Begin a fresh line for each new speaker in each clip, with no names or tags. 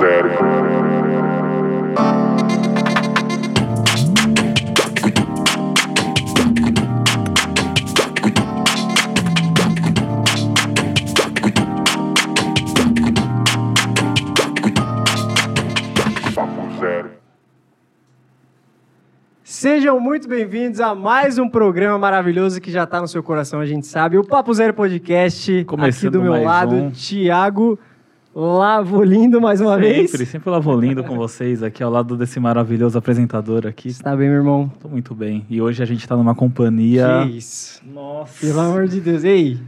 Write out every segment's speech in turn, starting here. zero. Papo zero.
Sejam muito bem-vindos a mais um programa maravilhoso que já tá no seu coração, a gente sabe. O Papo Zero Podcast, aqui
Começando
do meu
mais
lado,
um.
Thiago Lavolindo, mais uma
Sempre,
vez.
sempre lavolindo com vocês aqui ao lado desse maravilhoso apresentador aqui.
Está Tá bem, meu irmão?
Tô muito bem. E hoje a gente tá numa companhia.
Que isso.
Nossa.
Pelo amor de Deus. Ei,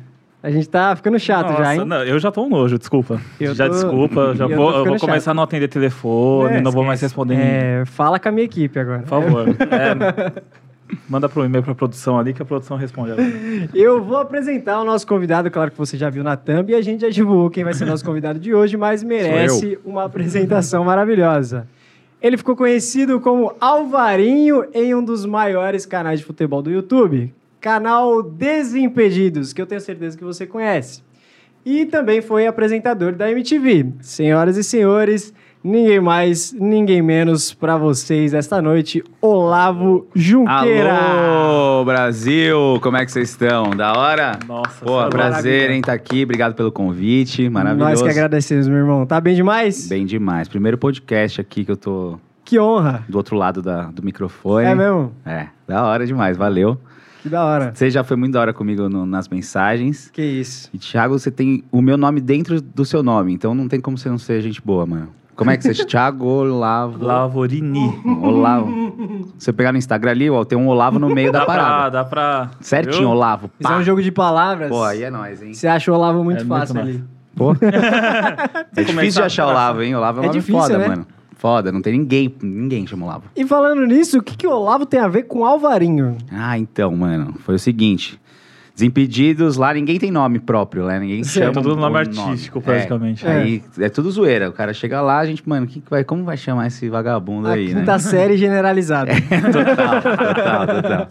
a gente tá ficando chato
Nossa,
já, hein?
não, eu já tô um nojo, desculpa.
Eu
já
tô-
desculpa, já
eu tô
vou, eu
ficando
vou começar
chato.
a não atender telefone,
É,
não vou mais
esquece.
responder. ninguém.
É, fala com a minha equipe agora.
Por favor. É, manda pro e-mail pra produção ali que a produção responde. agora.
Eu vou apresentar o nosso convidado, claro que você já viu na thumb, e a gente já divulgou quem vai ser nosso convidado de hoje, mas merece uma apresentação maravilhosa. Ele ficou conhecido como Alvarinho em um dos maiores canais de futebol do YouTube, canal Desimpedidos, que eu tenho certeza que você conhece. E também foi apresentador da MTV. Senhoras e senhores, ninguém mais, ninguém menos para vocês esta noite, Olavo Junqueira.
Alô, Brasil! Como é que vocês estão? Da hora?
Nossa,
Pô,
essa
prazer
maravilha.
em estar aqui. Obrigado pelo convite. Maravilhoso.
Nós que agradecemos, meu irmão. Tá bem demais?
Bem demais. Primeiro podcast aqui que eu tô
Que honra.
do outro lado da- do microfone.
É mesmo?
É, da hora demais. Valeu.
Que da hora.
Você já foi muito da hora comigo no- nas mensagens.
Que isso.
E, Thiago, você tem o meu nome dentro do seu nome, então não tem como você não ser gente boa, mano. Como é que você... Thiago Olavo...
Lavorini.
Olavo. Se eu pegar no Instagram ali, ó, tem um Olavo no meio da
dá pra.
parada.
Dá pra
Certinho,
viu?
Olavo.
Tá Isso
Pá.
é um jogo de palavras.
Pô, aí é nóis, hein?
Você acha o Olavo muito
É muito
fácil
massa.
ali.
Pô. é
começa
difícil de achar o
a
Olavo, hein? O Olavo é um
É
nome
difícil,
foda,
né?
mano. Foda, não tem ninguém, ninguém chama Olavo.
E falando nisso, o que, que o Olavo tem a ver com Alvarinho?
Ah, então, mano, foi o seguinte. Desimpedidos, lá ninguém tem nome próprio, né? Ninguém
Sim,
chama.
todo
o
É nome artístico, praticamente.
É, Aí é tudo zoeira. O cara chega lá, a gente, mano, que que vai, como vai chamar esse vagabundo
a
aí, né? É.
quinta série generalizada.
total, total, total.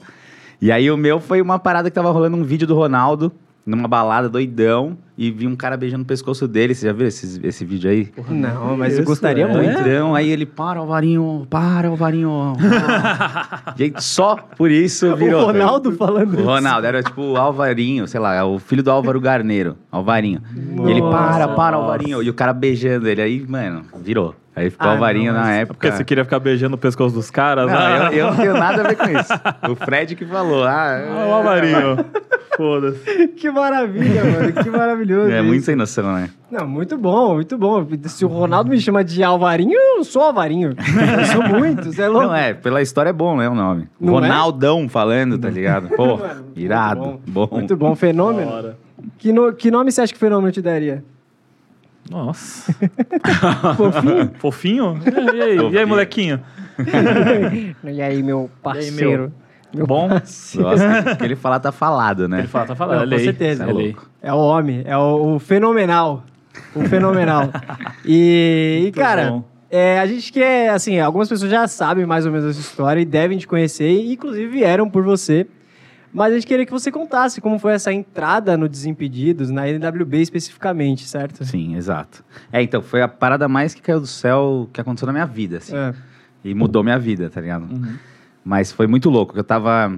E aí o meu foi uma parada que tava rolando um vídeo do Ronaldo numa balada doidão e vi um cara beijando o pescoço dele. Você já viu esse, esse vídeo aí?
Não, mas eu
Isso,
gostaria
é.
muito.
Então, aí ele, para, Alvarinho, para, Alvarinho. para." Gente, só por isso virou.
o Ronaldo falando
velho. O Ronaldo era tipo o Alvarinho, sei lá, é o filho do Álvaro Garneiro, Alvarinho. E ele, para, para, Alvarinho. E o cara beijando ele. Aí, mano, virou. Aí ficou
Ah,
Alvarinho
não,
na
mas-
época.
É Porque você queria ficar beijando o pescoço dos caras.
Não,
ah,
eu, eu não tenho nada a ver com isso. O Fred que falou. Ah,
Ah, o Alvarinho. Foda-se.
isso. Que maravilha, mano. Que maravilhoso.
É
isso.
muito sem noção, né?
Não, muito bom, muito bom. Se o Ronaldo me chama de Alvarinho, eu não sou Alvarinho. Eu sou muito, você é louco.
Não é, pela história é bom, né? O nome.
Não é?
Ronaldão falando, tá ligado? Pô,
Mano,
irado.
Muito
Bom.
bom, muito bom fenômeno.
Bora.
Que, no- que nome você acha que fenômeno te daria?
Nossa.
Fofinho?
Fofinho? É, E aí, e aí
Fofinho.
molequinho?
e aí, meu parceiro?
Bom?
Nossa, o que ele falar tá falado, né?
Ele fala, tá falando.
Não,
olha
com
aí.
certeza.
Olha
Tá
aí.
louco.
É o homem, é o, o fenomenal. O fenomenal. E, e,
Muito
cara,
bom.
é, a gente quer, assim, algumas pessoas já sabem mais ou menos essa história e devem te conhecer, e inclusive vieram por você. Mas a gente queria que você contasse como foi essa entrada no Desimpedidos, na NWB especificamente, certo?
Sim, exato. É, então, foi a parada mais que caiu do céu que aconteceu na minha vida, assim.
É.
E mudou minha vida, tá ligado?
Uhum.
Mas foi muito louco, que eu tava...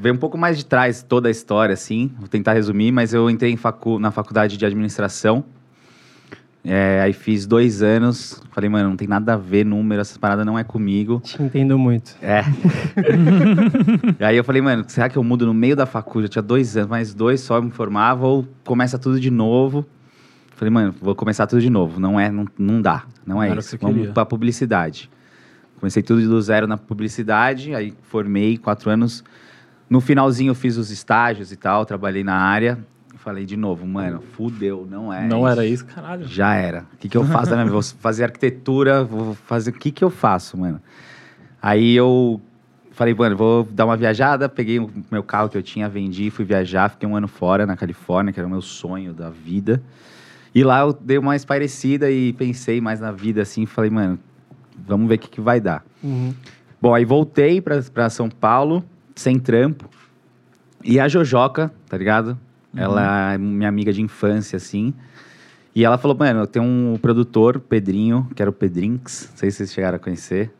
Veio um pouco mais de trás toda a história, assim. Vou tentar resumir, mas eu entrei em facu... na faculdade de administração. É, aí fiz dois anos. Falei, mano, não tem nada a ver número, essas paradas não é comigo.
Te entendo muito.
É. e aí eu falei, mano, será que eu mudo no meio da faculdade? Eu tinha dois anos, mais dois só eu me formava ou começa tudo de novo? Falei, mano, vou começar tudo de novo. Não é, não, não dá. Não é
Era o
isso.
que você
Vamos
queria.
pra publicidade. Comecei tudo do zero na publicidade, aí formei quatro anos. No finalzinho eu fiz os estágios e tal, trabalhei na área. Falei de novo, mano, fudeu, não é.
Não era isso, caralho.
Já era. O que, que eu faço da minha vida? Vou fazer arquitetura, vou fazer. O que, que eu faço, mano? Aí eu falei, mano, vou dar uma viajada. Peguei o meu carro que eu tinha, vendi, fui viajar. Fiquei um ano fora, na Califórnia, que era o meu sonho da vida. E lá eu dei uma espairecida e pensei mais na vida, assim. Falei, mano, vamos ver o que, que vai dar.
Uhum.
Bom, aí voltei pra, pra São Paulo, sem trampo. E a Jojoca, tá ligado? Ela é minha amiga de infância, assim. E ela falou, mano, eu tenho um produtor, Pedrinho, que era o Pedrinx, não sei se vocês chegaram a conhecer.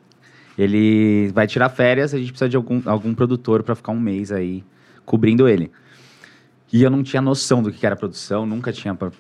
Ele vai tirar férias, a gente precisa de algum, algum produtor para ficar um mês aí cobrindo ele. E eu não tinha noção do que que era produção, nunca tinha pa-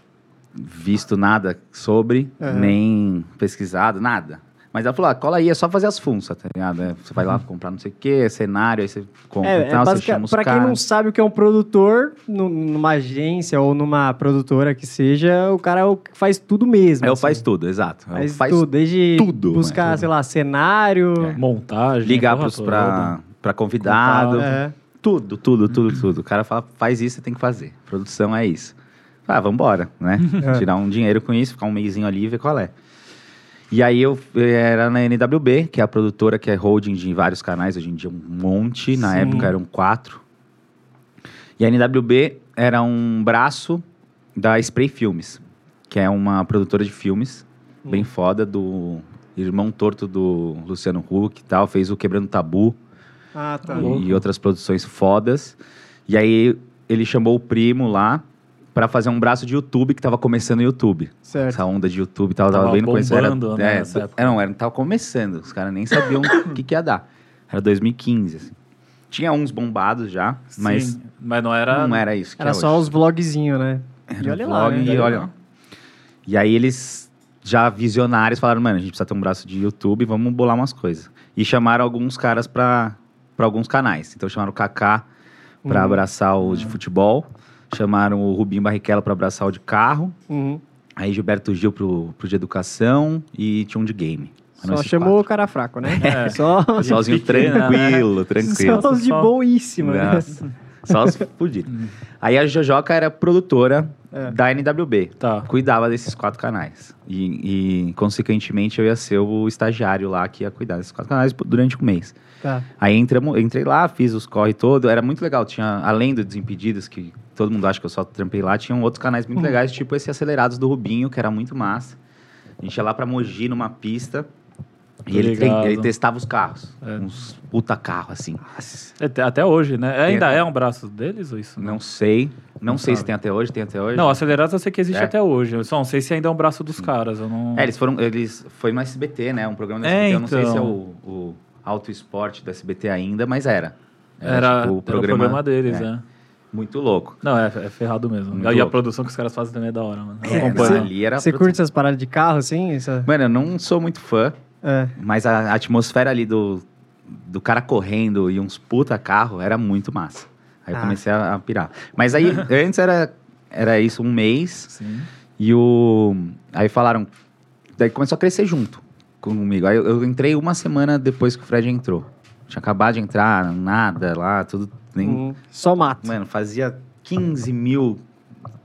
visto nada sobre,
Aham.
nem pesquisado, nada. Mas ela falou, ah, cola aí, é só fazer as funções, tá ligado? É, você vai lá comprar não sei o quê, cenário, aí você compra
Uhum. É, é
e tal, você
basica-
chama os
pra quem
caras.
não sabe o que é um produtor, nu- numa agência ou numa produtora que seja, o cara é o que faz tudo mesmo.
É, eu
assim.
faz tudo, exato. Eu
Faz,
faz
tudo, desde
tudo,
buscar,
mano, tudo.
sei lá, cenário.
Montagem.
ligar
porra
pros,
toda.
pra, pra convidado.
É.
Tudo, tudo, tudo, tudo. O cara fala, faz isso, você tem que fazer. Produção é isso. Ah, vambora, né?
É.
Tirar um dinheiro com isso, ficar um mêsinho ali e ver qual é. E aí eu eu era na NWB, que é a produtora que é holding de vários canais, hoje em dia um monte, na
Sim.
época eram quatro. E a NWB era um braço da Spray Filmes, que é uma produtora de filmes
Hum.
bem foda do irmão torto do Luciano Huck e tal, fez o Quebrando Tabu
Ah, tá.
e-
louco.
e outras produções fodas. E aí ele chamou o primo lá pra fazer um braço de YouTube que tava começando o YouTube.
Certo.
Essa onda de YouTube tava, tava
Tava
bem no começo. Era,
bombando, né,
é,
nessa
do-
época.
é, não, era, tava começando. Os caras nem sabiam o que, que ia dar. Era 2015, assim. Tinha uns bombados já,
Sim,
mas
mas não era.
não era isso. que
Era
é
só
hoje.
os vlogzinhos, né? E olha lá,
vlog,
né?
E olha lá. E aí eles, já visionários, falaram, mano, a gente precisa ter um braço de YouTube, vamos bolar umas coisas. E chamaram alguns caras pra, pra alguns canais. Então chamaram o Kaká pra
Uhum.
abraçar o de futebol, chamaram o Rubinho Barrichello pra abraçar o de carro,
Uhum.
aí Gilberto Gil pro, pro de educação e tinha um de game. Eram
Só
esses
chamou
quatro.
o cara fraco, né?
É.
Só,
O Pessoalzinho
Pequena, né?
tranquilo, tranquilo.
só os de
Só-
boíssima. né?
Nossa, Só os fudidos. Aí a Jojoca era produtora
Uhum. É.
da NWB
Tá.
cuidava desses quatro canais. E, e, consequentemente, eu ia ser o estagiário lá que ia cuidar desses quatro canais por- durante um mês.
Tá.
Aí entramos, entrei lá, fiz os corre todo, era muito legal. Tinha, além do Desimpedidos, que todo mundo acha que eu só trampei lá, tinham outros canais
Hum.
muito legais, tipo esse Acelerados do Rubinho, que era muito massa. A gente ia lá pra Mogi numa pista. E
Tô
ele, tre-
ligado.
ele testava os carros.
É.
Uns puta carro, assim.
Até, até hoje, né? Ainda
até-
é um braço deles ou isso?
Não sei. Não,
Não
sei se
sabe.
tem até hoje, tem até hoje.
Não, acelerados eu sei que existe
É.
até hoje. Eu só não sei se ainda é um braço dos caras. Eu não...
É, eles foram. Eles, foi no SBT, né? Um programa do
É,
SBT. Eu não sei
então.
se é o, o Auto Esporte do SBT ainda, mas era.
era, era
tipo,
o programa, deles,
é.
né?
Muito louco.
Não, é, é ferrado mesmo.
Muito
e a
louco.
produção que os caras fazem também é da hora, mano. Eu
É,
acompanho.
ali era.
Você curte essas paradas de carro, assim? Essa...
Mano, eu não sou muito fã,
É.
mas a atmosfera ali do, do cara correndo e uns puta carro era muito massa. Aí eu
Ah.
comecei a, a pirar. Mas aí, antes era, era isso, um mês.
Sim.
E o. Aí falaram. Daí começou a crescer junto comigo. Aí eu, eu entrei uma semana depois que o Fred entrou. Tinha acabado de entrar, nada lá, tudo. Nem,
Hum, Só mato.
Mano, fazia 15 mil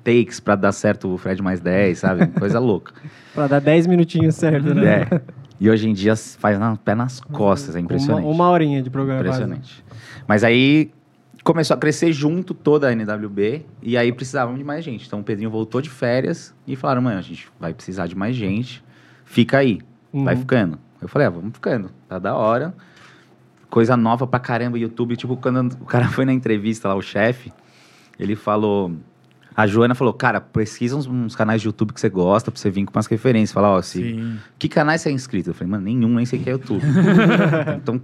takes pra dar certo o Fred mais 10, sabe? Coisa louca.
Pra dar 10 minutinhos certo, né?
É. E hoje em dia faz na, pé nas costas, é impressionante.
Uma, uma horinha de programa. quase.
Impressionante. Mas aí começou a crescer junto toda a NWB e aí precisavam de mais gente. Então o Pedrinho voltou de férias e falaram: mano, a gente vai precisar de mais gente, fica aí,
Uhum.
vai ficando. Eu falei: ah, vamos ficando, tá da hora. Coisa nova pra caramba, YouTube. Tipo, quando o cara foi na entrevista lá, o chefe, ele falou. A Joana falou, cara, pesquisa uns, uns canais de YouTube que você gosta, pra você vir com umas referências. Falar, ó, se,
Sim.
que canais você é inscrito? Eu falei, mano, nenhum, nem sei o que é YouTube. então,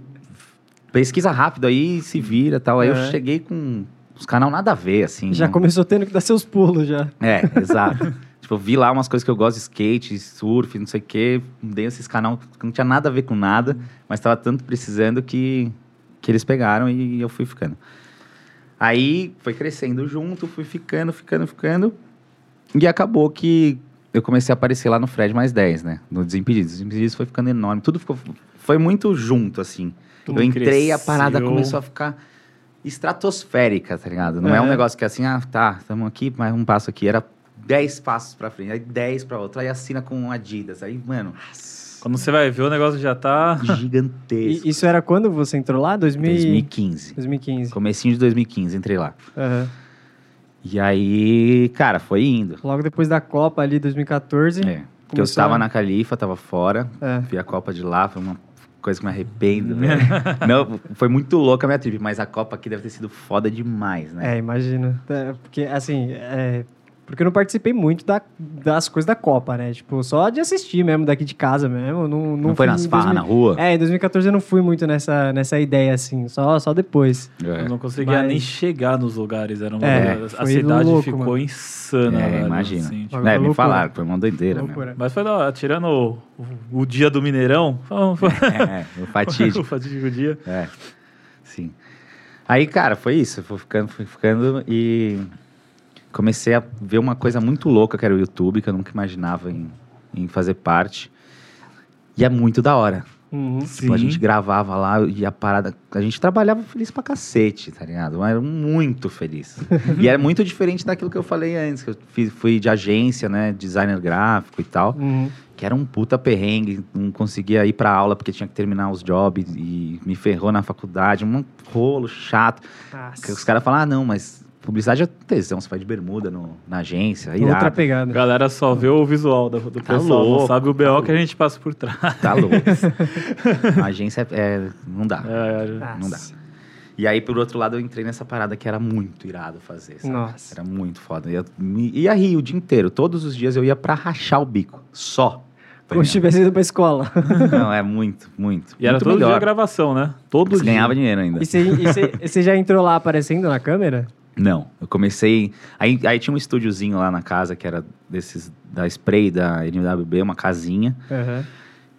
pesquisa rápido aí, se vira e tal. Aí eu
É.
cheguei com os canal nada a ver, assim.
Já
né?
começou tendo que dar seus pulos já.
É, exato. tipo, eu vi lá umas coisas que eu gosto, skate, surf, não sei o que. Dei esses canal que não tinha nada a ver com nada, mas tava tanto precisando que, que eles pegaram e eu fui ficando. Aí foi crescendo junto, fui ficando, ficando, ficando. E acabou que eu comecei a aparecer lá no Fred mais 10, né? No Desimpedidos. Desimpedidos foi ficando enorme. Tudo ficou. Foi muito junto, assim.
Tudo
eu entrei e a parada
cresceu.
começou a ficar estratosférica, tá ligado? Não é, um
É.
negócio que é assim, ah, tá, estamos aqui, mais um passo aqui. Era 10 passos pra frente, aí 10 pra outra, aí assina com Adidas. Aí, mano,
Quando você vai ver, o negócio já tá.
gigantesco.
E isso era quando você entrou lá? 2000...
2015.
2015.
Comecinho de 2015, entrei lá.
Aham.
E aí, cara, foi indo.
Logo depois da Copa ali, 2014.
É. Porque eu
Começou a-
estava na Califa, tava fora,
É. Hum.
vi a Copa de lá, foi uma coisa que me arrependo, velho. Não, foi muito louca a minha trip, mas a Copa aqui deve ter sido foda demais, né?
É, imagina. É, Porque, assim, é, Porque eu não participei muito da- das coisas da Copa, né? Tipo, só de assistir mesmo, daqui de casa mesmo. Não, não,
Não, foi
fui
nas
em
farras,
2000
na rua?
É, em 2014 eu não fui muito nessa, nessa ideia, assim. Só, só depois.
Eu
É.
não conseguia
Mas-
nem chegar nos lugares. Era uma-
É,
a
foi
cidade
louco,
ficou
mano.
insana,
É,
velho,
imagina.
assim, tipo,
Foi
É,
uma
me
loucura.
falaram que foi uma doideira mesmo.
Loucura.
Mas foi da hora, tirando o, o- o dia do Mineirão, foi, foi
É, o fatídico.
o fatídico dia.
É, sim. Aí, cara, foi isso. Fui ficando, fui ficando e comecei a ver uma coisa muito louca que era o YouTube, que eu nunca imaginava em, em fazer parte. E é muito da hora.
Uhum.
Tipo, a gente gravava lá e a parada. A gente trabalhava feliz pra cacete, tá ligado? Mas era muito feliz. e era muito diferente daquilo que eu falei antes, que eu fiz- fui de agência, né? Designer gráfico e tal
Uhum.
que era um puta perrengue, não conseguia ir pra aula porque tinha que terminar os jobs e me ferrou na faculdade, um rolo chato. Que Os
Nossa.
caras falam, ah, não, mas publicidade é tesão, você vai de bermuda no- na agência,
Outra
irado,
A
pegada.
galera só vê o visual do, do
Tá
pessoal,
louco,
não sabe o
tá
BO
louco.
que a gente passa por trás.
tá louco. a agência é, é, não dá.
É,
Não dá. E aí, por outro lado, eu entrei nessa parada que era muito irado fazer, sabe?
Nossa.
Era muito foda. Eu me- ia rir o dia inteiro, todos os dias eu ia pra rachar o bico, só. Tá
Como se
ligado?
tivesse ido pra escola.
Não, é muito, muito.
E era
muito
todo dia
melhor.
a gravação, né? Todo
Você
dia.
ganhava dinheiro ainda.
E você- E você e você já entrou lá aparecendo na câmera?
Não, eu comecei. Aí, aí tinha um estúdiozinho lá na casa que era desses da Spray, da NWB, uma casinha.
Aham.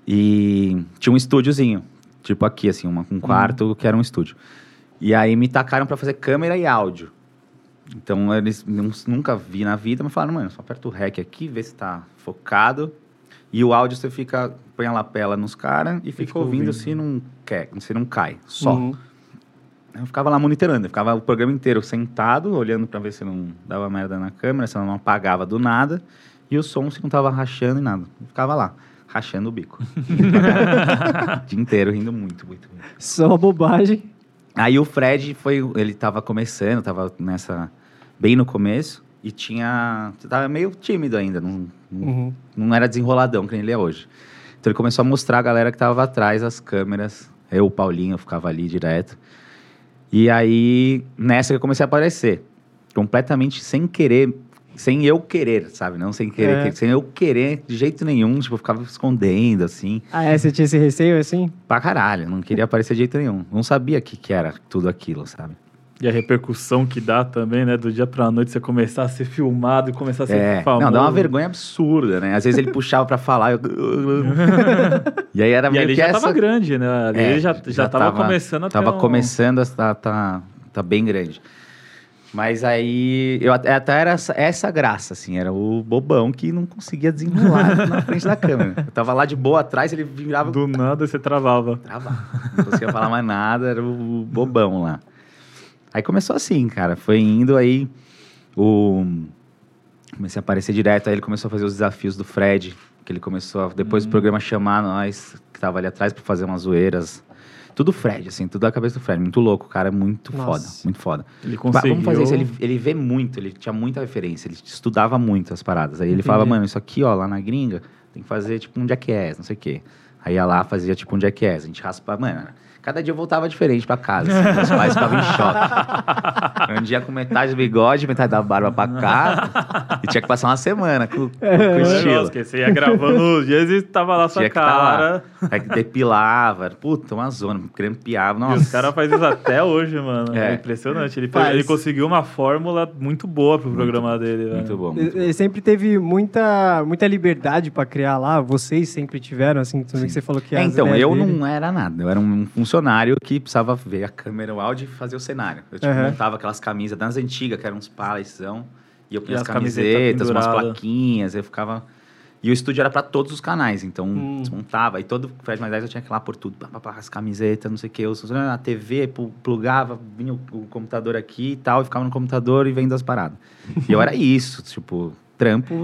E tinha um estúdiozinho, tipo aqui, assim, uma-
Uhum.
um quarto que era um estúdio. E aí me tacaram pra fazer câmera e áudio. Então eles nun- nunca vi na vida, mas falaram, mano, só aperta o REC aqui, vê se tá focado. E o áudio você fica, põe a lapela nos caras e fica
fica
ouvindo,
ouvindo.
se não quer, se não cai, só.
Uhum.
Eu ficava lá monitorando, eu ficava o programa inteiro sentado, olhando pra ver se não dava merda na câmera, se ela não apagava do nada, e o som se não tava rachando e nada. Eu ficava lá, rachando o bico. o dia inteiro rindo muito, muito, muito.
Só uma bobagem.
Aí o Fred foi, ele tava começando, tava nessa bem no começo e tinha, tava meio tímido ainda, não, não
Uhum.
não era desenroladão que nem ele é hoje. Então ele começou a mostrar a galera que tava atrás as câmeras. Eu, o Paulinho, eu ficava ali direto. E aí, nessa que eu comecei a aparecer. Completamente sem querer, sem eu querer, sabe? Não sem querer,
É.
que- sem eu querer de jeito nenhum. Tipo, eu ficava escondendo, assim.
Ah, é? Você tinha esse receio assim?
Pra caralho, não queria aparecer de jeito nenhum. Não sabia o que, que era tudo aquilo, sabe?
E a repercussão que dá também, né? Do dia pra noite você começar a ser filmado e começar a ser
É,
Assim, famoso.
não, dá uma vergonha absurda, né? Às vezes ele puxava pra falar, eu... e aí era
E
meio
ali
que
já
essa...
tava grande, né? Ali
É,
já, já,
já
tava,
tava-
começando a
Tava
ter um-
começando, a- tá, tá, tá bem grande. Mas aí, eu é, até, até era essa, essa graça, assim, era o bobão que não conseguia desenrolar na frente da câmera. Eu tava lá de boa atrás, ele virava
Do nada você travava.
Trava. Não conseguia falar mais nada, era o bobão lá. Aí começou assim, cara. Foi indo aí. O... Comecei a aparecer direto. Aí ele começou a fazer os desafios do Fred. Que ele começou, a, depois do programa, chamar nós, que tava ali atrás, pra fazer umas zoeiras. Tudo Fred, assim, tudo da cabeça do Fred. Muito louco, cara. Muito
Nossa.
foda, muito foda.
Ele
Pá,
conseguiu.
Vamos fazer isso. Ele, ele vê muito, ele tinha muita referência, ele estudava muito as paradas. Aí ele
Entendi.
falava, mano, isso aqui, ó, lá na gringa, tem que fazer tipo um jackass, não sei o quê. Aí ia lá, fazia tipo um jackass. A gente raspava, mano. Cada dia eu voltava diferente pra casa. assim, meus pais ficavam em choque. Um dia com metade do bigode, metade da barba pra cá. E tinha que passar uma semana com, com, com
É,
estilo.
Nossa, você ia gravando os dias e tava lá
Tinha
sua
que tá lá.
cara.
Aí depilava, era, puta, uma zona, grampeava.
E
Nossa,
os caras fazem isso até hoje, mano.
É.
É, impressionante. Ele,
Faz.
ele conseguiu uma fórmula muito boa pro programa dele, velho.
muito bom. muito bom.
Ele sempre teve muita, muita liberdade pra criar lá. Vocês sempre tiveram, assim, tudo que você falou que
É,
as
então,
ideias
eu
dele-
não era nada. Eu era um funcionário que precisava ver a câmera, o áudio e fazer o cenário. Eu tipo,
Aham.
montava aquelas camisas das antigas, que eram uns paletzão. E eu
E
punha as
as camisetas
camisetas, umas
pendurada.
plaquinhas, eu ficava... E o estúdio era pra todos os canais, então
Hum.
desmontava. E todo Fred Mais 10 eu tinha que ir lá por tudo. Pá, pá, pá, as camisetas, não sei o que. Eu funcionava na TV, pu- plugava, vinha o, o computador aqui e tal. E ficava no computador e vendo as paradas. e eu era isso, tipo... trampo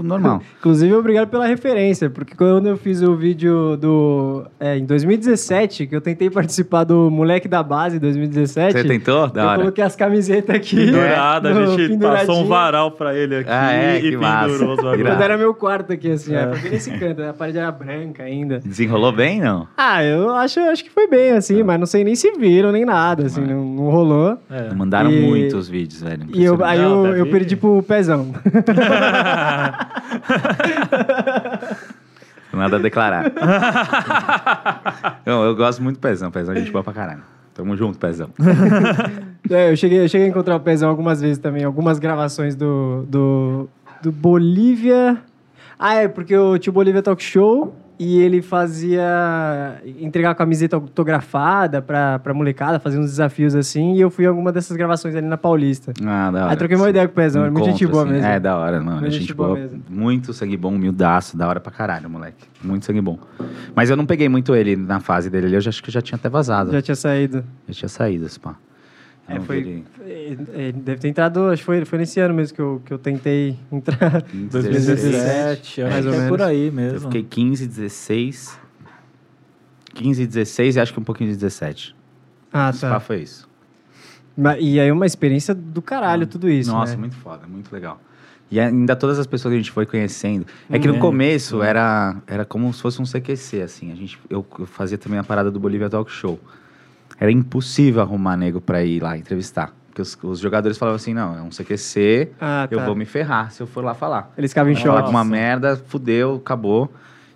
normal.
Inclusive, obrigado pela referência, porque quando eu fiz o vídeo do. é, em 2017, que eu tentei participar do Moleque da Base 2017.
Você tentou? Da
É, eu
hora.
coloquei as camisetas aqui.
Pendurada, a
no-
gente passou
É. penduradinha.
um varal pra ele aqui
Ah, é? Que
e
massa.
pendurou os bagulhos.
Irado.
Quando era meu quarto aqui, assim, é. porque nesse canto, a parede era branca ainda.
Desenrolou bem, não?
Ah, eu acho, acho que foi bem, assim, mas não sei nem se viram, nem nada, assim, não, não rolou.
É.
Mandaram
E-
muitos vídeos, velho.
E eu, aí
Não,
eu,
deve
eu
ir.
perdi pro pezão.
Nada a declarar. não, eu gosto muito do Pezão. Pezão é gente boa pra caralho. Tamo junto, Pezão.
É, eu cheguei, eu cheguei a encontrar o Pezão algumas vezes também, algumas gravações do, do, do Bolívia. Ah, é, porque o tio Bolívia Talk Show e ele fazia. entregar camiseta autografada pra, pra molecada, fazia uns desafios assim, e eu fui em alguma dessas gravações ali na Paulista.
Ah, da hora.
Aí troquei uma ideia com o Pezão,
Um
era muito gente
encontro,
boa
assim.
mesmo.
É, da hora, mano.
Muito
Gente,
gente boa
boa.
mesmo.
Muito sangue bom, humildaço, da hora pra caralho, moleque. Muito sangue bom. Mas eu não peguei muito ele na fase dele. Eu já, acho que eu já tinha até vazado. Já,
Já tinha saído.
tinha saído, esse pá. Eu
É,
não vi
foi,
ele
é, é, deve ter entrado, acho que foi, foi nesse ano mesmo que eu, que eu tentei entrar.
em
2017.
16.
2017,
Mais
acho
ou
que é
menos.
por aí
Eu
mesmo.
fiquei 15, 16. 15, 16 e acho que um pouquinho de 17.
Ah,
Esse pá
tá.
foi isso.
Ma- E aí é uma experiência do caralho tudo isso,
Ah, Nossa,
né?
muito foda, muito legal. E ainda todas as pessoas que a gente foi conhecendo. É que
Uhum.
no começo era, era como se fosse um CQC, assim. A gente, eu, eu fazia também a parada do Bolívia Talk Show. Era impossível arrumar nego pra ir lá entrevistar. Porque os, os jogadores falavam assim: não, é um CQC,
Ah, tá.
eu vou me ferrar se eu for lá falar.
Eles ficavam em
Vou falar
choque.
com uma
Nossa.
merda, fudeu, acabou.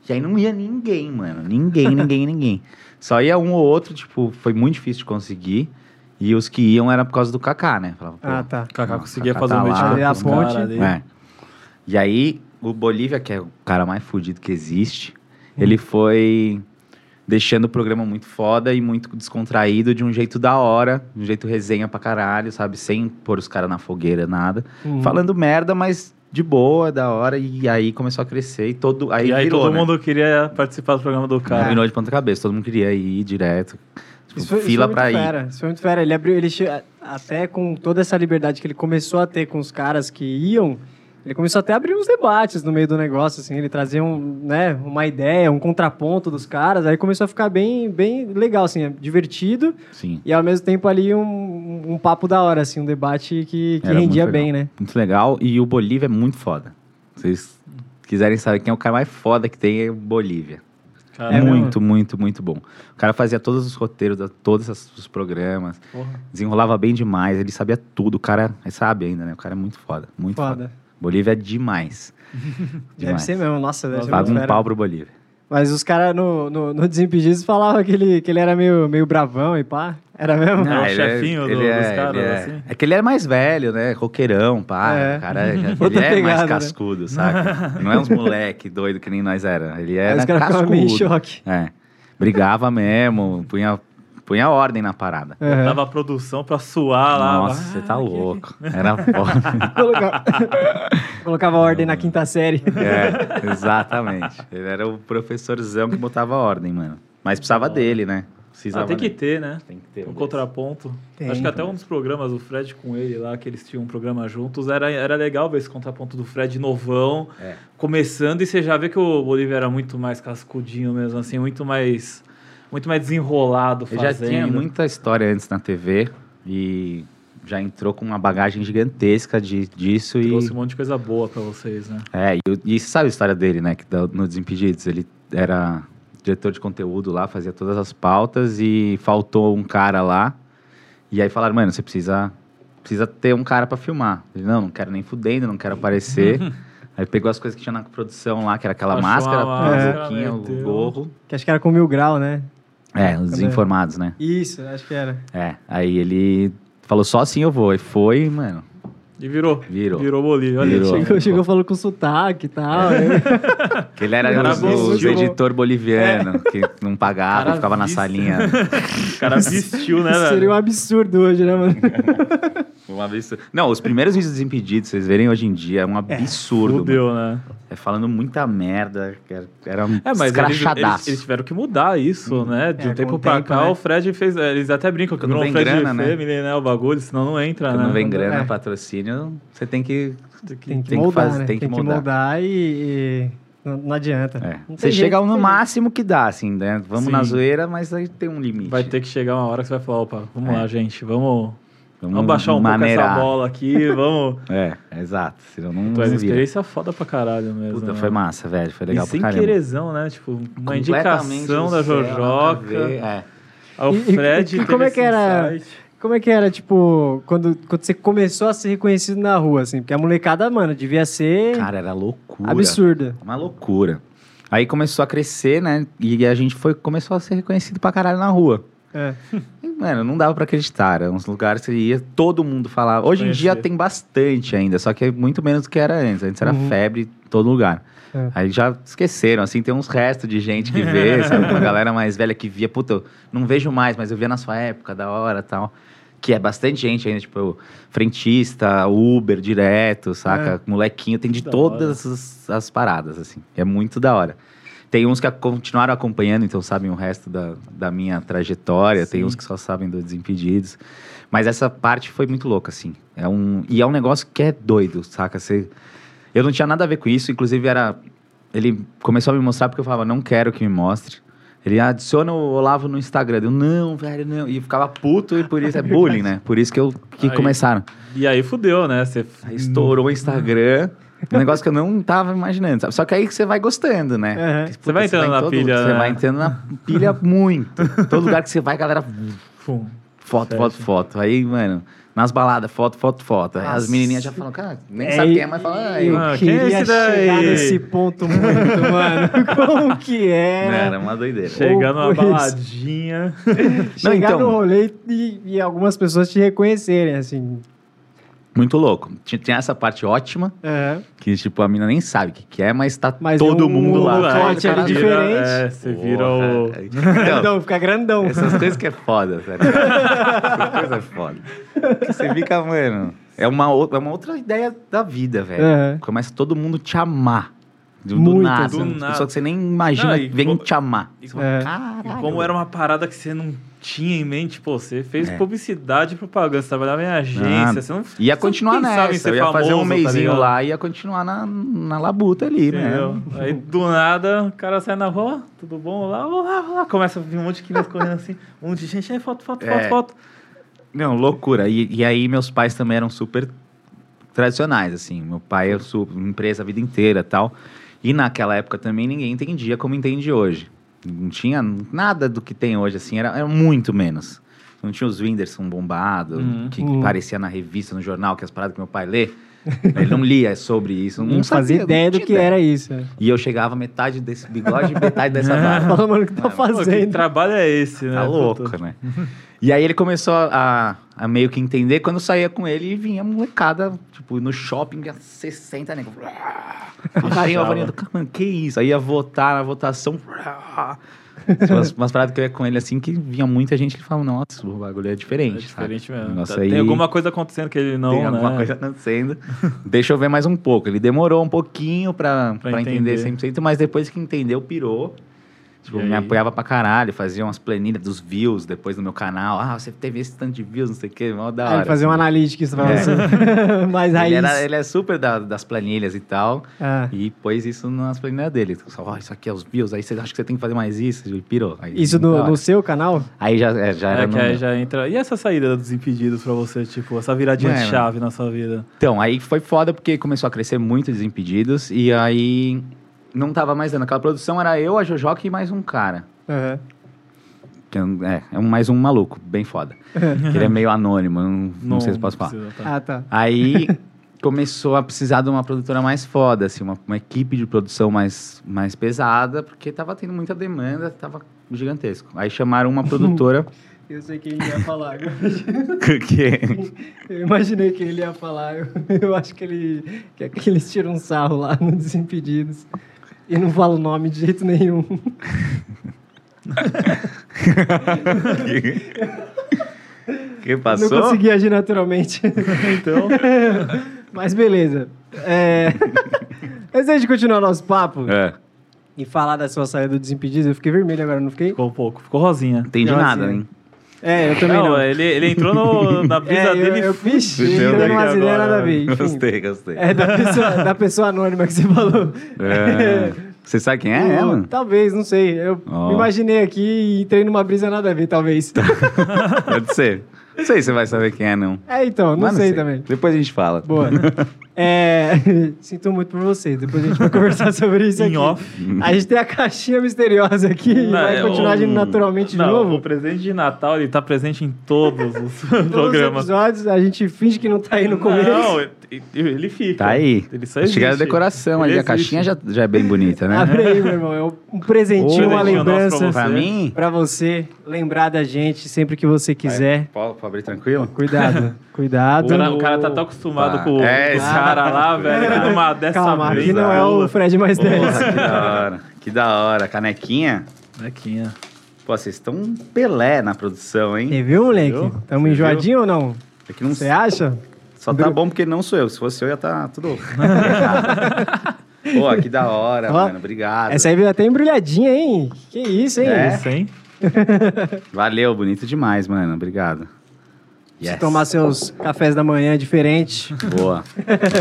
E aí não ia ninguém, mano. Ninguém, ninguém, ninguém. Só ia um ou outro, tipo, foi muito difícil de conseguir. E os que iam era por causa do Kaká, né? Falava, pô,
Ah, tá.
Kaká
Não,
conseguia
Kaká
fazer
tá
um
lá,
vídeo
a ponte.
é. E aí, o Bolívia, que é o cara mais fudido que existe, ele foi deixando o programa muito foda e muito descontraído, de um jeito da hora, de um jeito resenha pra caralho, sabe? Sem pôr os caras na fogueira, nada.
Uhum.
Hum.
Falando merda, mas de boa, da hora. E aí começou a crescer e todo. Aí
E aí
virou,
todo
né? É.
mundo queria participar do programa do cara.
Virou de ponta cabeça, todo mundo queria ir direto. Tipo,
Isso foi, isso
fila
foi muito
pra ir.
fera, Isso foi muito fera. Ele abriu, ele che- até com toda essa liberdade que ele começou a ter com os caras que iam, ele começou até a abrir uns debates no meio do negócio, assim, ele trazia um, né, uma ideia, um contraponto dos caras, aí começou a ficar bem, bem legal, assim, divertido
Sim.
e ao mesmo tempo ali um, um papo da hora, assim, um debate que, que
Era muito
rendia
legal.
bem, né?
Muito legal. E o Bolívia é muito foda. Se vocês quiserem saber quem é o cara mais foda que tem, é o Bolívia.
É
Cara,
É
né?
muito, muito, muito bom. O cara fazia todos os roteiros, da- todos as- os programas,
porra.
desenrolava bem demais, ele sabia tudo. O cara é sabe ainda, né? O cara é muito foda, muito foda.
Foda.
Bolívia é demais.
Deve
Demais.
ser mesmo, nossa, deve ser
Paga
muito
um
fera.
pau pro Bolívia.
Mas os caras no, no, no Desimpedidos falavam que ele, que ele era meio, meio bravão e pá. Era mesmo?
Não, o chefinho do- dos caras,
Ah, é- ele é.
assim?
É que ele é mais velho, né? Roqueirão, pá.
É.
O cara já- ele
Outra
é mais
pegada, né?
cascudo, saca? Não é uns moleque doido que nem nós era. Ele
Aí
era
os caras ficavam
cascudo.
meio em choque.
É. Brigava mesmo, punha, punha ordem na parada.
Uhum.
Dava a produção pra suar lá.
Nossa,
Ah,
você tá
É. que-
louco. Era foda.
Colocava, colocava ordem na quinta série.
é, exatamente. Ele era o professorzão que botava ordem, mano. Mas precisava dele, né?
Ah,
Precisava
tem que
dele.
ter, né?
Tem que ter.
Um
desse.
contraponto.
Tem.
Acho que até um dos programas, o Fred com ele lá, que eles tinham um programa juntos, era, era legal ver esse contraponto do Fred novão,
É.
começando, e você já vê que o Bolívia era muito mais cascudinho mesmo, assim, muito mais muito mais desenrolado
Ele
fazendo.
já tinha muita história antes na TV e já entrou com uma bagagem gigantesca de, disso e,
Trouxe um monte de coisa boa pra vocês, né?
é, e, o- e você sabe a história dele, né? Que da- no Desimpedidos ele era diretor de conteúdo lá, fazia todas as pautas e faltou um cara lá. E aí falaram, mano, você precisa, precisa ter um cara pra filmar. Ele, não, não quero nem fudendo, não quero aparecer. aí pegou as coisas que tinha na produção lá, que era aquela
Achou a
máscara, a
máscara, né,
boquinha,
meu
o
Deus.
gorro.
Que acho que era com mil grau, né?
É, os
Cadê?
desinformados, né?
Isso, acho que era.
É, aí ele falou só assim eu vou. E foi, mano.
E virou.
Virou.
Virou Bolívia. Olha,
Virou.
chegou.
Chegou, chegou falando com sotaque e tal. né?
Que ele era
Cara
os,
bom,
os
viu?
editor boliviano, que não pagava,
Cara
ficava na
vice.
salinha.
O cara vestiu, né, velho?
Seria um absurdo hoje, né, mano?
Pô, Um absurdo. Não, os primeiros vídeos dos Impedidos, vocês verem hoje em dia, é um absurdo. mano.
Fudeu, né?
É falando muita merda. que era- Era um
É, mas eles, eles,
escrachadaço.
eles tiveram que mudar isso, né? De
É,
um tempo
com o
pra
tempo,
cá,
né?
o Fred fez. é, Eles até brincam que
Quando
virou um
vem
Fred
grana, né?
Family, né? O bagulho, senão não entra,
Quando
né?
não vem
Não dá,
grana,
é.
patrocínio, você tem que.
Tem que
Tem que
moldar,
fazer-
né?
tem que
moldar,
moldar.
e, e não, não adianta.
é.
Não tem
Você
jeito,
chega
não
no
tem
máximo que dá, assim, né? Vamos
Sim.
na zoeira, mas aí tem um limite.
Vai ter que chegar uma hora que você vai falar, opa, vamos
É.
lá, gente, vamos, vamos baixar um pouco essa bola aqui, vamos.
É, exato. Senão não
Tu é uma
vira.
experiência foda pra caralho mesmo.
Puta,
né?
foi massa, velho. Foi legal
e
pra
sem
caramba.
querezão, né? Tipo, uma
Completamente
indicação
do
da
céu, nada a
Jojoca.
ver, É.
Aí O
E- e-
Fred.
e
teve
como é
esse
que era-
insight.
Como é que era, tipo, quando, quando você começou a ser reconhecido na rua, assim? Porque a molecada, mano, devia ser
Cara, era loucura.
absurda.
É Uma loucura. Aí começou a crescer, né? E a gente foi, começou a ser reconhecido pra caralho na rua.
É.
E, Mano, não dava pra acreditar. Eram uns lugares que ia, todo mundo falava. Hoje em
Conhecer.
dia tem bastante ainda, só que é muito menos do que era antes. Antes era
Uhum.
febre em todo lugar.
É.
Aí já esqueceram, assim, tem uns restos de gente que vê, sabe? Uma galera mais velha que via, puta, eu não vejo mais, mas eu via na sua época, da hora tal. Que é bastante gente ainda, tipo, frentista, Uber direto, saca? Molequinho, tem de
Da
todas as, as paradas, assim. É muito da hora. Tem uns que a- continuaram acompanhando, então sabem o resto da, da minha trajetória. Tem
Sim.
uns que só sabem do Desimpedidos. Mas essa parte foi muito louca, assim. É um, e é um negócio que é doido, saca? Você, eu não tinha nada a ver com isso. Inclusive, era ele começou a me mostrar porque eu falava, não quero que me mostre. Ele adiciona o Olavo no Instagram. Eu, não, velho, não. E eu ficava puto e por isso é bullying, né? Por isso que, eu, que
Aí.
começaram.
E aí fudeu, né? Você
Aí
Uhum.
estourou o Instagram. um negócio que eu não tava imaginando. sabe? Só que aí que você vai gostando, né?
Aham.
Porque,
Uhum. Você
puta,
vai entrando
em
na
todo-
pilha,
Você
né?
vai entrando na pilha muito. todo lugar que você vai, a galera.
Fum.
Foto,
Certo.
foto, foto. Aí, mano, nas baladas, foto, foto, foto. Aí As
Nossa.
menininhas já falam, cara, nem
É,
sabe quem é, mas fala, ah, eu.
Eu
Ah, quem é
queria
esse
chegar
daí?
nesse ponto muito, mano. Como que é?
Não,
era?
Era uma doideira.
Chegando
Ou
uma
por isso.
baladinha.
Não,
Chegar
então-
no rolê e, e algumas pessoas te reconhecerem, assim.
Muito louco. Tinha tinha essa parte ótima,
Aham.
que, tipo, a mina nem sabe o que, que é, mas tá
Mas
todo
o-
mundo
o
lá.
locote
Cara,
ali
cara,
diferente.
É, você vira o.
Porra, cara. Então,
Grandão, fica grandão.
essas coisas que é foda, velho. Essas coisas é foda. Que você fica, mano. É uma, ou- é uma outra ideia da vida, velho.
Aham.
Começa todo mundo te amar. Do, do
Muito.
nada.
Do
As
nada.
pessoas que você nem
Não,
imagina
e
vêm
como-
te amar.
E
É.
Caralho.
como era uma parada que você não tinha em mente, pô, você fez
É.
publicidade e propaganda, você trabalhava em agência,
Nada.
você não
Ia continuar
pensava em
nessa.
ser
Eu ia fazer um
famoso, tá
meizinho
ligado?
lá e ia continuar na, na labuta ali, né?
Entendeu? Aí do nada o cara sai na rua, "Ó, tudo bom? Lá, lá, lá. Começa a vir um monte de criança correndo assim, um monte de gente, aí foto, foto,
É.
foto, foto.
Não, loucura. E, e aí meus pais também eram super tradicionais, assim. Meu pai eu sou empresa a vida inteira tal. E naquela época também ninguém entendia como entende hoje. Não tinha nada do que tem hoje, assim, era, era muito menos. Não tinha os Whindersson bombado,
Uhum.
que
Uhum.
parecia na revista, no jornal, que as paradas que meu pai lê. Ele não lia sobre isso, não,
Não
sabia,
fazia
não
ideia do
tinha
que era isso. né?
E eu chegava metade desse bigode e metade dessa barba.
Fala, mano, o que tá
Pô, que
fazendo?
trabalho é esse, né?
Tá louco, né? E aí ele começou a, a meio que entender. Quando eu saía com ele, vinha molecada, tipo, no shopping, a 60 nego. Aí eu falei, mano, que isso? Aí ia votar na votação. Umas, umas paradas que eu ia com ele assim, que vinha muita gente que falava, nossa, o bagulho é
É
diferente.
diferente
sabe?
mesmo.
Nossa,
Tá-
aí
Tem alguma coisa acontecendo que ele não,
tem alguma
né?
coisa acontecendo. Deixa eu ver mais um pouco. Ele demorou um pouquinho pra,
Pra
pra, entender.
entender.
100%, mas depois que entendeu, pirou. Tipo,
E
me
aí?
apoiava pra caralho, fazia umas planilhas dos views depois no meu canal. Ah, você teve esse tanto de views, não sei o quê, mó da
Ah,
hora.
ele fazia uma analítica, isso pra
É.
você. Mais
Ele
raiz.
era- ele é super da- das planilhas e tal.
Ah.
E pôs isso nas planilhas dele. Só, ó, isso aqui é os views, aí você acha que você tem que fazer mais isso, e pirou. Aí,
Isso
da
no,
hora.
no seu canal?
Aí já, é, já era.
É que
no meu.
aí já entra. E essa saída dos impedidos pra você, tipo, essa viradinha de
Mano.
chave na sua vida?
Então, aí foi foda porque começou a crescer muito Desimpedidos e aí não tava mais dando. Aquela produção era eu, a Jojoca e mais um cara.
Aham.
Que é, um- é, é um- mais um maluco, bem foda. Que ele é meio anônimo, eu não, não sei se posso falar.
precisa, tá.
Ah, tá.
Aí começou a precisar de uma produtora mais foda, assim, uma, uma equipe de produção mais, mais pesada, porque tava tendo muita demanda, tava gigantesco. Aí chamaram uma produtora
Eu sei quem ele ia falar.
que...
Eu imaginei que ele ia falar. Eu, eu acho que ele. Que, é que eles tiram um sarro lá no Desimpedidos. E não fala o nome de jeito nenhum.
Quem passou?
Não consegui agir naturalmente.
Então,
Mas beleza. É... Antes da gente continuar nosso papo
É.
e falar da sua saída do Desimpedidos, eu fiquei vermelho agora, não fiquei?
ficou um pouco. Ficou rosinha.
Entendi
Não,
nada,
assim,
hein?
É, eu também não.
Não, ele, ele entrou no, na brisa
É, eu,
dele.
eu, vixe, eu,
Entendeu?
não umas ideias nada a ver. enfim.
Gostei, gostei.
É da pessoa, da pessoa anônima que você falou.
É. Você sabe quem é
Não,
ela?
Talvez, não sei. Eu
Ó.
me imaginei aqui e entrei numa brisa nada a ver, talvez.
Tá.
Pode ser. Não sei se você vai saber quem é, não.
É, então, não,
Mas
sei, também.
Depois a gente fala.
Boa. É, sinto muito por vocês. Depois a gente vai conversar sobre isso
Em
aqui.
off.
A gente tem a caixinha misteriosa aqui e
Não,
vai
é,
continuar
o-
agindo naturalmente
não,
de
O
novo.
presente de Natal, ele tá presente em todos os
Todos os
programas.
episódios, a gente finge que não tá aí no começo.
Não, ele- ele fica.
Tá aí.
Ele só existe.
Chegaram a decoração
Ele
ali. A
existe.
caixinha já, já é bem bonita, né?
Abre aí, meu irmão. É um presentinho,
Ô,
uma
presentinho
nosso
lembrança
Pra
você.
mim?
pra você lembrar da gente sempre que você quiser.
Pode abrir tranquilo?
Cuidado,
O
cuidado.
cara, o cara tá tão acostumado
Pá.
com o
É,
com o
esse-
cara lá, velho, que numa dessa
Calma,
vez.
aqui não é o Fred mais 10.
Porra, que da hora. Que da hora. Canequinha.
Nequinha.
Pô, vocês estão um Pelé na produção, hein?
Você viu, moleque?
Viu?
Tamo
Você
enjoadinho ou não?
É que não
Você acha?
Só tá bom porque não sou eu. Se fosse eu, ia tá tudo. errado. Pô, que da hora,
Ó,
mano. Obrigado.
Essa aí veio até embrulhadinha, hein? Que isso, hein?
É?
Isso, hein?
Valeu, bonito demais, mano. Obrigado.
Se tomar seus cafés da manhã diferente,
Boa.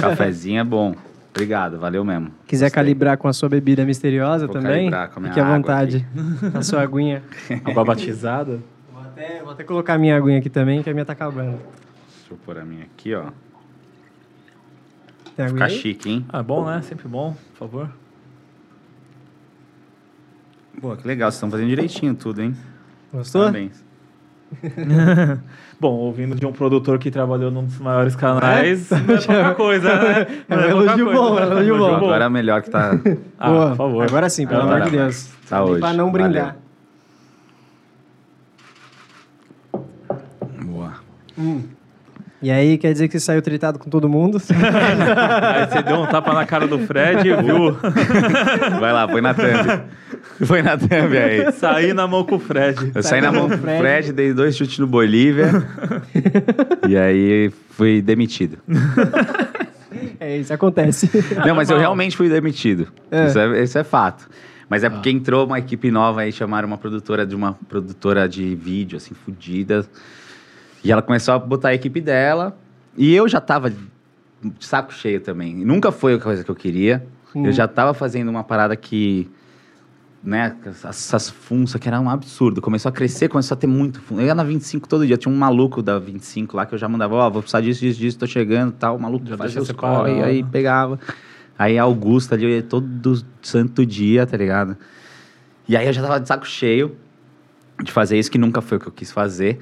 Cafezinho é bom. Obrigado, valeu mesmo.
quiser
Gostei.
calibrar com a sua bebida misteriosa
Vou
também,
calibrar com a minha
fique à
água
vontade. A sua aguinha.
Água batizada.
Vou até, vou até colocar a minha aguinha aqui também, que a minha tá acabando.
Deixa eu pôr a minha aqui, ó.
Tem aguinha
Fica
aí?
chique, hein?
Ah, é bom, né? Sempre bom, por favor.
Pô, que legal. Vocês estão fazendo direitinho tudo, hein?
Gostou?
Parabéns.
Bom, ouvindo de um produtor que trabalhou num dos maiores canais, não é pouca coisa, né?
É um elogio bom, é um elogio bom.
Agora é melhor que tá.
Ah,
Boa.
por favor.
Agora sim, pelo
Agora
amor de
vai.
Deus.
Tá hoje.
Pra não brindar.
Valeu. Boa.
E aí, quer dizer que você saiu tritado com todo mundo?
Aí você deu um tapa na cara do Fred e viu?
Vai lá, põe na thumb. Põe na thumb aí.
Saí na mão com o Fred.
Eu saí na mão do
Fred.
Fred, dei dois chutes no Bolívia. e aí fui demitido.
é isso, acontece.
Não, mas eu realmente fui demitido.
É.
Isso, é, isso é fato. Mas é porque entrou uma equipe nova aí, chamaram uma produtora de uma produtora de vídeo, assim, fodida. E ela começou a botar a equipe dela. E eu já tava de saco cheio também. Nunca foi a coisa que eu queria.
Hum.
Eu já tava fazendo uma parada que. Né, essas funças que era um absurdo. Começou a crescer, começou a ter muito fun- Eu ia na 25 todo dia. Tinha um maluco da 25 lá que eu já mandava, ó, vou precisar disso, disso, disso, tô chegando e tal. O maluco
Já
fazia
deixa
os corre,
separado.
aí pegava. Aí a Augusta ali, eu ia todo santo dia, tá ligado? E aí eu já tava de saco cheio de fazer isso, que nunca foi o que eu quis fazer.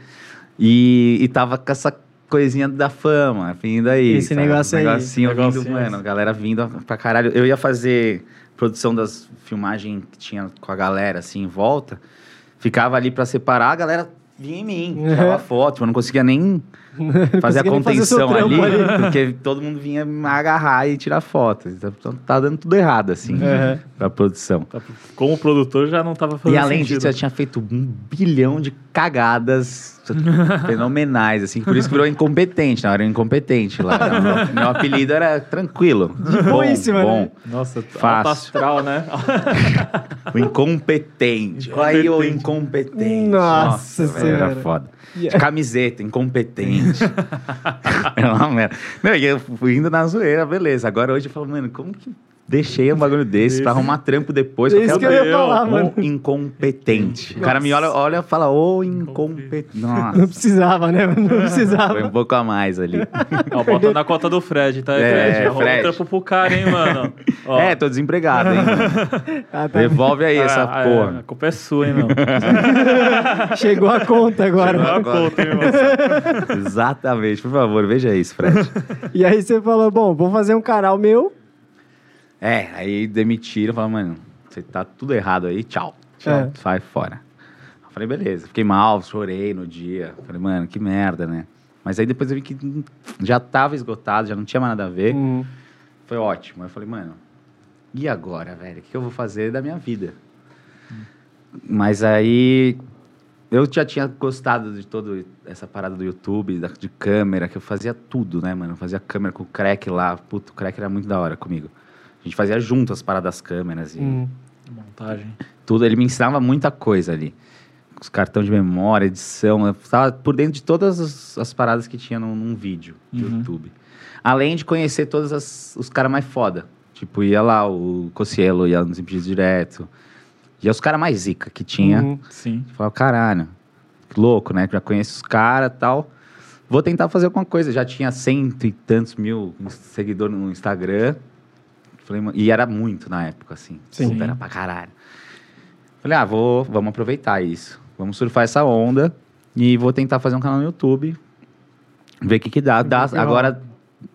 E, e tava com essa coisinha da fama, vindo aí.
Esse negócio aí.
Negocinho vindo,
Negocinho.
mano. a Galera vindo pra caralho. Eu ia fazer produção das filmagens que tinha com a galera, assim, em volta. Ficava ali pra separar, a galera vinha em mim. Tirava foto, tipo, eu não conseguia nem
Uhum. Não
fazer a
consegui nem fazer o seu
contenção ali,
trampo
porque todo mundo vinha me agarrar e tirar foto. Então tá dando tudo errado, assim,
Uhum.
pra produção.
Tá, Como produtor já não tava fazendo
E além
sentido.
disso, eu tinha feito um bilhão de cagadas fenomenais, assim. Por isso que virou incompetente, na hora eu era incompetente lá. Meu- Meu apelido era tranquilo.
boíssima, né?
bom.
Nossa,
Fácil.
alto astral, né?
O incompetente. Olha aí o incompetente.
Nossa
velho, Era
Senhora.
foda.
Yeah.
Camiseta, incompetente. é uma merda. Não, e eu fui indo na zoeira, beleza. Agora hoje eu falo, mano, como que deixei um bagulho desse pra arrumar trampo depois?
É Isso que eu ia
Gabriel,
falar,
um
mano.
incompetente. O cara me olha, olha e fala, ô incompetente.
Não
Nossa,
precisava, né? Não
foi um
precisava.
pouco a mais ali.
Ó, bota na cota do Fred, tá?
É,
Fred, arruma um
Fred.
trampo pro cara, hein, mano? Ó,
É, tô desempregado, hein? mano?
Ah, tá.
Devolve aí
ah,
essa
ah, é, A
porra.
culpa é sua, hein, meu?
Chegou a conta agora.
Não é
Agora.
conta, hein, irmão?
Exatamente, por favor, veja isso, Fred.
E aí você falou, bom, vou fazer um canal meu.
É, aí demitiram, falaram, mano, você tá tudo errado aí, tchau. Tchau,
É.
sai fora. Eu falei, beleza. Fiquei mal, chorei no dia. Falei, mano, que merda, né? Mas aí depois eu vi que hum, já tava esgotado, já não tinha mais nada a ver.
Hum.
Foi ótimo. Aí eu falei, mano, e agora, velho? O que eu vou fazer da minha vida? Mas aí Eu já tinha gostado de toda essa parada do YouTube, da, de câmera, que eu fazia tudo, né, mano? Eu fazia câmera com o crack lá. Puto, o crack era muito da hora comigo. A gente fazia junto as paradas das câmeras e
Hum.
Montagem.
tudo. Ele me ensinava muita coisa ali. Os cartões de memória, edição. Eu estava por dentro de todas as, as paradas que tinha num, num vídeo de
Uhum.
YouTube. Além de conhecer todos as- os caras mais foda. Tipo, ia lá o Cocielo, ia nos Impedidos Direto. Ia os caras mais zica que tinha.
Uhum.
Sim.
Falava, caralho, que louco, né? Já conheço os caras e tal. Vou tentar fazer alguma coisa. Já tinha cento e tantos mil seguidores no Instagram. Falei, "Ma-" e era muito na época, assim.
Sim.
Puta, Era pra caralho. Falei, ah, vou, vamos aproveitar isso. Vamos surfar essa onda. E vou tentar fazer um canal no YouTube. Ver o que que dá.
que
Dá-
que rola.
agora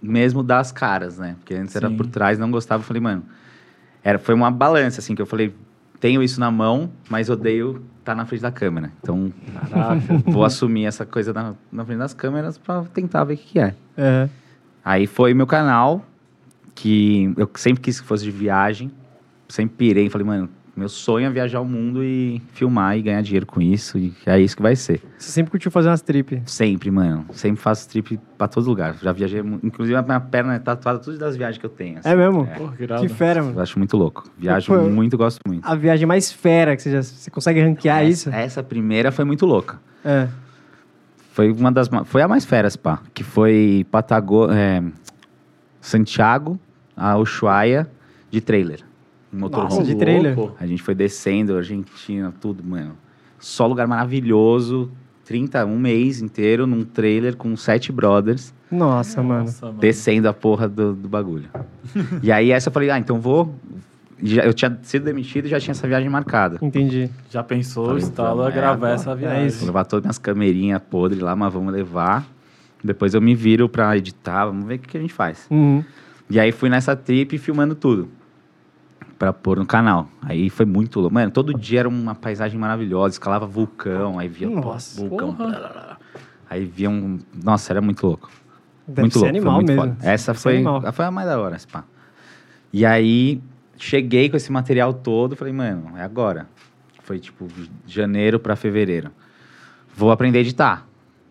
mesmo das caras, né? Porque antes era
Sim.
por trás, não gostava. Eu Falei, mano, era, foi uma balança, assim, que eu falei, tenho isso na mão, mas odeio estar na frente da câmera. Então,
Caraca.
vou assumir essa coisa na, na frente das câmeras pra tentar ver o que, que é.
É.
Aí foi meu canal, que eu sempre quis que fosse de viagem. Sempre pirei, falei, mano, meu sonho é viajar o mundo e filmar e ganhar dinheiro com isso. E é isso que vai ser.
Você sempre curtiu fazer umas trip.
Sempre, mano. Sempre faço trip pra todo lugar. Já viajei, mu- inclusive a minha perna é tatuada todas das viagens que eu tenho. assim.
É mesmo?
Porra, que irado.
Que fera, mano.
Eu acho muito louco. Viajo
Pô,
muito, gosto muito.
A viagem mais fera que você já você consegue ranquear Ah, é isso?
Essa, essa primeira foi muito louca.
É.
Foi uma das ma- foi a mais feras, pá, que foi Patago, é, Santiago a Ushuaia de trailer, em motorhome.
Nossa, de trailer.
A gente foi descendo, Argentina, tudo, mano. Só lugar maravilhoso. 30, um mês inteiro num trailer com sete brothers,
Nossa, mano.
Nossa, mano.
descendo a porra do, do bagulho. e aí essa eu falei, ah, então vou. Já- eu tinha sido demitido e já tinha essa viagem marcada.
Entendi.
Já pensou,
Falei,
estalo a
"Puta
gravar
merda,
essa
é
viagem.
isso.
Vou levar todas minhas câmerinhas podres lá, mas vamos levar. Depois eu me viro pra editar, vamos ver o que, que a gente faz.
Uhum.
E aí fui nessa trip filmando tudo. Pra pôr no canal. Aí foi muito louco. Mano, todo dia era uma paisagem maravilhosa. Escalava vulcão, aí via pô,
Nossa,
vulcão.
porra.
blá, blá, blá. Aí via um. Nossa, era muito louco.
Deve
muito
ser
louco.
animal
foi muito
mesmo.
Foda. Essa
Deve ser
foi,
animal.
foi a mais da hora, esse pá. E aí cheguei com esse material todo, falei, mano, é agora. Foi tipo janeiro pra fevereiro. Vou aprender a editar.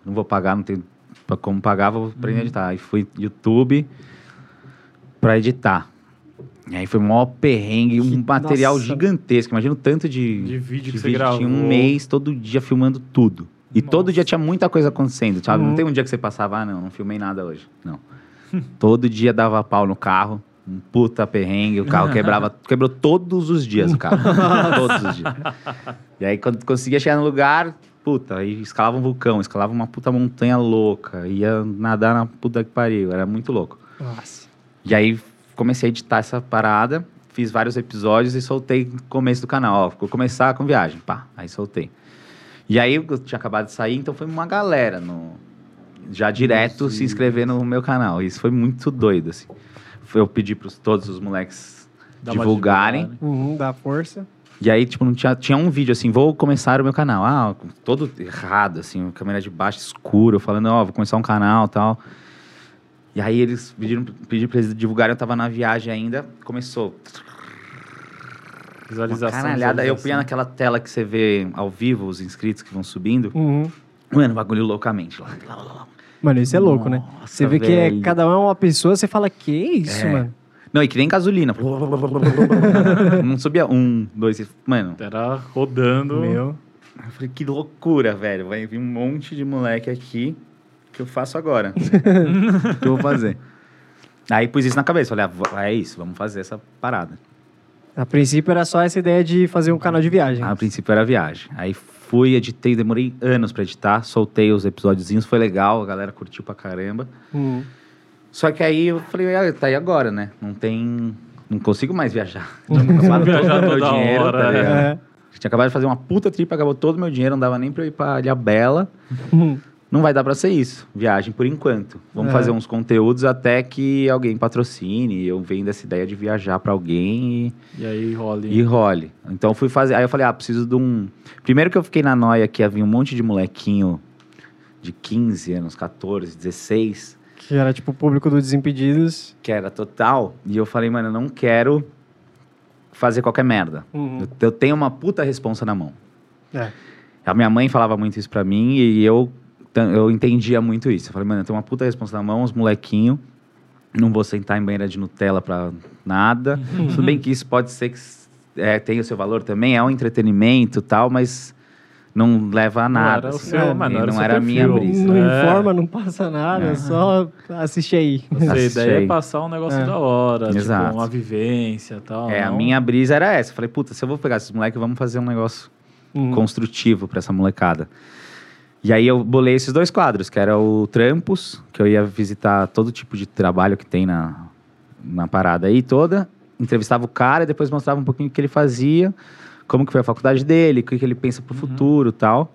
Não vou pagar, não tenho pra como pagar, vou aprender a
Uhum.
editar. Aí fui YouTube pra editar. E aí foi o maior perrengue, um material
nossa.
gigantesco. Imagina o tanto de,
De vídeo que
de
você gravou.
Tinha um mês, todo dia filmando tudo. E
Nossa.
todo dia tinha muita coisa acontecendo, sabe?
Uhum.
Não tem um dia que você passava, ah, não, não filmei nada hoje. Não. todo dia dava pau no carro, um puta perrengue, o carro quebrava, quebrou todos os dias o carro. todos os dias. E aí, quando conseguia chegar no lugar, puta, aí escalava um vulcão, escalava uma puta montanha louca, ia nadar na puta que pariu, era muito louco.
Nossa.
E aí comecei a editar essa parada, fiz vários episódios e soltei no começo do canal. Ó, vou começar com viagem, pá, aí soltei. E aí eu tinha acabado de sair, então foi uma galera no já direto se inscrever no meu canal. Isso foi muito doido assim. Foi- Eu pedi para todos os moleques
Dá uma
divulgarem.
divulgada, né?
Uhum, dá força.
E aí, tipo, não tinha, tinha um vídeo assim, vou começar o meu canal. Ah, todo errado, assim, câmera de baixo, escuro, falando, ó, vou começar um canal e tal. E aí eles pediram, pediram pra eles divulgarem, eu tava na viagem ainda, começou. Uma
Visualização.
caralhada. Aí eu punha
visualização.
naquela tela que você vê ao vivo, os inscritos que vão subindo.
Uhum.
Mano, bagulho loucamente lá.
Mano, isso é louco, né?
Nossa,
Você vê que é,
velho. É.
cada um é uma pessoa, você fala, que isso, mano?
Não, e que nem gasolina. não subia um, dois. e- Mano,
Era rodando.
Meu.
Eu falei, que loucura, velho. Vai vir um monte de moleque aqui que eu faço agora. O que eu vou fazer? Aí pus isso na cabeça. Falei, ah, va- é isso, vamos fazer essa parada.
A princípio era só essa ideia de fazer um canal de viagem.
A princípio era viagem. Aí fui, editei, demorei anos pra editar, soltei os episódiozinhos, foi legal, a galera curtiu pra caramba.
Uhum.
Só que aí eu falei, ah, tá aí agora, né? Não tem. Não consigo mais viajar. Já
Vai
acabaram
viajar
todo o meu
toda
dinheiro,
hora.
tá ligado?
É.
Tinha acabado de fazer uma puta tripa, acabou todo o meu dinheiro, não dava nem pra eu ir pra Ilhabela.
Uhum.
não vai dar pra ser isso. Viagem por enquanto. Vamos
É.
fazer uns conteúdos até que alguém patrocine, eu venda essa ideia de viajar pra alguém
E aí rola.
e, e role. Então fui fazer. Aí eu falei, ah, preciso de um. Primeiro que eu fiquei na noia que havia um monte de molequinho de 15 anos, 14, 16,
Que era tipo o público do Desimpedidos.
que era total. E eu falei, mano, eu não quero fazer qualquer merda.
Uhum.
Hum.
Eu, eu tenho uma puta responsa na mão.
É.
A minha mãe falava muito isso pra mim e eu, eu entendia muito isso. Eu falei, mano, eu tenho uma puta responsa na mão, os molequinhos. Não vou sentar em banheira de Nutella pra nada.
Uhum.
Tudo bem que isso pode ser que é, tenha o seu valor também, é um entretenimento e tal, mas não leva a
um era
nada.
o
assim,
seu,
né?
mas não
E
era o seu
a minha
perfil.
brisa.
Não
É.
informa, não passa nada,
É.
só assiste aí.
Você, a ideia
Assiste.
é passar um negócio
É.
da hora,
Exato.
tipo, uma vivência e tal.
É, a
não?
minha brisa era essa. Eu falei, puta, se eu vou pegar esses moleques, vamos fazer um negócio
Hum.
construtivo pra essa molecada. E aí eu bolei esses dois quadros, que era o Trampos, que eu ia visitar todo tipo de trabalho que tem na, na parada aí toda, entrevistava o cara e depois mostrava um pouquinho o que ele fazia, como que foi a faculdade dele, o que que ele pensa pro
Uhum.
futuro e tal.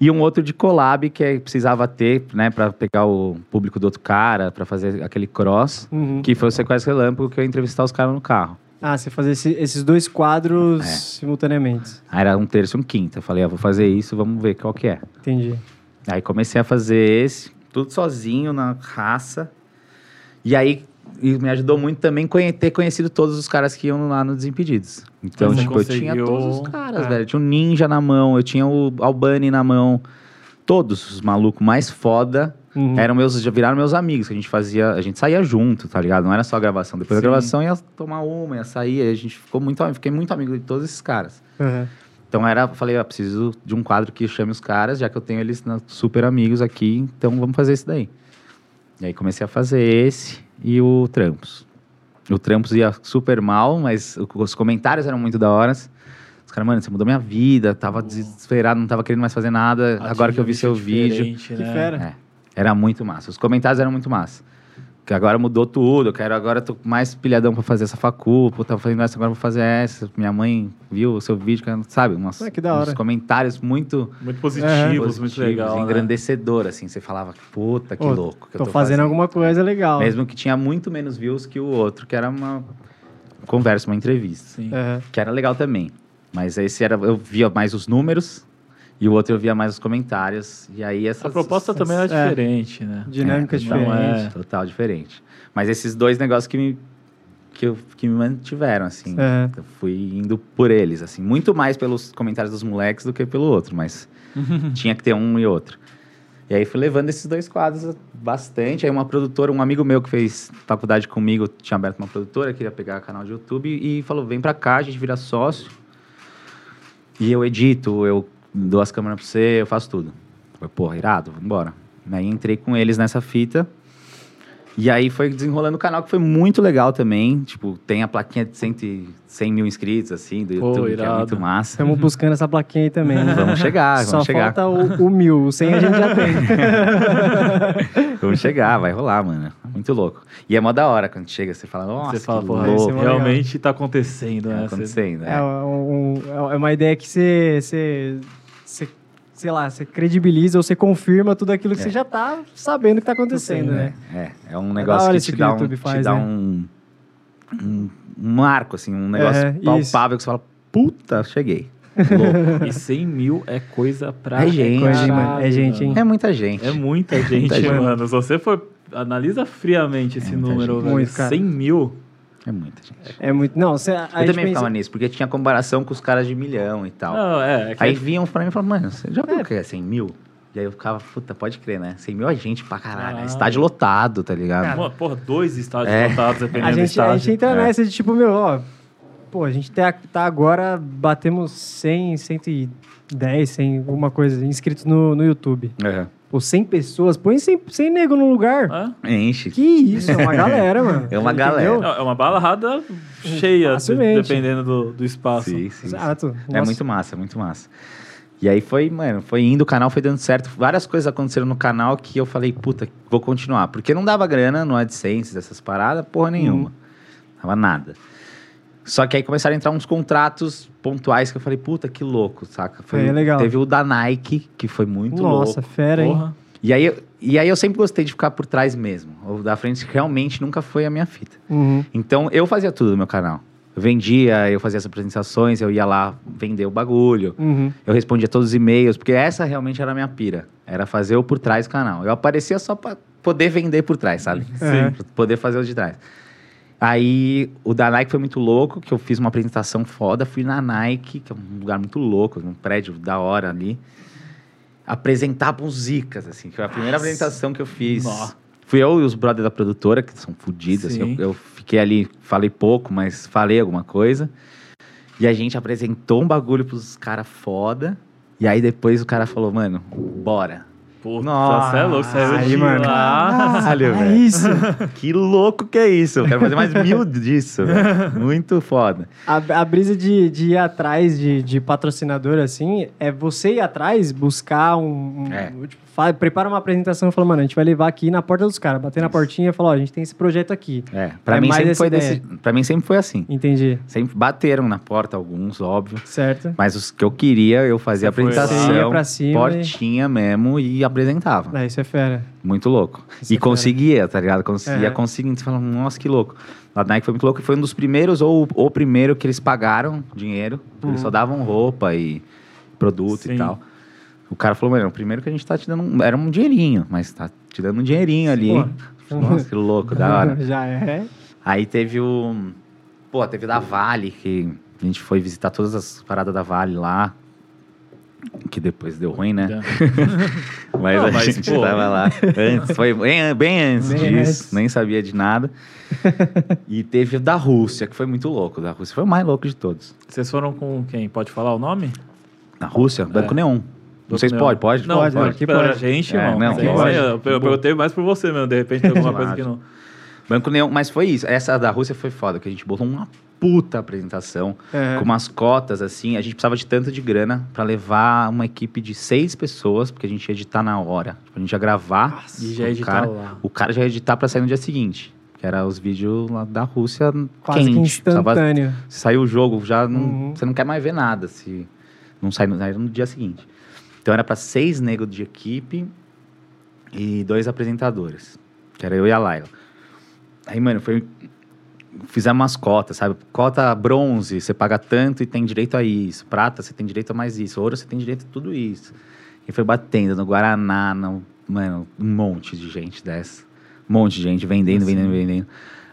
E um outro de collab que é- precisava ter, né, pra pegar o público do outro cara, pra fazer aquele cross,
Uhum.
que foi o Sequestro Relâmpago, que eu ia entrevistar os caras no carro.
Ah, você fazer esse- esses dois quadros
É.
simultaneamente.
Aí era um terço e um quinto. Eu falei, ah, vou fazer isso, vamos ver qual que é.
Entendi.
Aí comecei a fazer esse, tudo sozinho, na raça. E aí e me ajudou muito também conhe- ter conhecido todos os caras que iam lá no Desimpedidos. Então,
Mas você
tipo, eu tinha
conseguiu-
todos os caras,
Ah.
velho. Eu tinha o Ninja na mão, eu tinha o Albani na mão. Todos os malucos mais foda
Hum.
Uhum.
eram meus, já viraram meus amigos, que a gente fazia, a gente saía junto, tá ligado? Não era só a gravação. Depois
Sim.
da gravação ia tomar uma, ia sair, aí a gente ficou muito, fiquei muito amigo de todos esses caras.
Uhum.
Então era, falei, ah, preciso de um quadro que chame os caras, já que eu tenho eles na- super amigos aqui, então vamos fazer esse daí. E aí comecei a fazer esse e o Trampos. O Trampos ia super mal, mas o- os comentários eram muito da hora. Os caras, mano, você mudou minha vida, tava desesperado, não tava querendo mais fazer nada, agora que eu vi
Atinge um
seu
nicho
vídeo.
diferente,
Que
né?
fera.
É, Era muito massa. Os comentários eram muito massa. Que agora mudou tudo. Eu quero agora tô mais pilhadão pra fazer essa facu. Pô, tava fazendo essa, agora eu vou fazer essa. Minha mãe viu o seu vídeo, que- sabe? Umas,
Ah, que da hora.
Uns comentários muito
Muito positivos,
É,
muito legal. né?
engrandecedor, assim. Você falava, puta, que
Ô,
louco. Que
Tô, fazendo alguma coisa legal.
Mesmo que tinha muito menos views que o outro, que era uma conversa, uma entrevista. assim,
Sim.
Uhum.
Que era legal também. Mas esse era, eu via mais os números e o outro eu via mais os comentários. E aí essas,
A proposta também era
É.
diferente, né?
Dinâmica
É,
diferente.
então é total diferente. Mas esses dois negócios que me, que, eu- que me mantiveram, assim.
É.
Eu fui indo por eles, assim. Muito mais pelos comentários dos moleques do que pelo outro, mas tinha que ter um e outro. E aí fui levando esses dois quadros bastante. Aí uma produtora, um amigo meu que fez faculdade comigo, tinha aberto uma produtora, queria pegar canal de YouTube e falou: vem pra cá, a gente vira sócio. E eu edito, eu dou as câmeras pra você, eu faço tudo. Falei, porra, irado, vambora. Aí entrei com eles nessa fita. E aí foi desenrolando o canal, que foi muito legal também. Tipo, tem a plaquinha de 100, e- 100 mil inscritos, assim, do YouTube, que é
irado.
muito massa.
Estamos buscando essa plaquinha aí também. né?
Vamos chegar, vamos
Só
chegar.
falta o, o mil. O cem a gente já tem.
Vamos chegar, vai rolar, mano. Muito louco. E é mó da hora quando chega, você fala, nossa,
Você fala,
que
porra,
louco.
isso é
que
mó
realmente tá acontecendo, né?
tá
Você-
acontecendo.
É,
É.
um- um- é uma ideia que você, você, você- sei lá, você credibiliza ou você confirma tudo aquilo que você já tá sabendo que tá acontecendo,
Acontecendo,
né?
É, é um
da
negócio
hora
que
isso
te
que o
dá, um,
YouTube
te
faz,
dá
né?
um, um, um marco, assim, um negócio
É, isso.
palpável que você fala, puta, cheguei. Louco.
E 100 mil é coisa pra
É gente,
caralho,
mano. É gente, hein?
mano.
é muita gente.
É muita gente,
Muita gente.
mano. Se você for... Analisa friamente esse
É muita
número,
gente.
velho.
Muito, cara.
100 mil.
É muita gente.
É muito. Não, você. a
eu
gente
também
pensa-
ficava nisso, porque tinha comparação com os caras de milhão e tal.
Não, é. é que-
Aí vinham pra mim e falavam, mano, você já viu o que é 100 mil? E aí eu ficava, puta, pode crer, né? 100 mil é gente pra caralho.
Ah.
Caralho.
Estádio lotado, tá ligado?
Mano, porra, dois estádios
É.
lotados, dependendo
A
do
gente, a
estádio.
gente entra nessa de tipo, meu, ó. Pô, a gente tá, tá agora, batemos 100, 110, 100, alguma coisa, inscritos no, no YouTube.
Aham.
Pô, 100 pessoas, põe 100, 100 nego num lugar.
Hã?
É. Enche.
Que isso, é uma galera, mano.
É uma
Entendeu?
galera.
É? Não, é uma balarrada cheia, de-
Facilmente.
dependendo do, do espaço.
Sim, sim, sim.
Exato.
É
Nossa.
muito massa, é muito massa. E aí foi, mano, foi indo, o canal foi dando certo. Várias coisas aconteceram no canal que eu falei, puta, vou continuar. Porque não dava grana no AdSense, essas paradas,
Uhum.
porra nenhuma. Dava nada. Só que aí começaram a entrar uns contratos pontuais que eu falei, puta, que louco, saca?
É, legal.
Teve o da Nike, que foi muito
Nossa,
louco.
fera, hein?
Porra.
E aí, eu- e aí eu sempre gostei de ficar por trás mesmo. O da frente realmente nunca foi a minha fita.
Uhum.
Então eu fazia tudo no meu canal. Eu vendia, eu fazia as apresentações, eu ia lá vender o bagulho.
Uhum.
Eu respondia todos os e-mails, porque essa realmente era a minha pira. Era fazer o por trás do canal. Eu aparecia só pra poder vender por trás, sabe?
Sim.
Pra poder fazer o de trás. Aí o da Nike foi muito louco, que eu fiz uma apresentação foda, fui na Nike, que é um lugar muito louco, um prédio da hora ali, apresentar para uns zicas, assim, que foi a primeira
Nossa.
apresentação que eu fiz.
Nó.
Fui eu e os brothers da produtora, que são fodidos, assim,
Sim.
eu, eu fiquei ali, falei pouco, mas falei alguma coisa. E a gente apresentou um bagulho pros caras foda, e aí depois o cara falou, mano, bora.
Puta,
Nossa.
você é louco, Ah. saiu
Aí,
de
mano.
lá.
Caralho,
É isso.
Que louco que é isso? Eu quero fazer mais mil disso, velho. Muito foda.
A, a brisa de, de ir atrás de, de patrocinador, assim, é você ir atrás, buscar um. um-
É.
tipo, fa- prepara uma apresentação e fala, mano, a gente vai levar aqui na porta dos caras, bater na
Isso.
portinha e falar, ó, a gente tem esse projeto aqui.
É, pra,
É
mim
mais
sempre
essa
foi
ideia.
desse, pra mim sempre foi assim.
Entendi.
Sempre bateram na porta alguns, óbvio.
Certo?
Mas os que eu queria, eu fazia a
Você foi lá.
Você ia
apresentação,
pra cima
portinha mesmo e apresentava.
É, isso é fera.
Muito louco.
Isso é
e conseguia, tá ligado? Conseguia
É.
conseguindo. Você fala, nossa, que louco. A Nike foi muito louco. e Foi um dos primeiros, ou o primeiro que eles pagaram dinheiro.
Uhum.
Eles só davam roupa e produto
Sim.
e tal. O cara falou, mano, o primeiro que a gente tá te dando... um- Era um dinheirinho, mas tá te dando um dinheirinho ali.
Pô.
hein? Nossa, que louco, da hora.
Já é.
Aí teve o. Pô, teve da Vale, que a gente foi visitar todas as paradas da Vale lá. Que depois deu ruim, né? Mas
Não,
a
mas,
gente
pô.
tava lá antes, foi bem, bem antes
Bem
disso,
antes.
nem sabia de nada. e teve o da Rússia, que foi muito louco. Da Rússia foi o mais louco de todos.
Vocês foram com quem? Pode falar o nome?
Na Rússia, Banco Neon. Não sei se pode, pode?
Não,
Pode,
pode.
aqui
pra
pode.
gente,
É,
irmão.
não,
Isso aí,
pode.
isso aí, Eu, eu perguntei mais por você mesmo, de repente tem alguma coisa que não.
Banco Neon, mas foi isso. Essa da Rússia foi foda, que a gente botou uma puta apresentação.
É.
com umas cotas assim, a gente precisava de tanto de grana pra levar uma equipe de seis pessoas, porque a gente ia editar na hora. Tipo, a gente ia gravar
E já
com o
editar
cara.
lá.
O cara já ia editar pra sair no dia seguinte. Que era os vídeos lá da Rússia
Quase que
quente. Precisava-
instantâneo.
se saiu o jogo, já não,
Uhum.
você não quer mais ver nada se não sair no, no dia seguinte. Então era pra seis negros de equipe e dois apresentadores, que era eu e a Laila. Aí, mano, foi fizemos umas cotas, sabe? Cota bronze, você paga tanto e tem direito a isso. Prata, você tem direito a mais isso. Ouro, você tem direito a tudo isso. E foi batendo no Guaraná, no, mano, um monte de gente dessa. Um monte de gente vendendo,
Assim.
vendendo, vendendo.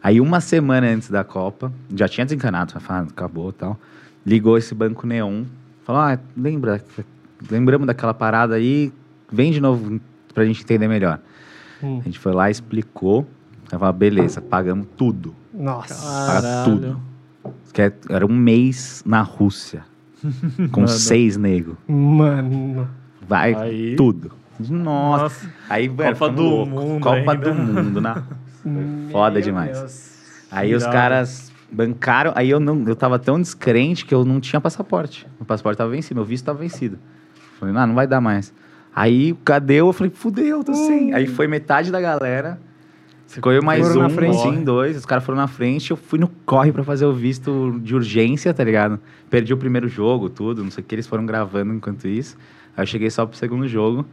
Aí uma semana antes da Copa, já tinha desencanado, falando, acabou e tal. Ligou esse banco Neon, falou, ah, lembra, lembramos daquela parada aí, vem de novo pra gente entender melhor.
Hum.
A gente foi lá, explicou, aí falou, beleza, pagamos tudo.
Nossa.
Para tudo. Que é- era um mês na Rússia. com
Mano.
seis negros.
Mano.
Vai
Aí-
tudo. Nossa.
Nossa.
Aí, mano,
Copa
ficamos
do
loucos.
Mundo
Copa
ainda.
do Mundo, na Foda
Meu
demais.
Deus.
Aí os
Irado.
caras bancaram, aí eu não, eu tava tão descrente que eu não tinha passaporte. Meu passaporte tava vencido, meu visto tava vencido. Falei, não, não vai dar mais. Aí, cadê eu? Eu falei, fudeu, tô sem. Aí foi metade da galera. Ficou eu mais
Foram
um,
na frente.
assim, dois. Os caras foram na frente, eu fui no corre pra fazer o visto de urgência, tá ligado? Perdi o primeiro jogo, tudo, não sei o que, eles foram gravando enquanto isso. Aí eu cheguei só pro segundo jogo.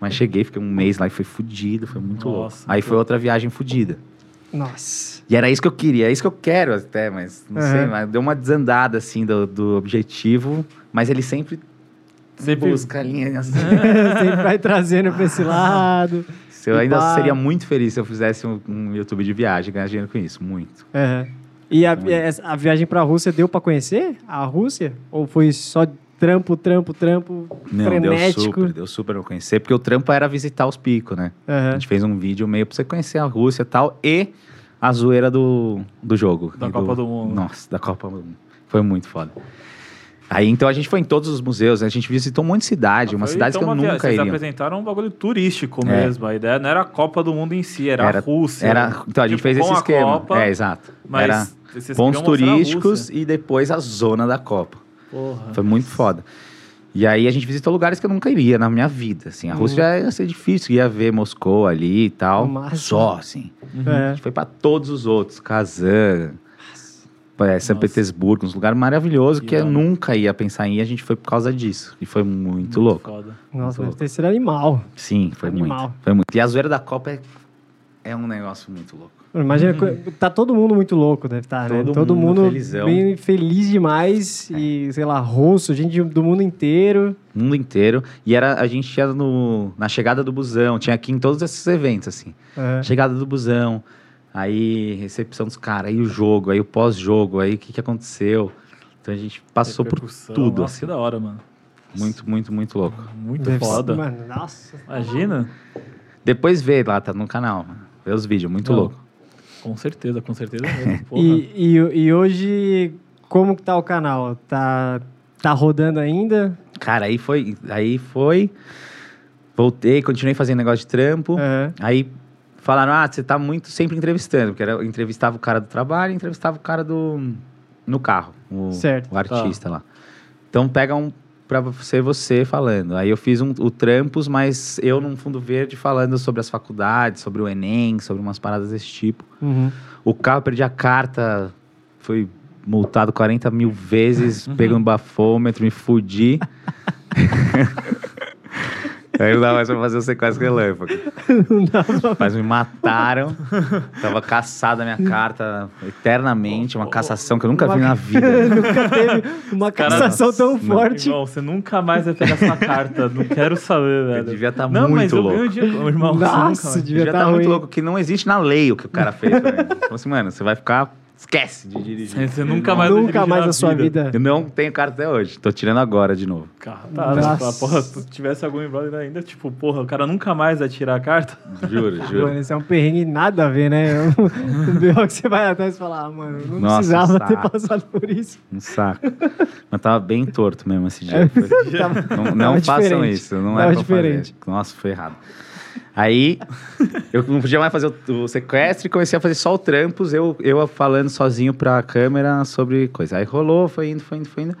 Mas cheguei, fiquei um mês lá e foi fudido, foi muito louco.
Nossa,
Aí
que
foi outra viagem fudida.
Nossa.
E era isso que eu queria, é isso que eu quero até, mas não
Uhum.
sei, mas deu uma desandada assim do, do objetivo, mas ele sempre,
Sempre-
busca a linha assim.
Sempre vai trazendo pra esse lado.
Se eu ainda
Pá.
seria muito feliz se eu fizesse um, um YouTube de viagem, ganhar dinheiro com isso, muito.
É. E a, a- a viagem pra Rússia deu pra conhecer a Rússia? Ou foi só trampo, trampo, trampo,
Não,
frenético?
deu super, deu super pra eu conhecer, porque o trampo era visitar os picos, né? A
Aham.
gente fez um vídeo meio pra você conhecer a Rússia e tal, e a zoeira do, do jogo.
Da
E
Copa do Mundo.
Nossa, da Copa do Mundo. Foi muito foda. Aí então a gente foi em todos os museus, né? a gente visitou um monte de cidade, uma
Foi,
cidade
então,
que eu
uma viagem.
nunca
Vocês
iria.
apresentaram um bagulho turístico
É.
mesmo. A ideia não era a Copa do Mundo em si, era, a
Era-
Rússia.
Era, então a gente
Tipo,
fez esse
com a
esquema.
Copa,
é, exato.
Mas
Era
vocês
pontos
queriam mostrar a
turísticos
Rússia. Ah,
e depois a zona da Copa.
Porra.
Foi muito foda. E aí a gente visitou lugares que eu nunca iria na minha vida, assim. A
Uhum.
Rússia ia ser difícil, ia ver Moscou ali e tal.
No máximo.
Só, assim. A
É.
gente foi pra todos os outros. Kazan, é,
Nossa.
São Petersburgo, uns lugares maravilhosos
Que
que eu
da hora.
nunca ia pensar em ir. A gente foi por causa disso. E foi muito, louco.
Foda.
Nossa,
Muito
deve ter sido animal.
Sim, foi
Animal.
muito. Foi muito. E a zoeira da Copa é, é um negócio muito louco.
Imagina, co- tá todo mundo muito louco, deve estar, né?
Todo
Todo
mundo
mundo,
felizão.
bem feliz demais e, sei lá, russo, gente de- do mundo inteiro.
mundo inteiro. E era a gente ia no, na chegada do busão, tinha aqui em todos esses eventos, assim.
É.
Chegada do busão, Aí, recepção dos caras, aí o jogo, aí o pós-jogo, aí o que, que aconteceu. Então a gente passou por
Repercussão.
tudo,
Nossa, que
assim.
da hora, mano.
Muito, muito, muito louco.
Muito
Deve ser-
foda.
Mano, nossa.
Imagina?
Depois vê lá, tá no canal, mano. Vê os vídeos, muito
Não.
louco.
Com certeza, com certeza mesmo. Porra.
E, e, e hoje, como que tá o canal? Tá, tá rodando ainda?
Cara, aí foi, aí foi. Voltei, continuei fazendo negócio de trampo.
É.
Aí falaram, ah, você tá muito sempre entrevistando, porque era, eu entrevistava o cara do trabalho, e entrevistava o cara do no carro, o,
Certo.
o artista lá. Então pega um pra ser você falando. Aí eu fiz um, o Trampos, mas eu num fundo verde falando sobre as faculdades, sobre o Enem, sobre umas paradas desse tipo.
Uhum.
O carro, eu perdi a carta, fui multado 40 mil vezes, pego um bafômetro, me fudi. Aí não dá mais pra fazer o sequestro relâmpago. Mas me mataram. Tava caçada a minha carta eternamente. Uma cassação que eu nunca vi na vida.
Nunca teve uma
Cara,
cassação tão
não.
forte.
Irmão, você nunca mais vai pegar sua carta. Não quero saber,
Eu
velho.
devia estar
não,
muito
mas eu
louco.
ganho dinheiro, irmão. você
Nossa,
nunca-
Eu devia
devia
estar
tá
muito
ruim.
louco, que não existe na lei o que o cara fez. pra mim. Falou assim, mano, você vai ficar. Esquece de dirigir.
Você, você nunca mais vai
Nunca
dirigir
mais
na
a sua vida.
Eu não tenho carta até hoje. Tô tirando agora de novo.
Cara, tá,
Nossa.
né? Porra, se tivesse algum brother ainda, tipo, porra, o cara nunca mais vai tirar a carta.
Juro, juro.
Mano, esse é um perrengue nada a ver, né? O pior que você vai atrás e fala, ah, mano, não
Nossa,
precisava
saco.
ter passado por isso.
Um saco. Mas tava bem torto mesmo esse dia. Foi-
É. Tava-
Não, não
Tava
façam
diferente.
isso, não
Tava
é pra
diferente.
fazer. Nossa, foi errado. Aí, eu não podia mais fazer o, o sequestro e comecei a fazer só o trampos, eu, eu falando sozinho pra câmera sobre coisa. Aí rolou, foi indo, foi indo, foi indo.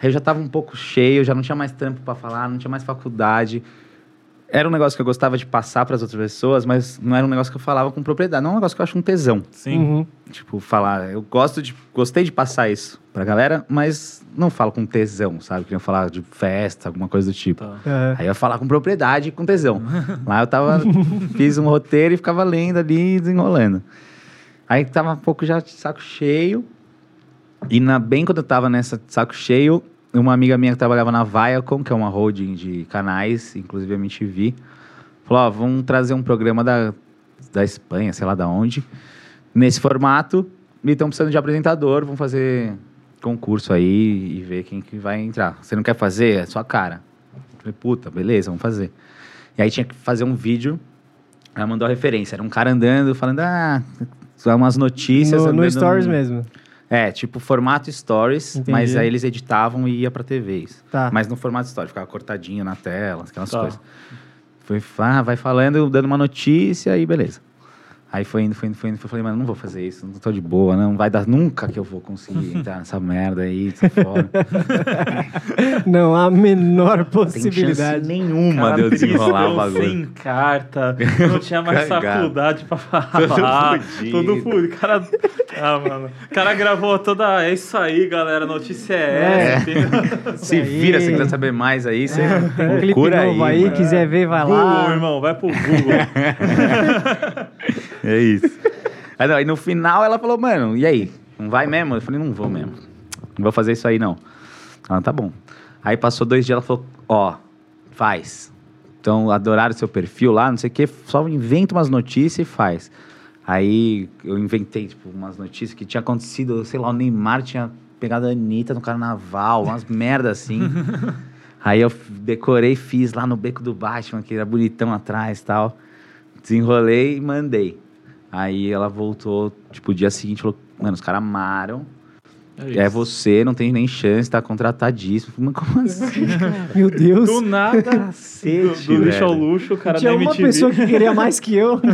Aí eu já tava um pouco cheio, já não tinha mais trampo pra falar, não tinha mais faculdade. Era um negócio que eu gostava de passar pras outras pessoas, mas não era um negócio que eu falava com propriedade. Não é um negócio que eu acho um tesão.
Sim.
Uhum.
Tipo, falar, eu gosto de, gostei de passar isso pra galera, mas não falo com tesão, sabe? Queria falar de festa, alguma coisa do tipo.
Tá.
É.
Aí eu ia falar com propriedade e com tesão. Lá eu tava, fiz um roteiro e ficava lendo ali, desenrolando. Aí tava um pouco já de saco cheio. E na, bem quando eu tava nessa de saco cheio, uma amiga minha que trabalhava na Viacom, que é uma holding de canais, inclusive a MTV, falou, ó, vamos trazer um programa da, da Espanha, sei lá da onde, nesse formato, e estão precisando de apresentador, vamos fazer concurso aí e ver quem que vai entrar. Você não quer fazer? É sua cara. Eu Falei, puta, beleza, vamos fazer. E aí tinha que fazer um vídeo, ela mandou a referência, era um cara andando, falando, ah, umas notícias.
No, no
andando
Stories
num-
mesmo.
é, tipo formato stories,
Entendi.
mas aí eles editavam e ia pra TV. isso.
Tá.
Mas no formato stories, ficava cortadinho na tela, aquelas
Tá.
coisas. Foi, ah, vai falando, dando uma notícia e beleza. Aí foi indo, foi indo, foi indo. Eu falei, mano, não vou fazer isso, não tô de boa, não vai dar nunca que eu vou conseguir entrar nessa merda aí, tô fora.
Não há a menor
Tem chance
possibilidade.
nenhuma de eu
tristão,
desenrolar o bagulho.
sem carta, não tinha mais
Cagado.
faculdade pra falar.
Todo fudido.
Todo fudido. Cara, ah, mano. O cara gravou toda. É isso aí, galera. Notícia é, essa. entendeu?
Se
Isso aí.
vira, se quiser saber mais aí, você
Tem um clipe
procura
novo aí,
mano.
quiser ver, vai
Google,
lá.
irmão. Vai pro Google.
É isso. Aí, não, aí no final ela falou, mano, e aí? Não vai mesmo? Eu falei, não vou mesmo. Não vou fazer isso aí, não. Ela, tá bom. Aí passou dois dias, ela falou, ó, faz. Então, adoraram seu perfil lá, não sei o quê, só inventa umas notícias e faz. Aí eu inventei, tipo, umas notícias que tinha acontecido, sei lá, o Neymar tinha pegado a Anitta no carnaval, umas merda assim. Aí eu f- decorei, fiz lá no Beco do Batman, que era bonitão atrás e tal. Desenrolei e mandei. Aí ela voltou, tipo, o dia seguinte falou: Mano, os caras amaram. É
isso.
você, não tem nem chance, tá contratadíssimo. Falei, Mas como assim?
Meu Deus.
Do nada. Do,
Cacete,
do lixo ao
velho.
luxo, o cara
Tinha
da
uma
MTV.
pessoa que queria mais que eu.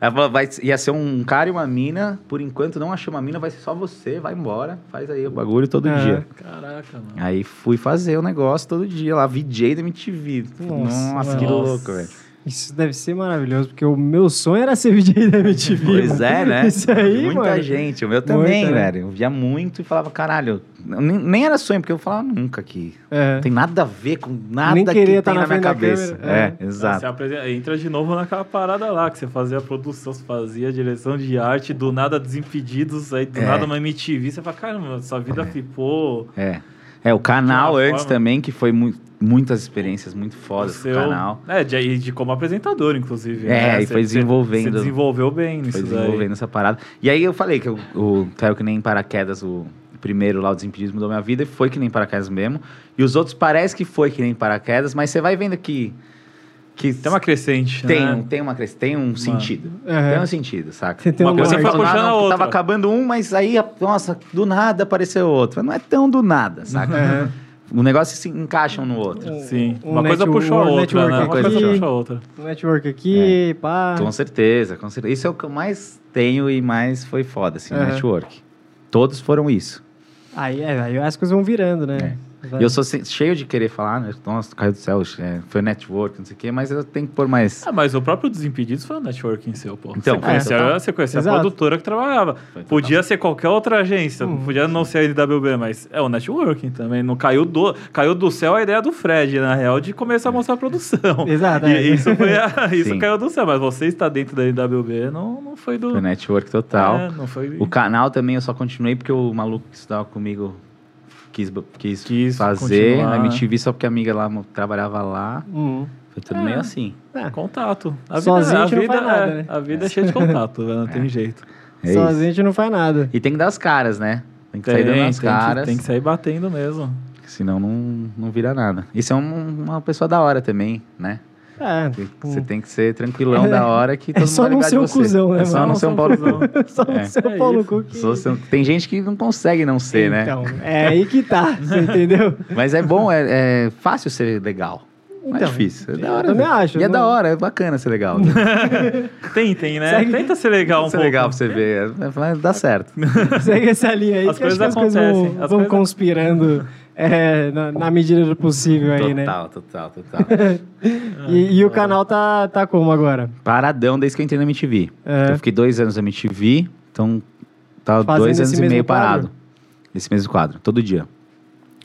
Ela falou, vai, ia ser um cara e uma mina, por enquanto não achou uma mina, vai ser só você, vai embora, faz aí o bagulho todo
É.
dia.
Caraca, mano.
Aí fui fazer o negócio todo dia lá, VJ da MTV.
Nossa,
Nossa, que
mano.
louco, velho.
Isso deve ser maravilhoso, porque o meu sonho era ser VJ da MTV.
Pois
mano.
é, né?
Isso aí,
Muita
mano.
gente. O meu também,
Muita, né?
velho. Eu via muito e falava, caralho, nem, nem era sonho, porque eu falava nunca aqui.
É.
Não tem nada a ver com nada
Nem queria
que
tá
tem
na
na minha
frente da
cabeça.
câmera,
É,
Aí
exato.
Você apresen- entra de novo naquela parada lá, que você fazia a produção, você fazia a direção de arte, do nada desimpedidos, aí do
É.
nada uma MTV, você fala, caramba, sua vida flipou.
É. É, o canal
De uma
antes
forma-
também, que foi muito. muitas experiências muito fodas
Seu-
no canal.
É, de, e de como apresentador, inclusive.
É,
né?
e foi
Você-
desenvolvendo.
Você desenvolveu bem nisso
Foi
daí.
desenvolvendo essa parada. E aí eu falei que eu- o caiu que nem paraquedas, o primeiro lá, o Desimpedidos mudou minha vida, e foi que nem paraquedas mesmo. E os outros parece que foi que nem paraquedas, mas você vai vendo que. que
Tem uma crescente,
tem,
né?
um- tem uma cres- tem um sentido.
Aham.
Tem um sentido, saca?
Você tem
Uma
um
coisa
norte.
foi puxando a outra.
Tava acabando um, mas aí, nossa, do nada apareceu outro. Mas não é tão do nada, saca? né? O negócio se encaixa um no outro.
Sim.
Um
uma coisa
network-
puxou a
um
outra, né? Uma
network
coisa
aqui.
puxou a outra.
Um network aqui,
É.
pá.
Com certeza, com certeza. Isso é o que eu mais tenho e mais foi foda, assim,
Aham.
network. Todos foram isso.
Aí, é, aí as coisas vão virando, né? Vai-
É. E eu sou se- cheio de querer falar, né? Nossa, caiu do céu, é, foi network, não sei o quê, mas eu tenho que pôr mais.
Ah, mas o próprio Desimpedidos foi um networking seu, pô.
Então,
você conhecia,
é, total.
você conhecia a
Exato.
produtora que trabalhava.
Foi total.
Podia ser qualquer outra agência,
Hum.
podia não ser a LWB, mas é o networking também. Não caiu do, caiu do céu a ideia do Fred, na real, de começar a mostrar a produção.
Exato,
E
é.
isso, foi a- isso
Sim.
caiu do céu, mas você está dentro da LWB não, não foi do.
Foi network total.
É, não foi.
O canal também eu só continuei porque o maluco que estudava comigo quis, bo- quis,
Quis
fazer
continuar,
na
né?
MTV só porque a amiga lá mo- trabalhava lá.
Uhum.
Foi tudo
É.
meio assim.
Contato. A vida,
Sozinho
a
a gente não
vida,
faz nada,
é,
né?
a vida é cheia de contato, né? não tem jeito.
É
Sozinho
isso.
a gente não faz nada.
E tem que dar as caras, né? Tem que sair
Tem-
dando as
tem que-
caras,
tem que sair batendo mesmo.
senão não, não vira nada. Isso é um- uma pessoa da hora também, né?
É.
Tem- Você tem que ser tranquilão da hora que todo mundo
só
vai
não
ligar
ser
de
um
você.
cuzão, né,
É só
mano?
não ser um Paulo Cuzão.
Só o
É.
seu
É
Paulo
isso.
Cu que...
Sou seu- um, Tem gente que não consegue não ser, né?
Então, é aí que tá, você entendeu?
Mas é bom, é, é fácil ser legal. Não é
Então,
difícil. É da
eu
hora.
também
né?
acho,
E é
não-
da hora, é bacana ser legal.
Tentem, né?
Segue-
Tenta ser legal um
ser
pouco.
legal pra você ver. é, Mas dá certo.
Segue essa linha aí,
As
que acho
coisas
que as coisas vão,
acontecem, as
vão
coisas-
conspirando é, na, na medida do possível aí, né?
Total, total, total.
E, e o canal tá, tá como agora?
Paradão desde que eu entrei na MTV.
É.
Eu fiquei dois anos na MTV, então tava
Fazendo
dois anos
esse
e
mesmo
meio
quadro?
parado. Esse mesmo quadro, todo dia.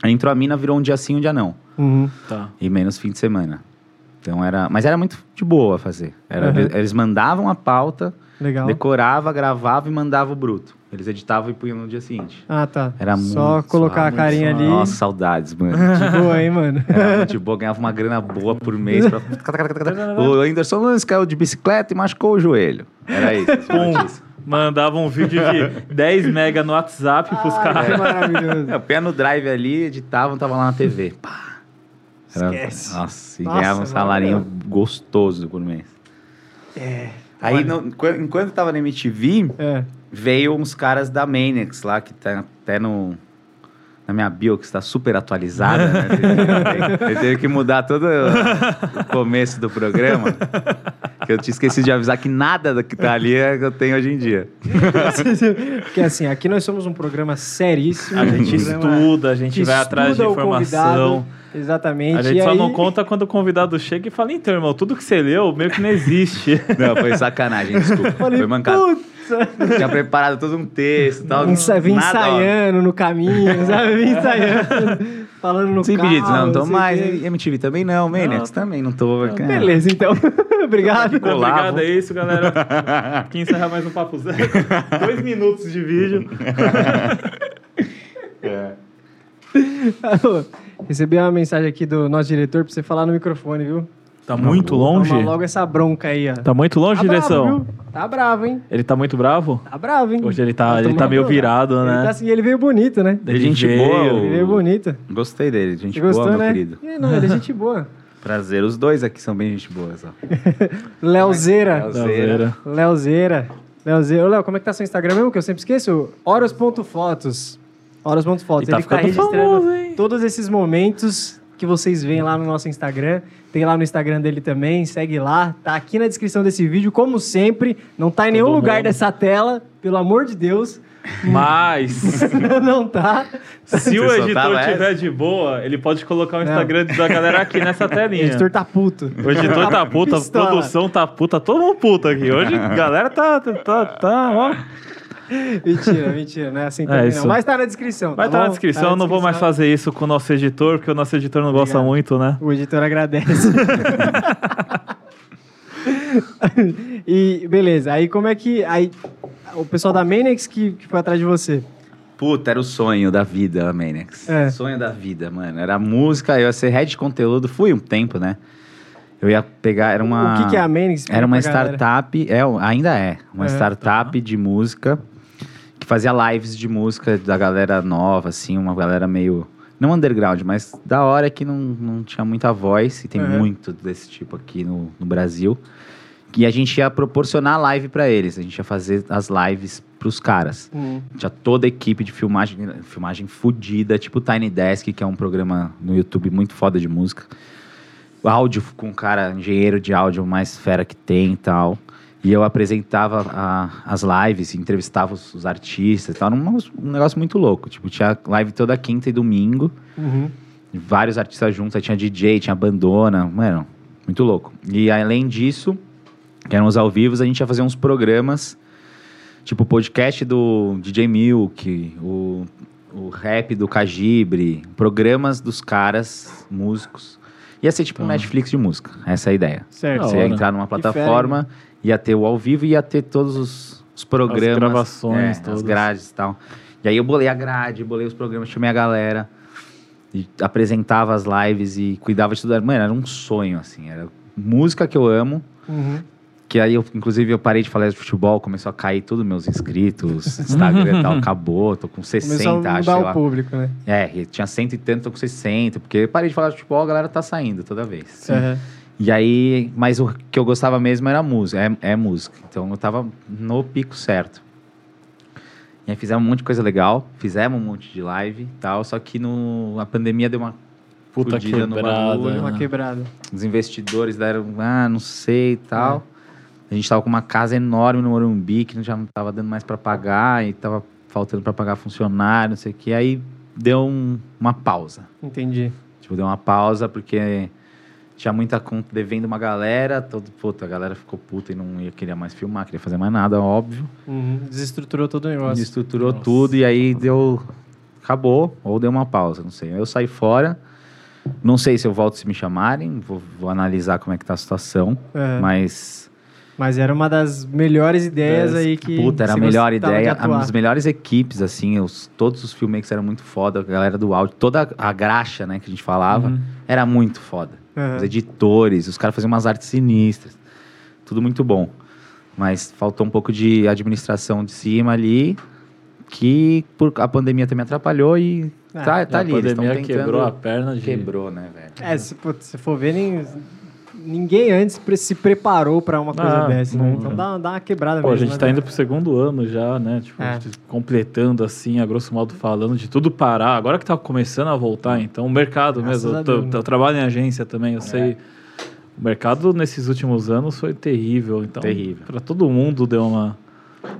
Aí entrou a mina, virou um dia sim, um dia não.
Uhum.
Tá.
E menos fim de semana. Então era. Mas era muito de boa fazer. Era-
Aham.
Eles mandavam a pauta,
Legal.
decorava, gravava e mandava o bruto. Eles editavam e punham no dia seguinte.
Ah, tá.
Era
Só
muito
colocar
suave,
a carinha
muito
ali.
suave. Nossa, saudades, mano.
De boa, hein, mano?
É.
Era muito de boa, ganhava uma grana boa por mês. Pra... o Anderson Nunes caiu de bicicleta e machucou o joelho. Era isso. as notícias.
Mandava um vídeo de 10 mega no WhatsApp pros
Ai, que
caras.
maravilhoso.
É, o pé no drive ali, editavam, tava lá na TV. Pá. Era-
Esquece.
Nossa, e
Nossa,
ganhava um salarinho gostoso por mês.
É.
Aí, no- enquanto- enquanto eu tava na MTV,
É.
veio uns caras da Maniacs lá, que tá até no. Na minha bio, que está super atualizada, né? Eu teve que mudar todo o começo do programa. Que eu tinha esquecido de avisar que nada do que tá ali é o que eu tenho hoje em dia.
Porque assim, aqui nós somos um programa seríssimo.
A gente
um programa
é estuda, a gente
que
vai atrás de
estuda o
informação.
convidado, Exatamente.
A gente
e
só
aí...
não conta quando o convidado chega e fala, então, irmão, tudo que você leu meio que não existe.
Não, foi sacanagem, desculpa.
Falei,
foi mancada.
"Putz,
Tinha preparado todo um texto e tal.
Ensa- Vim
nada, ó.
ensaiando no caminho, sabe? Vim ensaiando, falando no
Sem
carro.
pedidos, não, não tô
sei
mais.
o quê.
MTV também não, Maniacs também não tô.
É.
cara.
Beleza, então. Obrigado.
Olá,
Obrigado,
vou-
é isso, galera. Aqui encerrar mais um Papo Zero. Dois minutos de vídeo.
Alô, Recebi uma mensagem aqui do nosso diretor pra você falar no microfone, viu?
Tá muito longe?
Toma logo essa bronca aí, ó.
Tá muito longe, direção?
bravo, viu? Tá bravo, hein?
Ele tá muito bravo?
Tá bravo, hein?
Hoje ele tá, ele
tomando
tá meio
bronca.
virado,
Ele, tá
né?
assim, ele veio bonito, né?
Ele é gente
veio.
boa,
Ele
o-
veio bonito.
Gostei dele, gente
Você gostou,
boa, meu
né?
querido.
É, não, ele é gente boa.
Prazer, os dois aqui são bem gente boa, só.
Leozeira.
Leozeira.
Leozeira. Leozeira. Ô, Léo, como é que tá seu Instagram mesmo? Que eu sempre esqueço. Horas.fotos. Horas.fotos.
E tá
Ele que tá
ficando
registrando
famoso, hein?
todos esses momentos que vocês veem lá no nosso Instagram. Tem lá no Instagram dele também. Segue lá. Tá aqui na descrição desse vídeo, como sempre. Não tá em nenhum
Todo
lugar
mundo.
dessa tela, pelo amor de Deus.
Mas...
Não tá.
Se o
Você
editor
soltava essa?
tiver de boa, ele pode colocar o Instagram da galera aqui nessa
O
telinha.
editor tá puto.
O editor tá puta, a
Pistola.
produção tá puta, todo mundo puta aqui. Hoje a galera tá, tá, tá, tá, ó.
Mentira, mentira. Não é assim também, não.
isso.
Mas tá na descrição.
Vai estar
bom? Tá
na descrição, eu não vou mais
descrição.
fazer isso com o nosso editor, porque o nosso editor não gosta
Obrigado.
muito, né?
O editor agradece. e beleza, aí como é que. Aí, o pessoal da Menex que, que foi atrás de você.
Puta, era o sonho da vida, Maniacs.
É.
Sonho da vida, mano. Era música, eu ia ser head de conteúdo, fui um tempo, né? Eu ia pegar, era uma...
O que, que é a Menix?
Era uma
Pra galera.
startup, é, ainda é, uma
É,
startup de música que fazia lives de música da galera nova, assim, uma galera meio. Não underground, mas da hora que não, não tinha muita voz, e tem
Uhum.
muito desse tipo aqui no, no Brasil. E a gente ia proporcionar live pra eles, a gente ia fazer as lives pros caras.
Hum.
Tinha toda a equipe de filmagem, filmagem fodida, tipo Tiny Desk, que é um programa no YouTube muito foda de música. O áudio com um cara, engenheiro de áudio mais fera que tem e tal. E eu apresentava a- as lives, entrevistava os, os artistas e tal. Era Um, um negócio muito louco. Tipo, tinha live toda quinta e domingo
Uhum.
vários artistas juntos, aí tinha DJ, tinha bandona, mano, muito louco. E além disso, que eram os ao vivos, a gente ia fazer uns programas, tipo o podcast do DJ Milk, o, o rap do Cagibre, programas dos caras, músicos. Ia ser tipo um
Ah.
Netflix de música, essa é a ideia.
Certo.
Da
Você ia
hora.
entrar numa
Que fera,
plataforma, ia ter o ao vivo e ia ter todos os, os programas.
gravações
é,
todas.
As grades e tal. E aí eu bolei a grade, bolei os programas, chamei a galera. E apresentava as lives e cuidava de tudo. Mano, era um sonho, assim. Era música que eu amo.
Uhum.
Que aí, eu, inclusive, eu parei de falar de futebol, começou a cair todos meus inscritos, Instagram e tal, acabou, tô com 60,
Começou a
acho,
mudar
sei
o
lá.
público, né?
É, eu tinha cento e tanto, tô com 60, porque eu parei de falar de futebol, a galera tá saindo toda vez.
Uhum.
E aí, mas o que eu gostava mesmo era música, é, é música. Então eu tava no pico certo. E aí fizemos um monte de coisa legal, fizemos um monte de live e tal, só que no, a pandemia deu uma
Puta
Fudida no
quebrada.
bagulho,
Uma quebrada.
os investidores deram, ah, não sei e tal.
É.
A gente tava com uma casa enorme no Morumbi, que já não tava dando mais pra pagar, e tava faltando pra pagar funcionário, não sei o que. Aí deu um- uma pausa.
Entendi.
Tipo, deu uma pausa porque tinha muita conta devendo uma galera, todo, puta, a galera ficou puta e não ia, queria mais filmar, queria fazer mais nada, óbvio.
Uhum. Desestruturou todo o negócio.
Estruturou
Nossa.
tudo e aí deu. Acabou, ou deu uma pausa, não sei. Eu saí fora. Não sei se eu volto se me chamarem, vou, vou analisar como é que tá a situação,
É.
mas é,
Mas era uma das melhores ideias
Das-
aí que.
puta, era a
você
melhor
gostava de
ideia,
atuar.
as melhores equipes assim, os- todos os filmmakers eram muito foda, a galera do áudio, toda a graxa, né, que a gente falava,
Uhum.
era muito foda.
Uhum.
os editores, os caras faziam umas artes sinistras. Tudo muito bom. Mas faltou um pouco de administração de cima ali, que por, a pandemia também atrapalhou e
Ah,
tá, tá
a
ali. eles tão
pandemia
tentando-
quebrou a perna de...
Quebrou, né, velho?
É, se pô, se for ver, nem- ninguém antes pre- se preparou pra uma coisa
Ah,
dessa, né?
não,
Então
não.
dá, dá uma quebrada
Pô, a
mesmo.
gente
né?
tá indo pro segundo ano já, né? Tipo,
É.
gente completando assim, a grosso modo falando, de tudo parar. Agora que tá começando a voltar, então, o mercado
Graças
mesmo.
a
Eu, tô-
Deus, né?
eu trabalho em agência também, eu sei. O mercado nesses últimos anos foi terrível. Então,
Terrível.
pra todo mundo deu uma.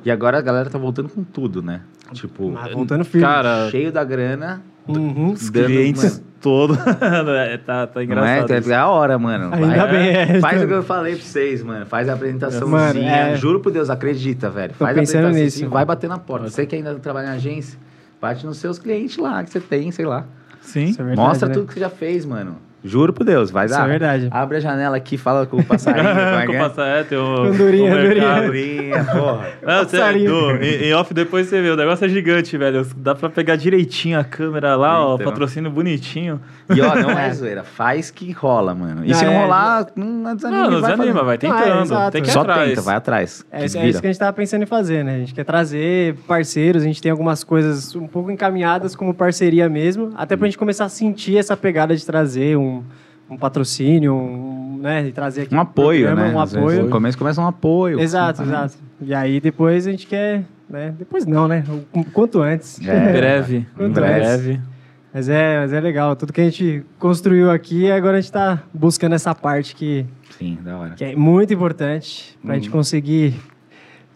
E agora a galera tá voltando com tudo, né? Tipo,
Mas voltando firme.
Cara,
cheio da grana.
Uhum.
os
dando,
clientes todos. É, tá, tá
Não é?
engraçado. isso.
É a hora, mano. Vai-
Ainda bem, é.
Faz o que eu falei pra vocês, mano. Faz a apresentaçãozinha.
Mano, é.
Juro por Deus, acredita, velho.
Tô
Faz a
pensando
apresentação
nisso.
assim, vai bater na porta. Você que ainda trabalha na agência, bate nos seus clientes lá que você tem, sei lá.
Sim.
Isso é verdade,
Mostra
né?
tudo que você já fez, mano. Juro por Deus, vai
Isso é
dar.
verdade.
Abre a janela aqui, fala com o passarinho. como é que
Com
é?
passa- é, tem um,
Andorinha,
um mercado.
andorinha.
Abrinha, porra.
Não, você-
Passarinho.
Du, em, em off depois você vê, o negócio é gigante, velho. Dá pra pegar direitinho a câmera lá, ó,
Então.
patrocínio bonitinho.
E ó, não é zoeira. Faz que rola, mano. E
Ah,
se não
é,
rolar, não desanima.
não, não
vai
desanima,
fazendo.
Ah,
vai
é,
tentando.
exato.
tem que ir
Só
atrás.
tenta, vai atrás.
É,
que
isso- é
vira.
isso que a gente tava pensando em fazer, né? A gente quer trazer parceiros, a gente tem algumas coisas um pouco encaminhadas como parceria mesmo, até pra gente começar a sentir essa pegada de trazer um, um patrocínio, um, né? E trazer aqui
Um
pro
apoio,
programa,
né?
Um
Às vezes,
apoio.
No começo começa um apoio.
Exato,
Assim,
exato. E aí depois a gente quer, né? Depois não, né? O quanto antes.
É.
Em breve. Em
Em
breve.
Mas é, mas é legal, tudo que a gente construiu aqui, agora a gente tá buscando essa parte que,
Sim, da hora.
que é muito importante pra
Hum.
gente conseguir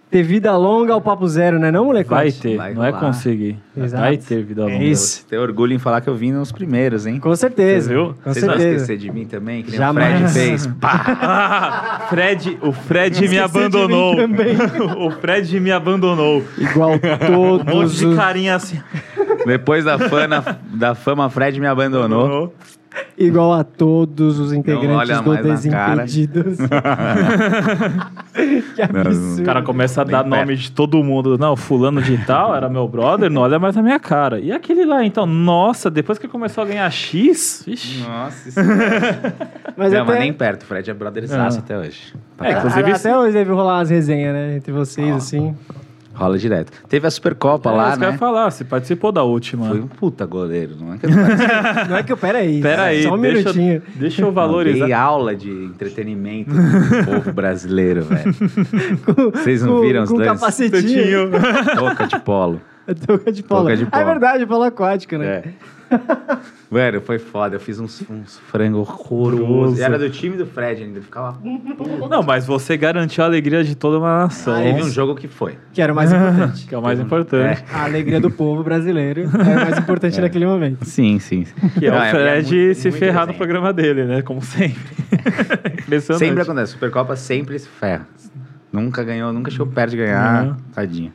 ter vida longa ao papo zero, né não, moleque?
Vai ter,
Vai
não é
rolar.
conseguir.
Exato.
Vai ter vida longa.
É isso.
Tenho orgulho em falar que eu vim nos primeiros, hein?
Com certeza.
Você viu?
Com
Vocês vão
certeza.
esquecer de mim também, que nem
Jamais.
o Fred fez. Pá!
Ah, Fred, o Fred me
Esqueci de mim
abandonou.
também.
o Fred me abandonou.
Igual
Um monte
todos
de
os...
carinha assim.
Depois da, fana, da fama, Fred me abandonou.
abandonou.
igual a todos os integrantes
olha
do
mais na cara.
Desimpedidos. que absurdo.
O cara começa a
Nem
dar
perto.
nome de todo mundo. Não, fulano de tal era meu brother, não olha mais na minha cara. E aquele lá, então, nossa, depois que começou a ganhar X, vixi.
Nossa, isso é...
Mas
Não,
até,
mas nem perto. O Fred é brotherzaço
Ah.
até hoje.
É,
Pra-
inclusive,
até hoje deve rolar umas resenhas, né? Entre vocês,
Tá. Ó.
assim.
Rola direto. Teve a Supercopa
é,
lá,
isso que eu ia
né?
falar, você participou da última.
Foi um puta goleiro, não é?
Não é que eu... Peraí.
Pera aí,
Só um
deixa,
minutinho.
deixa eu
Dei
valorizar.
aula de entretenimento do povo brasileiro, velho.
Com-
Vocês não
com-
viram os
Com
lances? um.
capacetinho.
Boca de polo.
Touca de polo.
Touca de
Ah, É
polo.
verdade, polo aquático, né?
É. Velho, foi foda. Eu fiz uns, uns frango horroroso.
Horroroso.
Era do time do Fred ainda. Ficava.
Não, mas você garantiu a alegria de toda uma nação.
Ah,
Teve um jogo que foi.
Que era o mais importante.
Que é o mais importante.
A alegria do povo brasileiro era o mais
É.
importante naquele momento.
Sim, sim. sim.
Que é
Não,
o Fred
muito-
se
muito
ferrar no
resenha.
programa dele, né? Como sempre. Impressionante.
Sempre acontece. Supercopa sempre se ferra. Nunca ganhou, nunca chegou perto de ganhar.
Uhum.
Tadinha.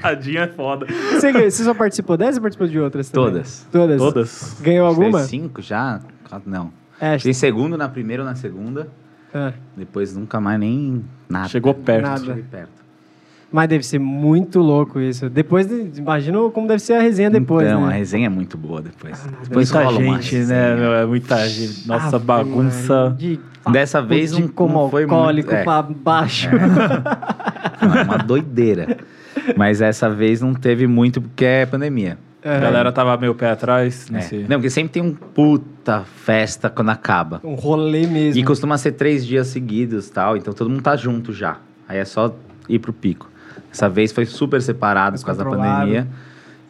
Tadinha é foda.
Você, ganhou- você só participou dessa ou participou de outras também?
Todas.
Todas.
Todas.
Ganhou
Acho que
alguma?
fez Cinco já? Quatro, Não.
É, acho
Fiquei em segundo na primeira ou na segunda.
Ah,
Depois nunca mais nem nada.
Chegou perto.
Nada.
Nada.
Cheguei perto.
Mas deve ser muito louco isso. Depois, de- imagino como deve ser a resenha depois,
então, a
né?
resenha é muito boa depois. depois
Ah, Muita
rola um uma Ah,
gente,
resenha.
né? meu? É muita gente. Nossa,
Ave Maria,
bagunça.
De
Dessa vez
de
não-
como
não foi muito-
alcoólico
é.
pra baixo.
Não, é uma doideira. Mas essa vez não teve muito porque é pandemia.
A galera tava meio pé atrás. Não
É.
sei.
Não, porque sempre tem um puta festa quando acaba.
Um rolê mesmo.
E costuma ser três dias seguidos tal, então todo mundo tá junto já. Aí é só ir pro pico. Essa vez foi super separado
Mais
por causa da
controlado.
pandemia.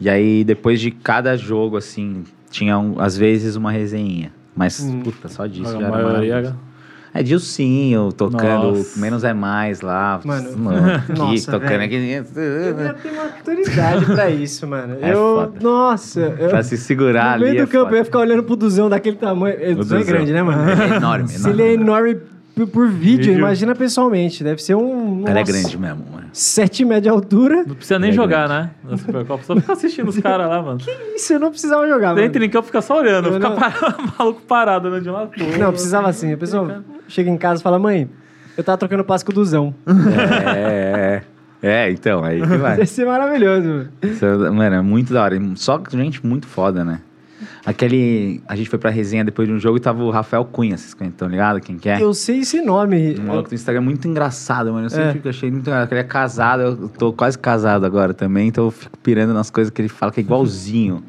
E aí, depois de cada jogo, assim, tinha um- às vezes uma resenha. Mas,
Hum.
puta, só disso já
a
era
maioria.
maravilhoso. É Dilcinho tocando
Nossa.
Menos é Mais lá.
Mano.
que
Nossa, é.
tocando
Eu
aqui.
devia ter maturidade pra isso, mano.
É
eu,
foda.
nossa, eu,
Pra se segurar
É. no
ali.
meio
é
do campo
foda.
eu ia ficar olhando pro Duzão daquele tamanho. O Duzão é
Duzão.
grande, né, mano?
Ele é enorme,
Se ele é enorme por- por vídeo,
Vídeo.
imagina pessoalmente. Deve ser um.
Ela é
nossa,
grande mesmo, mano.
7 metros de altura.
Não precisa nem
Ele é
jogar, né? Na Supercopa. Só fica assistindo os caras lá, mano.
Isso eu não precisava jogar, mano.
Entra em campo, fica só olhando.
Eu
Fica
não-
parado, maluco parado, olhando de um lado pro outro.
Não, precisava assim. A pessoa chega em casa e fala: mãe, eu tava trocando passo com o Duzão.
É, é, é. É, então, aí que vai.
Deve ser maravilhoso, mano.
Isso é- Mano, é muito da hora. Só gente muito foda, né? Aquele. A gente foi pra resenha depois de um jogo e tava o Rafael Cunha, vocês conhecem, tão ligado? Quem que é?
Eu sei esse nome.
Um maluco do Instagram muito engraçado, mano. Eu sempre achei muito engraçado. porque Ele é casado, eu tô quase casado agora também, então eu fico pirando nas coisas que ele fala, que é igualzinho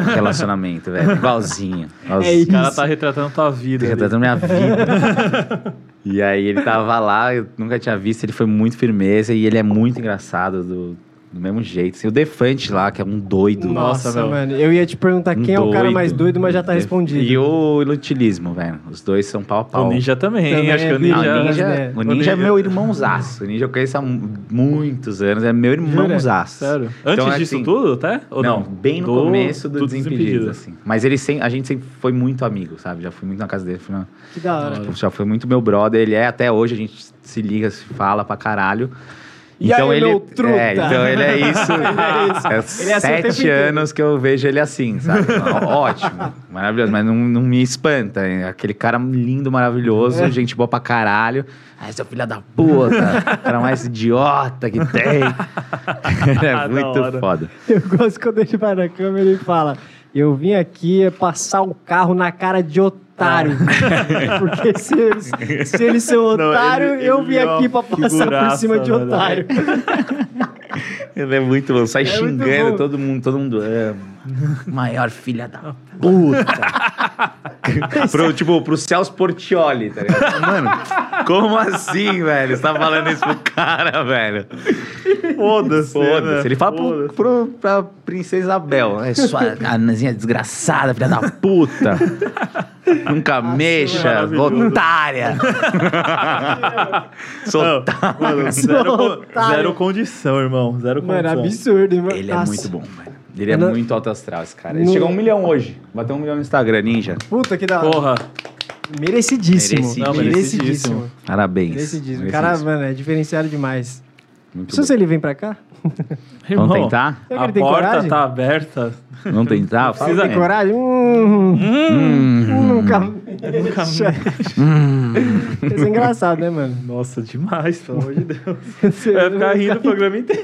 relacionamento, velho. Igualzinho.
É
igualzinho.
isso.
O cara tá retratando tua vida. ali.
Retratando minha vida. e aí ele tava lá, eu nunca tinha visto, ele foi muito firmeza e ele é muito engraçado do, do mesmo jeito. Assim, o Defante lá, que é um doido.
Nossa,
Nossa, meu.
mano. Eu ia te perguntar
um
quem é o cara mais doido, mas já tá respondido.
E o Ilutilismo, velho. Os dois são pau a pau.
O Ninja também.
Também
acho que
é
o
Ah, o
ninja,
Ninja.
Ninja-
né?
o Ninja é
O Ninja-
meu irmãozaço. O Ninja eu conheço há mu- muitos anos. É meu irmãozaço.
Sério. Antes
Então, é
disso
assim,
tudo, até? Ou
não,
não,
bem no
Do-
começo do,
do
Desimpedidos,
Desimpedidos.
assim. Mas ele sem, a gente sempre foi muito amigo, sabe? Já fui muito na casa dele, fui na,
Que da hora.
Tipo, já foi muito meu brother, ele é até hoje, a gente se liga, se fala pra caralho.
E aí, meu truta?
É, então ele é isso.
Ele
É
Ele é assim o tempo
sete
inteiro.
anos que eu vejo ele assim, sabe? Ó, Ótimo, maravilhoso, mas não, não me espanta. É aquele cara lindo,
É.
maravilhoso, gente boa pra caralho. Ai, seu filho da puta, cara mais idiota que tem. Ele é
Ah,
Da
muito
hora.
foda.
Eu gosto quando ele vai na câmera e fala: Eu vim aqui é passar o carro na cara de otário.
Ah.
Porque se eles, se eles são
ele-
otário, eu
ele
vim
é uma
aqui pra passar por
figuraça,
cima de
mano.
otário.
Ele é muito bom, sai
É muito bom.
xingando todo mundo, todo mundo ama. Maior filha da puta. pro, tipo, pro Celso Portioli, tá ligado? Mano, como assim, velho? Você tá falando isso pro cara, velho?
Foda-se.
Foda-se. né, Ele fala pro,
Foda-se.
pro, pra Princesa Isabel. É sua anazinha desgraçada, filha da puta. Nunca mexa,
maravilhoso.
otária. Sou
Não, mano, zero,
Sou otário.
zero condição, irmão. Zero
Mano,
é
condição.
absurdo, irmão.
Ele é
Nossa.
muito bom, velho. Ele é
Não-
muito alto astral, esse cara. Ele
Não-
chegou a um milhão hoje. Bateu um milhão no Instagram, ninja.
Puta que da hora.
Porra.
Merecidíssimo.
Merecidíssimo.
Não, merecidíssimo.
Parabéns.
Merecidíssimo. O cara, mano, é diferenciado demais.
Muito
Se
bom.
você ele vem pra cá,
Vamos
Irmão,
tentar?
Será que
A
ele tem
porta
coragem?
tá aberta.
Não tem tal? Fala,
Precisa-
né?
Tem coragem? Hum, Nunca.
Nunca mais.
Isso é engraçado, né, mano?
Nossa, demais, pelo amor de Deus.
Você
Vai ficar rindo o programa inteiro.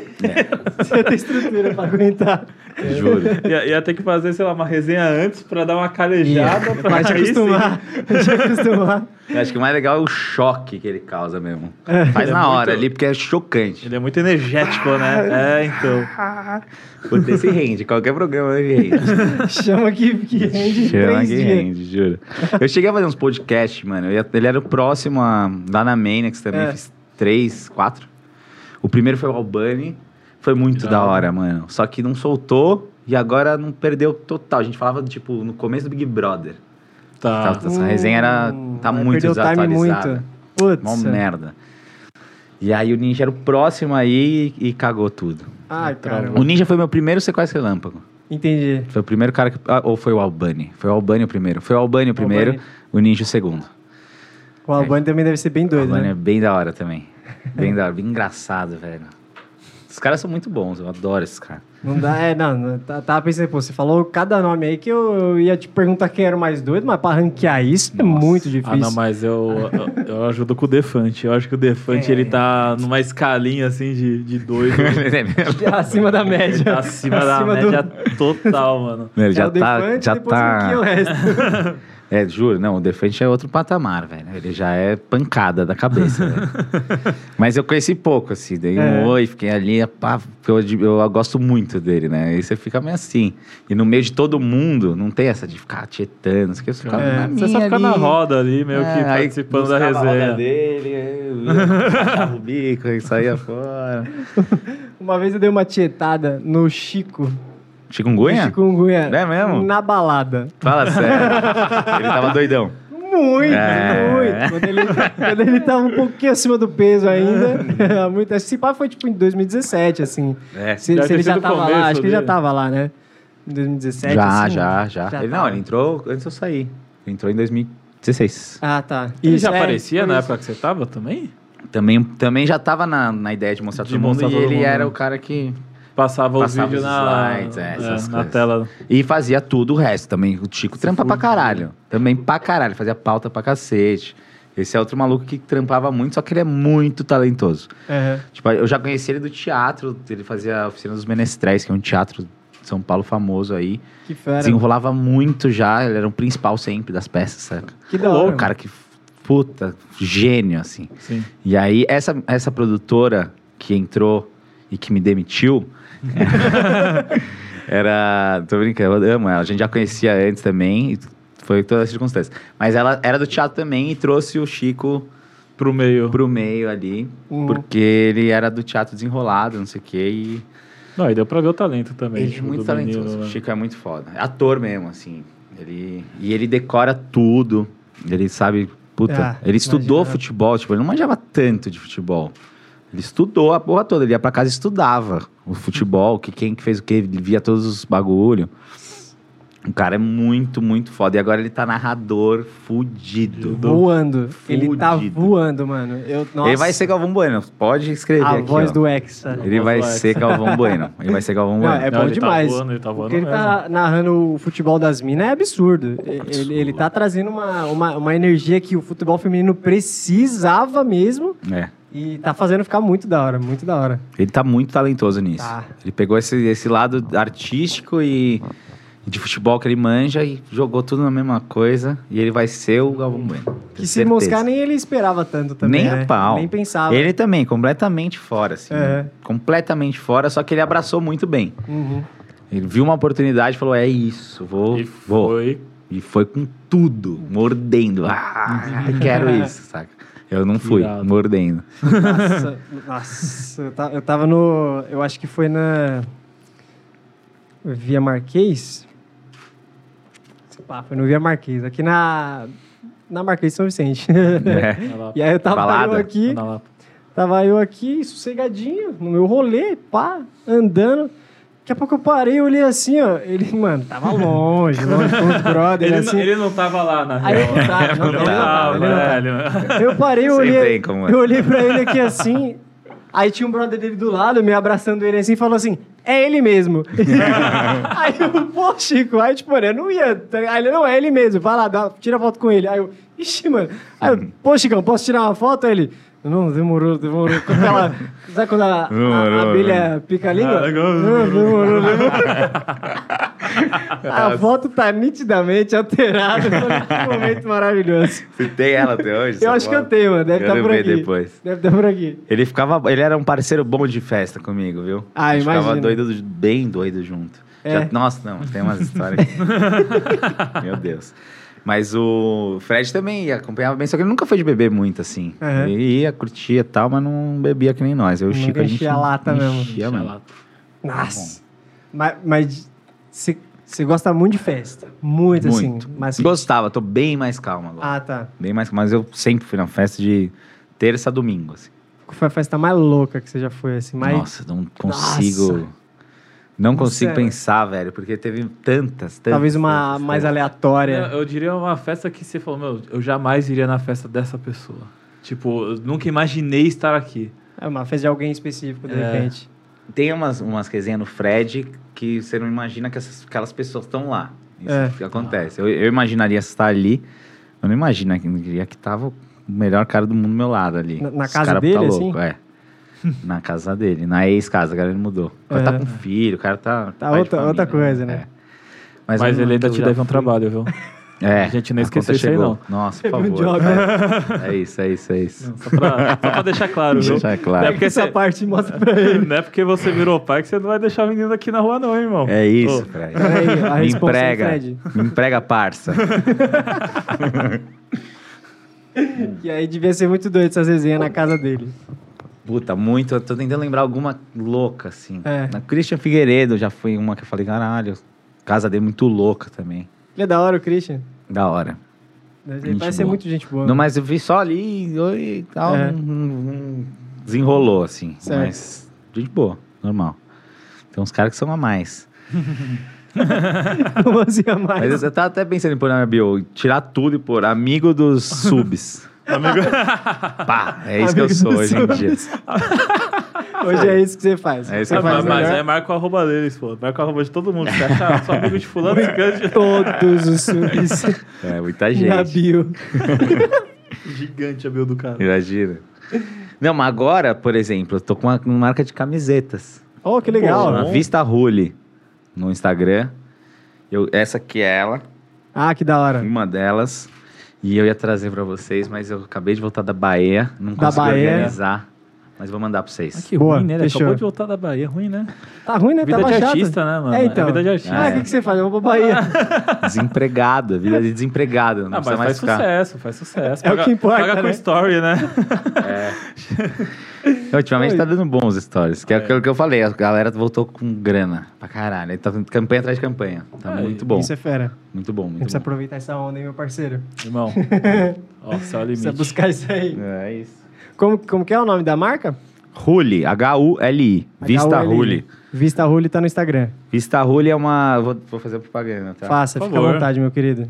Você tem estrutura pra aguentar.
Juro.
Ia, ia ter que fazer, sei lá, uma resenha antes pra dar uma calejada. pra
Vai te
aí sim.
acostumar. Vai te acostumar.
Eu acho que o mais legal é o choque que ele causa mesmo. Faz
Ele é
na hora
muito-
ali, porque é chocante.
Ele é muito energético, né? É, então.
Puta, esse rende, qualquer programa ele rende.
Chama que, que rende
Chama
três
que
dias.
rende, juro. Eu cheguei a fazer uns podcasts, mano. Eu ia- ele era o próximo a, lá na Manex também.
É.
Fiz três, quatro. O primeiro foi o Albani. Foi muito
Irado.
da hora, mano. Só que não soltou e agora não perdeu total. A gente falava, tipo, no começo do Big Brother.
Tá.
Tá, Essa resenha era- tá
Hum,
muito
perdeu o time
desatualizada.
muito. Putz.
Mó merda. E aí o Ninja era o próximo aí e cagou tudo.
Ai, cara.
O Ninja foi meu primeiro sequestro relâmpago.
Entendi.
Foi o primeiro cara que. ah, ou foi o Albani? Foi o Albani o primeiro. Foi o Albani o primeiro,
Albani.
o Ninja o segundo.
O Albani também deve ser bem
O
doido,
Albani
né?
é bem da hora também. Bem da hora, bem engraçado, velho. Os caras são muito bons, eu adoro esses caras.
Não dá, é, não, não. tá- Tava pensando, pô, você falou cada nome aí que eu, eu ia te perguntar quem era o mais doido, mas pra ranquear isso é muito difícil.
Ah, não, mas eu, eu, eu ajudo com o Defante. Eu acho que o Defante, ele tá numa escalinha, assim, de, de doido.
é Acima da
Ele
média.
tá acima da
Acima do-
média total, mano.
Ele
é
já
o
tá.
Defante,
Já
depois um né?
tá...
ranqueia o resto.
É, juro, não, o Defante é outro patamar, velho. Ele já é pancada da cabeça, velho. Mas eu conheci pouco, assim, dei
É.
um oi, fiquei ali, pá, porque eu, ad- eu gosto muito dele, né? Aí você fica meio assim. E no meio de todo mundo, não tem essa de ficar tietando, você fica
É,
na
você só
minha
fica
ali.
na roda ali, meio
É,
que
aí
participando da
buscava a roda
resenha.
dele, aí eu ia, achava o bico e saía fora.
Uma vez eu dei uma tietada no Chico.
Chikungunya?
Chikungunya.
É mesmo?
Na balada.
Fala sério. Ele tava doidão.
Muito,
É.
muito. Quando ele, quando ele tava um pouquinho acima do peso ainda. muito, esse pá foi tipo em 2017, assim.
É.
Se,
Deve
se
ter
ele já
sido o
tava
começo
lá, acho que ele já
dele.
tava lá, né? Em 2017.
Já,
assim,
já, né? já.
já
Ele,
tava.
não, ele entrou antes de eu sair. Ele entrou em 2016.
Ah, tá.
Ele
Isso,
já
é,
aparecia
foi
na
isso.
época que você tava também?
Também, também já tava na, na ideia de mostrar
De
todo mundo
mostrar
e
todo
ele
mundo.
era o cara que...
Passava,
Passava
os vídeos
os
na,
slides, é,
é,
essas
na
coisas.
tela.
E fazia tudo o resto também. O Chico trampa pra caralho. Também pra caralho. Fazia pauta pra cacete. Esse é outro maluco que trampava muito, só que ele é muito talentoso.
Aham.
Tipo, eu já conheci ele do teatro. Ele fazia a Oficina dos Menestréis, que é um teatro de São Paulo famoso aí.
Que fera.
Desenrolava muito já. Ele era o principal sempre das peças, saca?
Que da hora.
O cara que... Puta, gênio, assim.
Sim.
E aí, essa, essa produtora que entrou e que me demitiu. era. Tô brincando, eu amo ela. A gente já conhecia antes também, e foi toda a circunstância. Mas ela era do teatro também e trouxe o Chico
Pro meio.
pro meio ali,
Uhum.
porque ele era do teatro desenrolado, não sei o quê. E
Não, e deu pra ver o talento também.
ele é
tipo,
muito
do menino,
talentoso. o
né?
Chico é muito foda. É Ator mesmo, assim. Ele, e ele decora tudo. Ele sabe.
Ah,
Puta, ele estudou
imagina.
futebol, tipo, ele não manjava tanto de futebol. Ele estudou a porra toda, ele ia pra casa e estudava o futebol, que quem que fez o que, ele via todos os bagulho. O cara é muito, muito foda. E agora ele tá narrador fudido.
Voando. Ele tá
Fudido.
voando, mano. Eu, nossa,
Ele vai ser Galvão Bueno, pode escrever
a
aqui,
voz
ó.
do Hexa.
Ele
A voz
vai
do Hexa.
ser Galvão Bueno. Ele vai ser Galvão
Não,
Bueno.
é
Não,
bom
ele tá
demais.
voando, ele tá voando
Porque ele tá
mesmo.
narrando o futebol das minas é absurdo. E- Ele, ele tá trazendo uma, uma, uma energia que o futebol feminino precisava mesmo
É.
e tá fazendo ficar muito da hora, muito da hora.
Ele tá muito talentoso nisso.
Tá.
Ele pegou esse, esse lado artístico e de futebol que ele manja e jogou tudo na mesma coisa. E ele vai ser o Galvão Bueno.
Que se
tenho certeza.
moscar nem ele esperava tanto também.
Nem a
né?
pau.
Nem pensava.
Ele também, completamente fora, assim.
É.
né? Completamente fora, só que ele abraçou muito bem.
Uhum.
Ele viu uma oportunidade e falou: é isso, vou,
E
vou.
foi.
E foi com tudo, mordendo. Ah, quero isso, saca? Eu não fui,
Irado.
mordendo.
Nossa, nossa, eu ta- eu tava no. Eu acho que foi na. Via Marquês. Sei lá, foi no Via Marquês. Aqui na. Na Marquês de São Vicente.
É.
Na Lapa.
e aí eu tava
Balada.
eu aqui.
Na Lapa.
Tava eu aqui, sossegadinho, no meu rolê, pá, andando. Daqui a pouco eu parei, eu olhei assim, ó. Ele, mano, tava longe, longe com os brother,
Ele,
assim.
não, ele não tava lá, na
Aí
real.
ele tava, não,
Ele
ele não tava, é. ele não tá- tava.
velho.
Eu parei, eu
Sei
olhei,
bem como é.
eu olhei pra ele aqui assim. Aí tinha um brother dele do lado, me abraçando ele assim, e falou assim: é ele mesmo. aí eu, pô, Chico, aí tipo, mano, eu não ia. tá ligado? Aí ele, não, é ele mesmo, vai lá, dá, tira foto com ele. Aí eu, ixi, mano. Aí eu, pô, Chicão, posso tirar uma foto? Aí ele, não, demorou, demorou. Com aquela, sabe quando a, a- a
Demorou, né?
abelha pica a língua?
Ah, legal.
Não, demorou, demorou. a foto tá nitidamente alterada. Eu falei, Que momento maravilhoso.
Você tem ela até hoje?
Eu
essa
acho que eu
foto?
tenho, mano. Deve
Quero
estar por
ver
aqui.
depois.
Deve estar por aqui.
Ele ficava, ele era um parceiro bom de festa comigo, viu?
Ah,
a gente ficava
imagino.
doido, bem doido junto.
É.
Já- nossa, não, tem umas histórias. Meu Deus. Mas o Fred também ia, acompanhava bem, só que ele nunca foi de beber muito, assim.
Aham.
Ele ia, curtia e tal, mas não bebia que nem nós. Eu e o
Nunca
Chico, a gente...
enchia a lata mesmo.
Enchia mesmo. Tá
Nossa. Mas- Mas você gosta muito de festa. Muito,
Muito.
assim. Mas...
Gostava, tô bem mais calmo agora.
Ah, tá.
Bem mais calmo, mas eu sempre fui na festa de terça a domingo, assim.
Qual foi a festa mais louca que você já foi, assim? Mais...
Nossa, não consigo...
Nossa.
Não consigo
Sério.
pensar, velho, porque teve tantas, tantas.
Talvez uma
tantas,
mais
tantas.
aleatória.
Eu, eu diria uma festa que você falou, meu, eu jamais iria na festa dessa pessoa. Tipo, eu nunca imaginei estar aqui.
É uma festa de alguém específico, de
É.
repente.
Tem umas, umas resenhas no Fred que você não imagina que essas- aquelas pessoas estão lá. Isso
É.
que acontece. Eu, eu imaginaria estar ali. Eu não imagina que diria que tava o melhor cara do mundo do meu lado ali.
Na- na
Esse
casa
cara
dele,
tá
assim?
louco, é. Na casa dele, na ex-casa, cara, ele mudou. O cara
É.
tá com filho, o cara tá.
Tá
pai de
outra- outra coisa, né?
É.
Mas,
um
ele ainda
que eu
te
já
deve um
fui-
trabalho, viu?
É.
A gente não
a
esqueceu
conta
isso aí,
chegou.
não.
Nossa, por
Teve um
favor.
job.
É isso, é isso, é isso.
Só pra, só pra deixar claro, viu?
Deixa claro.
Não é, porque
Essa
você,
parte mostra pra ele.
não é porque você virou pai que você não vai deixar o menino aqui na rua, não, hein, irmão.
É isso,
Ô,
Fred.
Peraí, a resposta
Me
é
emprega.
Fred.
Me emprega, parça.
E aí devia ser muito doido essas resenhas na casa dele.
Puta, muito. Eu tô tentando lembrar alguma louca, assim.
É.
Na Christian Figueiredo já foi uma que eu falei, caralho, casa dele é muito louca também.
Ele é da hora, o Christian.
Da hora.
Ele
Gente
parece ser
boa.
muito gente boa.
Não, mas eu vi só ali e oi, e tal.
É.
não- não- não desenrolou, assim.
Certo.
Mas gente boa, normal. Tem uns caras que são a mais.
Como assim, a
Mas
mais?
eu- eu tava até pensando em pôr na minha bio, tirar tudo e pôr amigo dos subs.
Amigo,
Pá, é isso que eu
Amigo
sou
dos
hoje em dia.
Hoje é isso que você faz.
É isso
você
que eu
faz
mas,
faço.
melhor.
mas é marca o arroba deles, pô. Marca o arroba de todo mundo. Você acha só amigo de fulano, gigante.
Todos os subs
É, muita
na
é- gente.
bio.
Gigante a bio do cara.
Imagina. Não, mas agora, por exemplo, eu tô com uma uma marca de camisetas.
Oh, que
Pô,
legal.
Chama
bom.
Vista Rule no Instagram. Eu, essa aqui é ela,
Ah, que da hora.
uma delas. E eu ia trazer pra vocês, mas eu acabei de voltar da Bahia, não
Da
consegui
Bahia.
organizar. Mas vou mandar pra
Ah,
vocês.
que
Boa,
ruim, né? Ele
fechou.
Acabou de voltar da Bahia. Ruim, né?
Tá ruim, né?
Vida
Tava
de
chato.
artista, né, mano?
É, então.
É vida de artista.
Ah, o que, que você faz? Eu vou pra Bahia.
Desempregado, a vida de desempregado. Não
Ah, mas
precisa
faz
mais ficar.
sucesso, faz sucesso.
É o que importa,
Paga com
né?
story, né?
Ultimamente
Oi.
tá dando bons stories, que é,
É.
aquilo que eu falei. A galera voltou com grana pra caralho. Aí Tá tendo campanha atrás de campanha. Tá
Ah,
muito bom,
Isso é fera.
muito bom,
A gente
muito
precisa
bom.
aproveitar essa onda, hein, meu parceiro?
Irmão. Ó, céu é
Precisa
o limite.
buscar isso aí.
É isso.
Como, como que é o nome da marca?
Huli, H-U-L-I. Vista
HULI.
Huli.
Vista Rule tá no Instagram.
Vista Rule é uma. Vou, vou fazer propaganda, tá?
Faça,
Por
fica à
favor.
vontade, meu querido.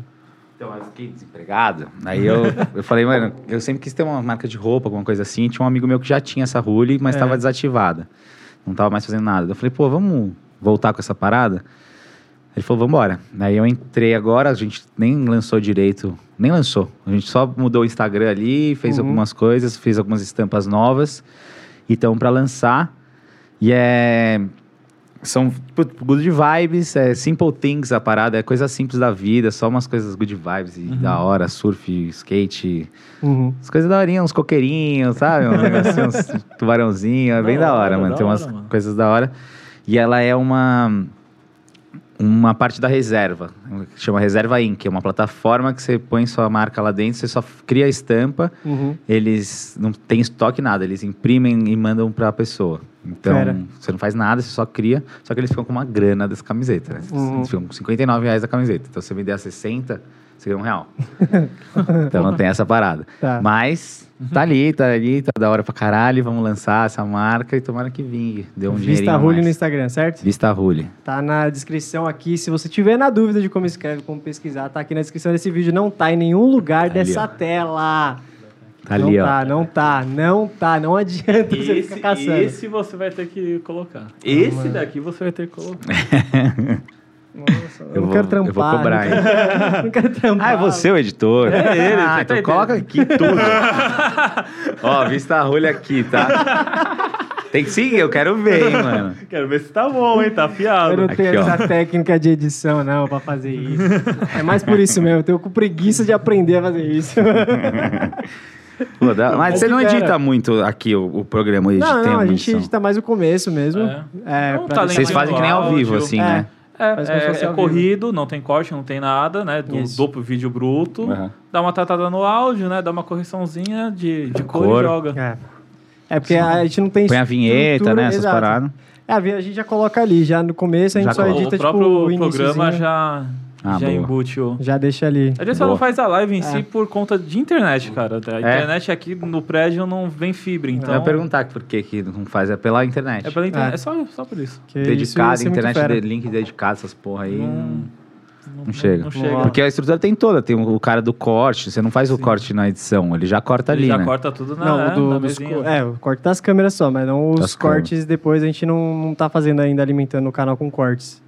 Então, eu fiquei desempregado. Aí eu, eu falei, mano, eu sempre quis ter uma marca de roupa, alguma coisa assim. Tinha um amigo meu que já tinha essa Rule, mas
É.
estava desativada. Não tava mais fazendo nada. Eu falei, pô, vamos voltar com essa parada? Ele falou, vambora. Aí eu entrei agora, a gente nem lançou direito, nem lançou. A gente só mudou o Instagram ali, fez
Uhum.
algumas coisas, fez algumas estampas novas. Então, para lançar, e é. São tipo, good vibes, é simple things a parada, é coisa simples da vida, só umas coisas good vibes
Uhum.
e da hora, surf, skate,
Uhum.
as coisas da horinha, uns coqueirinhos, sabe? Um negocinho, uns tubarãozinho, é
Da
bem da
hora,
hora, mano.
da
Tem umas
hora, mano.
coisas da hora. E ela é uma uma parte da reserva, que chama Reserva Inc, é uma plataforma que você põe sua marca lá dentro, você só cria a estampa,
Uhum.
eles não têm estoque nada, eles imprimem e mandam pra pessoa. Então,
Fera.
você não faz nada, você só cria, só que eles ficam com uma grana dessa camiseta, né?
Uhum.
Eles ficam com 59 reais da camiseta. Então, se você vender a 60, você ganha um real. então, não tem essa parada.
Tá.
Mas, tá ali, tá ali, tá da hora pra caralho, vamos lançar essa marca e tomara que vingue. Deu um
Vista
dinheirinho a
Rule no
mais.
Instagram, certo?
Vista Rule.
Tá na descrição aqui. Se você tiver na dúvida de como escreve, como pesquisar, tá aqui na descrição desse vídeo. Não tá em nenhum lugar
Ali,
dessa
ó.
tela.
Tá ali,
não
ó.
tá, não tá, não tá, não adianta você ficar
Esse,
caçando.
esse você vai ter que colocar. Esse daqui você vai ter que colocar.
Nossa, eu,
Eu
não
vou-
quero
eu vou
trampar.
cobrar,
não quero, não quero trampar.
Ah, é você o editor? É
ele, você
Ah,
tá
então coloca aqui tudo. Ó, vista rolha aqui, tá? Tem que seguir, eu quero ver, hein, mano.
Quero ver se tá bom, hein? Tá
Eu
afiado.
não
Aqui,
tenho
ó.
essa técnica de edição, não, pra fazer isso. É mais por isso mesmo, eu tenho com preguiça de aprender a fazer isso.
Pô, dá-
Ou
Mas você não
quiser.
edita muito aqui o, o programa, hoje
não,
tem
não, a
uma
gente tá
edição.
edita mais o começo mesmo.
É.
É,
Não,
pra
tá
deixar-
Vocês fazem que nem ao vivo,
Áudio.
assim,
É.
né?
É,
Faz como se fosse
é, é
ao vivo.
corrido, não tem corte, não tem nada, né? Do
Isso.
duplo vídeo bruto.
Aham.
Dá uma tratada no áudio, né? Dá uma correçãozinha de, de cor,
Cor.
e joga.
É. É porque a gente não tem.
Põe a vinheta,
estrutura-
né? Essas
exato.
paradas.
É, a vi- a gente já coloca ali, já no começo a gente
Já
só
coloca.
edita
o
tipo
próprio
o
programa
iniciozinho.
já,
Ah,
já
boa.
embute o.
Já deixa ali.
A gente só
Boa. É.
não faz a live
É.
em si por conta de internet, cara. A internet aqui no prédio não vem fibra,
Eu ia
então.
perguntar por que, que não faz, é pela internet.
É pela internet.
É.
É, só, só por isso.
Que
dedicado,
isso, isso é muito
internet,
fera.
de- link dedicado, essas porra aí.
Não, não,
chega.
Não chega.
Boa.
Porque a estrutura tem toda, tem o cara do corte, você não faz o corte na edição, ele já corta
Ele
ali,
já
né?
corta tudo na,
tá Não, o do-
é, na
dos
mesinha.
co- é, o corte das câmeras só, mas não os
Das
cortes depois a gente não, não tá fazendo ainda, alimentando o canal com cortes.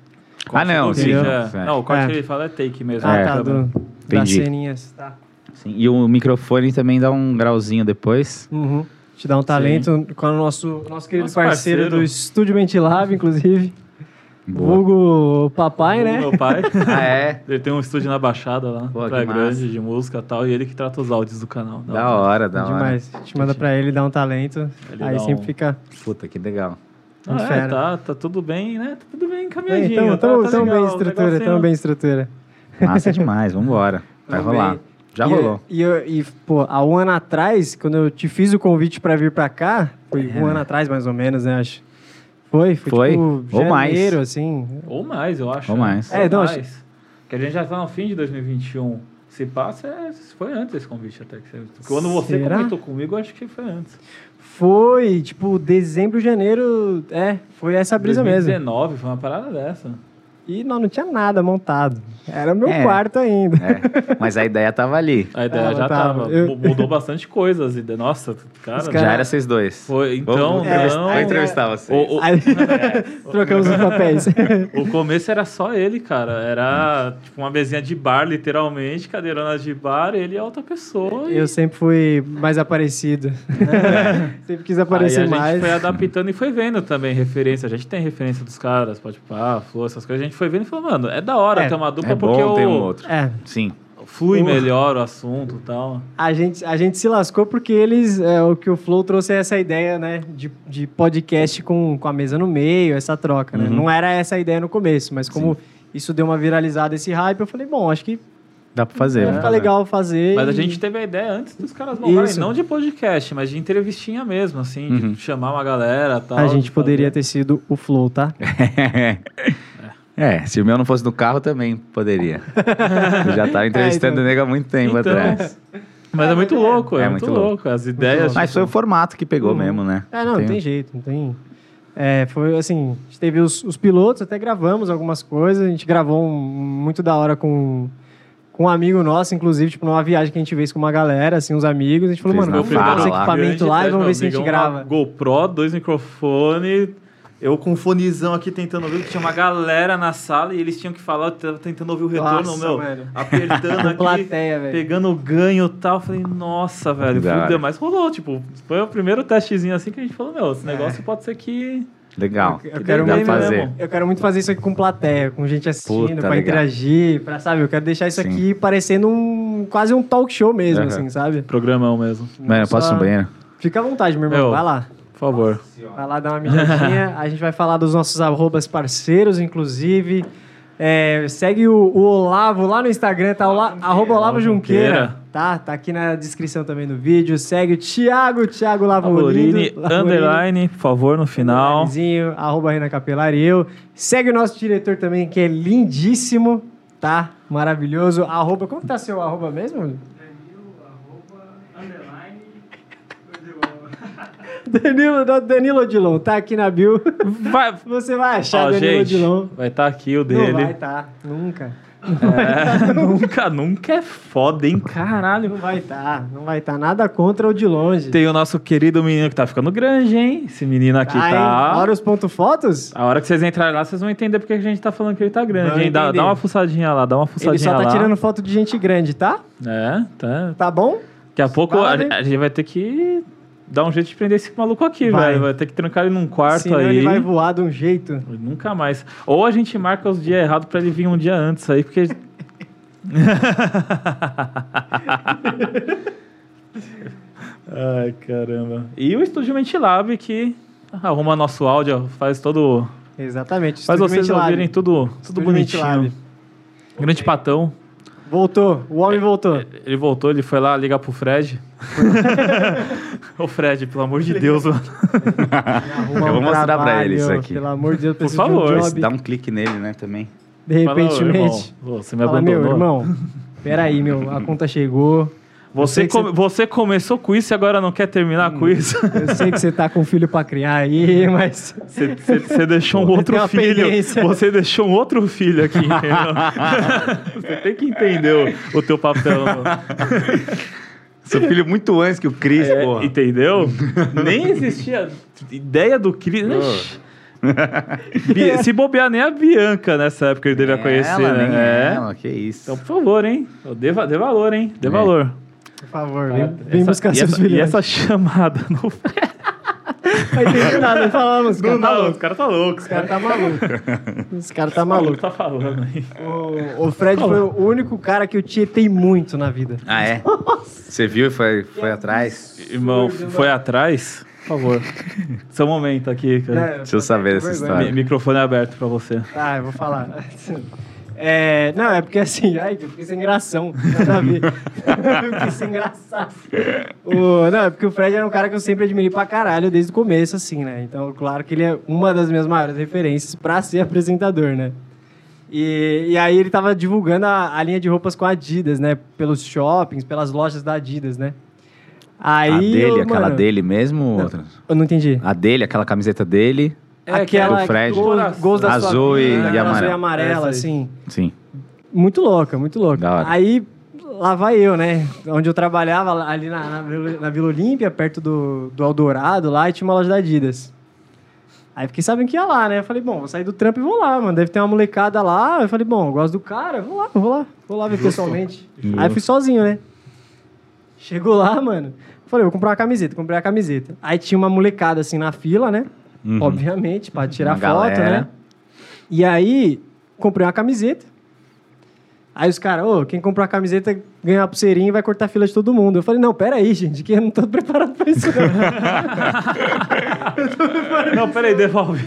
Ah, não,
Tudo
sim.
vídeo,
não,
é.
é.
Não, o corte
É.
que ele fala é take mesmo.
Ah,
né?
tá, do, das
Entendi.
ceninhas. Tá.
Sim, E o microfone também dá um grauzinho depois.
Uhum. Te dá um talento com o nosso, nosso querido
Nosso
parceiro,
parceiro.
do Estúdio Mentilab, inclusive.
Boa.
Vulgo papai,
O
né?
Meu pai.
Ah, é?
Ele tem um estúdio na Baixada lá,
Pô,
Praia
que
Grande,
massa.
de música e tal, e ele que trata os áudios do canal. né?
Da hora, da hora.
Demais. Te manda pra ele, dá um talento.
Ele
aí
dá
sempre
um-
fica.
Puta, que legal.
Ah, é,
Um Fera.
tá, tá tudo bem, né? Tá tudo bem
Bem,
encaminhadinho.
tamo,
tá,
tamo,
tá
tamo
legal,
bem
o
estrutura,
negocinho.
tamo bem estrutura.
Massa demais, vambora. Vai
Vamos
rolar.
ver.
Já
E-
rolou.
E, eu- e, pô, há um ano atrás, quando eu te fiz o convite pra vir pra cá, foi
É.
um ano atrás mais ou menos, né? Acho. Foi? Foi,
Foi.
tipo
Ou mais.
janeiro, assim.
Ou mais, eu acho.
Ou
né?
mais.
É,
Ou
não,
mais. Que a gente já tá no fim de 2021. Se passa, é- foi antes esse convite até. que você- Quando você
Será?
comentou comigo, eu acho que foi antes.
Foi, tipo, dezembro, janeiro. É, foi essa brisa mesmo.
2019, foi uma parada dessa.
E não, não tinha nada montado. Era meu
É.
quarto ainda.
É, Mas a ideia tava ali.
A ideia
Tava,
já
tava.
tava.
Ah, tá. Eu-
mu- Mudou bastante coisa as ideias. Nossa, cara.
caras-
Já era vocês dois.
Foi, então,
Vou- vou entrevistar-
não.
Vou entrevistar vocês.
O- o-
Aí, trocamos os papéis.
O começo era só ele, cara. Era tipo uma mesinha de bar, literalmente, cadeirona de bar, ele é outra pessoa. e-
Eu sempre fui mais aparecido.
É.
sempre quis
Aí
aparecer
a
mais.
gente foi adaptando e foi vendo também referência. A gente tem referência dos caras, pode pá, flor, essas coisas. A gente foi vendo e falou, mano, é da hora
É.
ter uma dupla
É
porque
bom ter um
o-
outro.
É,
Sim.
flui
Uh.
melhor o assunto e tal.
a gente, a gente se lascou porque eles. é, o que o Flow trouxe é essa ideia, né? De, de podcast com, com a mesa no meio, essa troca,
Uhum.
né? Não era essa a ideia no começo, mas como isso deu uma viralizada, esse hype, eu falei, bom, acho que
Dá pra
É,
vai
fazer. né?
tá
ficar legal fazer.
Mas a
e-
gente teve a ideia antes dos caras montarem,
Isso.
não de podcast, mas de entrevistinha mesmo, assim,
Uhum.
de chamar uma galera e tal.
A
de
gente
fazer.
poderia ter sido o Flow, tá?
É, se o meu não fosse no carro, também poderia. Eu já tava entrevistando
então.
o nego há muito tempo
É, Então,
atrás.
Mas é, muito louco, é,
É
muito
muito
louco. As ideias.
Mas foi o formato que pegou mesmo, né?
É, não, não tem jeito, não tem. É, foi assim, a gente teve os, os pilotos, até gravamos algumas coisas, a gente gravou um, muito da hora com, com um amigo nosso, inclusive, tipo, numa viagem que a gente fez com uma galera, assim, uns amigos, a gente falou,
Fez
mano,
na
vamos pegar os
farra lá.
equipamentos
Grande
lá e
teste,
vamos ver
meu
se a gente
amigo, é uma
grava.
GoPro, dois microfones. Eu com um fonezão aqui tentando ouvir, tinha uma galera na sala e eles tinham que falar, eu tava tentando ouvir o retorno,
Nossa,
meu.
velho.
Apertando aqui,
Plateia, velho.
pegando o ganho e tal. Eu Falei, nossa, velho,
Da hora.
fudeu. Mas rolou, tipo, foi o primeiro testezinho assim que a gente falou, meu,
É.
esse negócio pode ser que...
Legal.
Eu quero,
dá
muito,
pra fazer.
mesmo.
eu quero muito fazer isso aqui com plateia, com gente assistindo,
Puta,
pra
legal.
interagir, pra, sabe? Eu quero deixar isso
Sim.
aqui parecendo um quase um talk show mesmo,
Aham.
assim, sabe?
Programão mesmo,
Mano, eu posso ir
Só-
no banheiro?
Fica à vontade, meu irmão,
Meu,
vai lá.
por favor.
Vai lá dar uma mijadinha. a gente vai falar dos nossos arrobas parceiros, inclusive. É, segue o, o Olavo lá no Instagram, tá? Ola, arroba Olavo Junqueira.
Junqueira.
Tá, tá aqui na descrição também do vídeo. Segue o Thiago, Thiago Lavolini.
Favorini, underline, por favor, no final.
Lavolinizinho, Arroba Renan Capelar e eu. Segue o nosso diretor também, que é lindíssimo, tá? Maravilhoso. Arroba, como que tá seu arroba
É,
mesmo? Danilo, Danilo Odilon, tá aqui na bio.
Vai...
Você vai achar
Ó,
Danilo
gente,
Odilon.
vai estar aqui o
Não
dele.
vai tá, nunca.
É, nunca, nunca é foda, hein? Caralho.
Não vai estar, não vai estar nada contra o de longe.
Tem o nosso querido menino que tá ficando grande, hein? Esse menino aqui
Tá, hein?
tá.
Olha os pontos fotos.
A hora que vocês entrarem lá, vocês vão entender porque que a gente tá falando que ele tá grande,
Vão
hein? Dá,
entender.
dá uma fuçadinha lá, dá uma fuçadinha
Ele só tá
lá.
tirando foto de gente grande, tá?
É, tá.
Tá bom?
Daqui a pouco a,
Vale.
a gente vai ter que dar um jeito de prender esse maluco aqui,
Vai.
velho. Vai ter que trancar ele num quarto
Senão
aí.
ele vai voar de um jeito.
Nunca mais. Ou a gente marca os dias errados pra ele vir um dia antes aí, porque. Ai, caramba. E o Estúdio Mentilab que arruma nosso áudio, faz todo.
Exatamente.
faz
Estúdio
vocês
Mentilab.
ouvirem tudo, tudo
Estúdio
bonitinho.
Mentilab.
Grande patão.
Voltou, o
É,
homem voltou.
Ele voltou, ele foi lá ligar pro Fred. Ô Fred, pelo amor de Deus, mano.
Arruma
Eu vou
um
mostrar pra
trabalho,
ele isso aqui.
Pelo amor de Deus, preciso
favor,
de um
Pois,
job.
Dá um clique nele, né, também.
De
Fala, ô,
repentemente.
irmão, Você me
Fala, meu
abandonou.
irmão, peraí, meu, a conta chegou.
Você,
Eu sei que Hum.
come- você começou com isso e agora não quer terminar com isso?
Eu sei que você tá com filho pra criar aí, mas.
Você- Você você deixou um
Tem
outro
uma
filho.
pendência.
Você deixou um outro filho aqui, entendeu? você tem que entender o, o teu papel.
Seu filho muito antes que o Cris,
É,
porra.
entendeu? Nem existia ideia do Cris.
Pô.
Bi- Se bobear, nem a Bianca nessa época ele devia conhecer,
Ela,
né?
nem
É.
ela, que isso.
Então, por favor, hein? Dê, va- dê valor, hein? Dê
É.
valor.
Por favor, vem,
É, Essa-
vem buscar
e
seus
essa, e
filhos.
essa chamada no
Não entendi nada, falamos. Os
Não,
caras tá
não, os
louco.
caras tá loucos.
Os
Cara.
caras tá maluco. Os caras tá
O que
maluco.
tá falando aí?
O, o Fred foi o único cara que eu tietei muito na vida.
Ah, é? Você viu e foi, foi atrás?
Irmão, foi atrás? Por favor. Seu momento aqui, cara.
Deixa eu saber essa
Mi-
história.
microfone aberto pra você.
Tá, eu vou falar. É, não, é porque assim, ai, eu fiquei sem gração. Nada a ver. eu fiquei sem graçaço. O- não, é porque o Fred era um cara que eu sempre admirei pra caralho desde o começo, assim, né? Então, claro que ele é uma das minhas maiores referências pra ser apresentador, né? E, e aí ele tava divulgando a, a linha de roupas com a Adidas, né? Pelos shoppings, pelas lojas da Adidas, né? Aí,
a dele,
eu,
aquela
mano,
dele mesmo ou outra?
Eu não entendi.
A dele, aquela camiseta dele.
É, que
era o Fred.
Gols, gols da sua
Azul e-
vida,
e
aquela azul
amarela.
amarela,
Essa aí.
assim.
Sim.
Muito louca, muito louca.
Da hora.
Aí lá vai eu, né? Onde eu trabalhava, lá- ali na, na, Vila- na Vila Olímpia, perto do, do Eldorado, lá, e tinha uma loja da Adidas. Aí fiquei sabendo que ia lá, né? Eu falei, bom, vou sair do trampo e vou lá, mano. Deve ter uma molecada lá. Eu falei, bom, eu gosto do cara, vou lá, vou lá, vou lá ver pessoalmente. Aí fui sozinho, né? Chegou lá, mano. Falei, vou comprar uma camiseta, comprei a camiseta. Aí tinha uma molecada assim na fila, né? Obviamente, pra tirar
Uhum. Uma
foto,
galera.
né? E aí, comprei uma camiseta. Aí os caras, ô, quem comprar a camiseta ganha uma pulseirinha e vai cortar a fila de todo mundo. Eu falei, não, peraí, gente, que eu não tô preparado pra isso. não."
Não, peraí, devolve.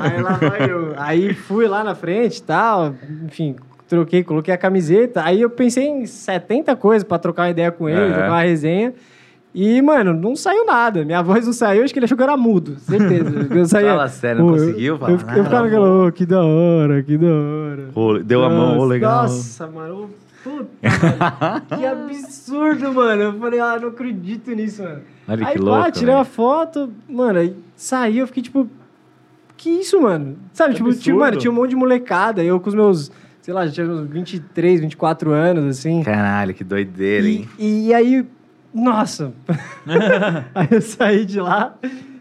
aí lá vai eu. Aí fui lá na frente e tal, enfim, troquei, coloquei a camiseta. Aí eu pensei em 70 coisas pra trocar uma ideia com ele,
É.
trocar uma resenha. E, mano, não saiu nada. Minha voz não saiu, acho que ele achou que eu era mudo. Certeza. Eu saía,
Fala sério, não
Pô,
conseguiu
eu,
falar
Eu, fiquei- eu ficava
nada?
aquela, ô, que da hora, que da hora.
Ô, Deu a mão, ô,
Nossa,
legal.
Nossa, mano. ô, Puta, mano. que absurdo, mano. Eu falei, ah, não acredito nisso, mano.
Olha
aí,
que
pá,
louco,
tirei uma
velho.
foto, mano, aí saí, eu fiquei tipo, que isso, mano? Sabe,
Que
tipo, tinha,
absurdo.
mano, tinha um monte de molecada, eu com os meus, sei lá, já tinha uns 23, 24 anos, assim.
Caralho, que doideira,
E,
hein?
e aí, nossa. aí eu saí de lá,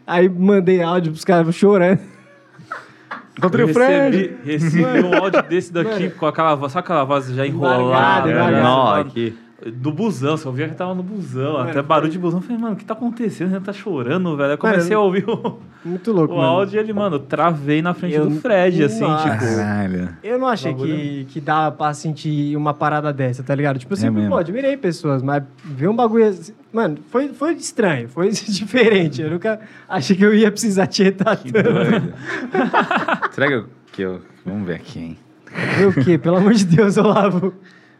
aí mandei áudio pros caras chorando.
Encontrei o
recebi,
Fred.
recebi um áudio desse daqui
Mano.
com aquela voz, sabe aquela voz já
Embargada,
enrolada?
embargada.
né?
Não,
Sabe?
aqui.
Do busão, você ouvia que tava no busão,
Mano,
até barulho de busão. Eu falei, mano, o que tá acontecendo? Você tá chorando, velho. Eu comecei
Mano,
a ouvir o,
Muito louco,
o
mano.
áudio e ele, mano, travei na frente
Eu-
do Fred, assim,
Nossa.
tipo.
Caralho.
Eu não achei
Bagulho.
que, que dá pra sentir uma parada dessa, tá ligado? Tipo, eu
É
sempre,
mesmo.
pô, admirei pessoas, mas ver um bagulho assim... Mano, foi, foi estranho, foi diferente. Eu nunca achei que eu ia precisar tietar tanto.
Doido. Será que eu, que eu- Vamos ver aqui, hein?
Ver o quê? Pelo amor de Deus, Olavo.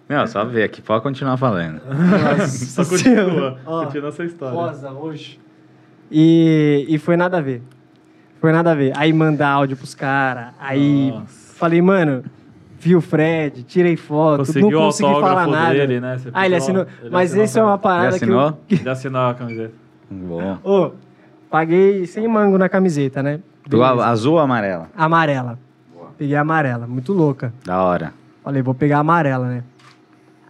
Não, só ver aqui. Pode continuar falando.
Nossa
Só continua.
Senhora. Ó,
Continua essa história.
rosa, roxo. E, e foi nada a ver. Foi nada a ver. Aí mandar áudio pros caras, aí
Nossa.
falei, mano... Vi o Fred, tirei foto,
Conseguiu
não
o
consegui falar
autógrafo
nada.
dele, né? Você
Ah, ele
pediu-
assinou.
ele
Mas
assinou
esse é uma
pra-
parada que eu,
assinou?
Já assinou a camiseta.
Bom.
Ô, paguei 100 mango na camiseta, né?
Pegou a- azul ou amarela?
Amarela. Peguei a amarela, muito louca.
Da hora.
Falei, vou pegar a amarela, né?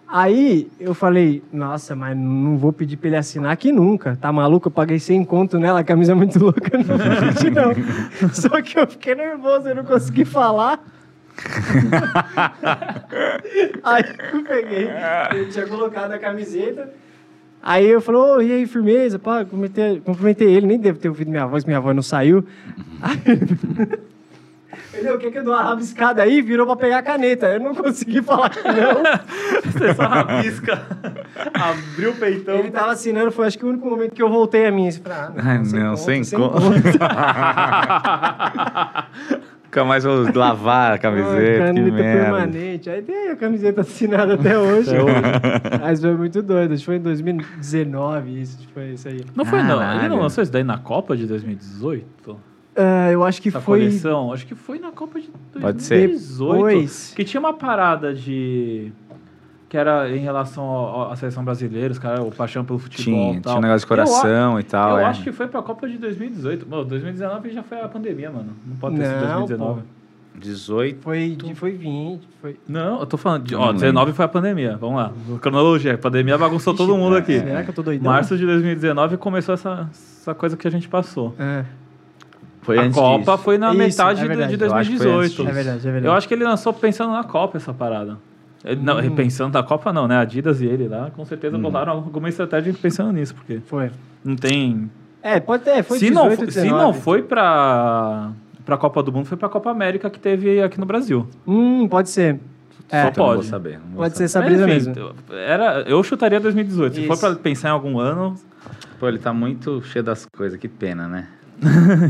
Aí eu falei, nossa, mas não vou pedir pra ele assinar aqui nunca. Tá maluco? Eu paguei sem conto nela, a camisa é muito louca, não vou pedir, não. Só que eu fiquei nervoso, eu não consegui falar. aí eu peguei, eu tinha colocado a camiseta. Aí eu falei, ô, e aí, firmeza, pá, cumprimentei, cumprimentei ele, nem devo ter ouvido minha voz, minha voz não saiu. Aí, Entendeu? O que que eu dou uma rabiscada aí? Virou pra pegar a caneta. Eu não consegui falar que não.
Você só rabisca. Abriu o peitão.
Ele tava assinando, foi acho que o único momento que eu voltei a mim. Assim, pra,
Ah, não, sem conta. Nunca mais vou lavar a
Ai,
camiseta, que
caneta
merda.
permanente. Aí tem a camiseta assinada até hoje. Mas foi muito doido. Acho que foi em 2019 isso. acho que Foi isso aí.
Não foi, não. Ele
Caralho.
não lançou isso daí na Copa de 2018?
Ah, eu acho que
Essa
foi.
Tá coleção? Acho que foi na Copa de
Pode ser.
2018.
Depois.
Que tinha uma parada de. Que era em relação ao- ao- à seleção brasileira, os caras, o paixão pelo futebol.
Tinha,
e tal.
tinha um negócio de coração e
Eu, a-
tal.
eu
é.
acho que foi pra Copa de 2018. Mano, 2019 já foi a pandemia, mano. Não pode ter sido
Não,
2019.
18.
Foi, de- foi 20. Foi...
Não, eu tô falando. De,
Não
ó,
lembro.
19 foi a pandemia. Vamos lá. Cronologia. A pandemia bagunçou todo mundo aqui.
Será que eu tô doidão?
Março de 2019 começou essa, essa coisa que a gente passou.
É,
Foi
a
antes
Copa
disso.
foi na
Isso,
metade
é
de-
verdade.
de
Eu acho que foi
2018.
antes disso.
é verdade, é verdade.
Eu acho que ele lançou pensando na Copa essa parada. Ele- Não,
Hum.
pensando na Copa não, né? Adidas e ele lá, com certeza botaram alguma estratégia pensando nisso, porque
Foi.
não tem.
É, pode ter. Foi
se,
18,
não, fo- se
19.
não foi pra, pra Copa do Mundo, foi pra Copa América que teve aqui no Brasil.
Hum, pode ser. É,
Só
Então não vou
pode.
saber. não vou
pode ser essa
Mas,
brisa
enfim,
mesmo.
Era, eu chutaria 2018. Se for
Isso.
pra pensar em algum ano,
saber. Pô, ele tá muito cheio das coisas, que pena, né?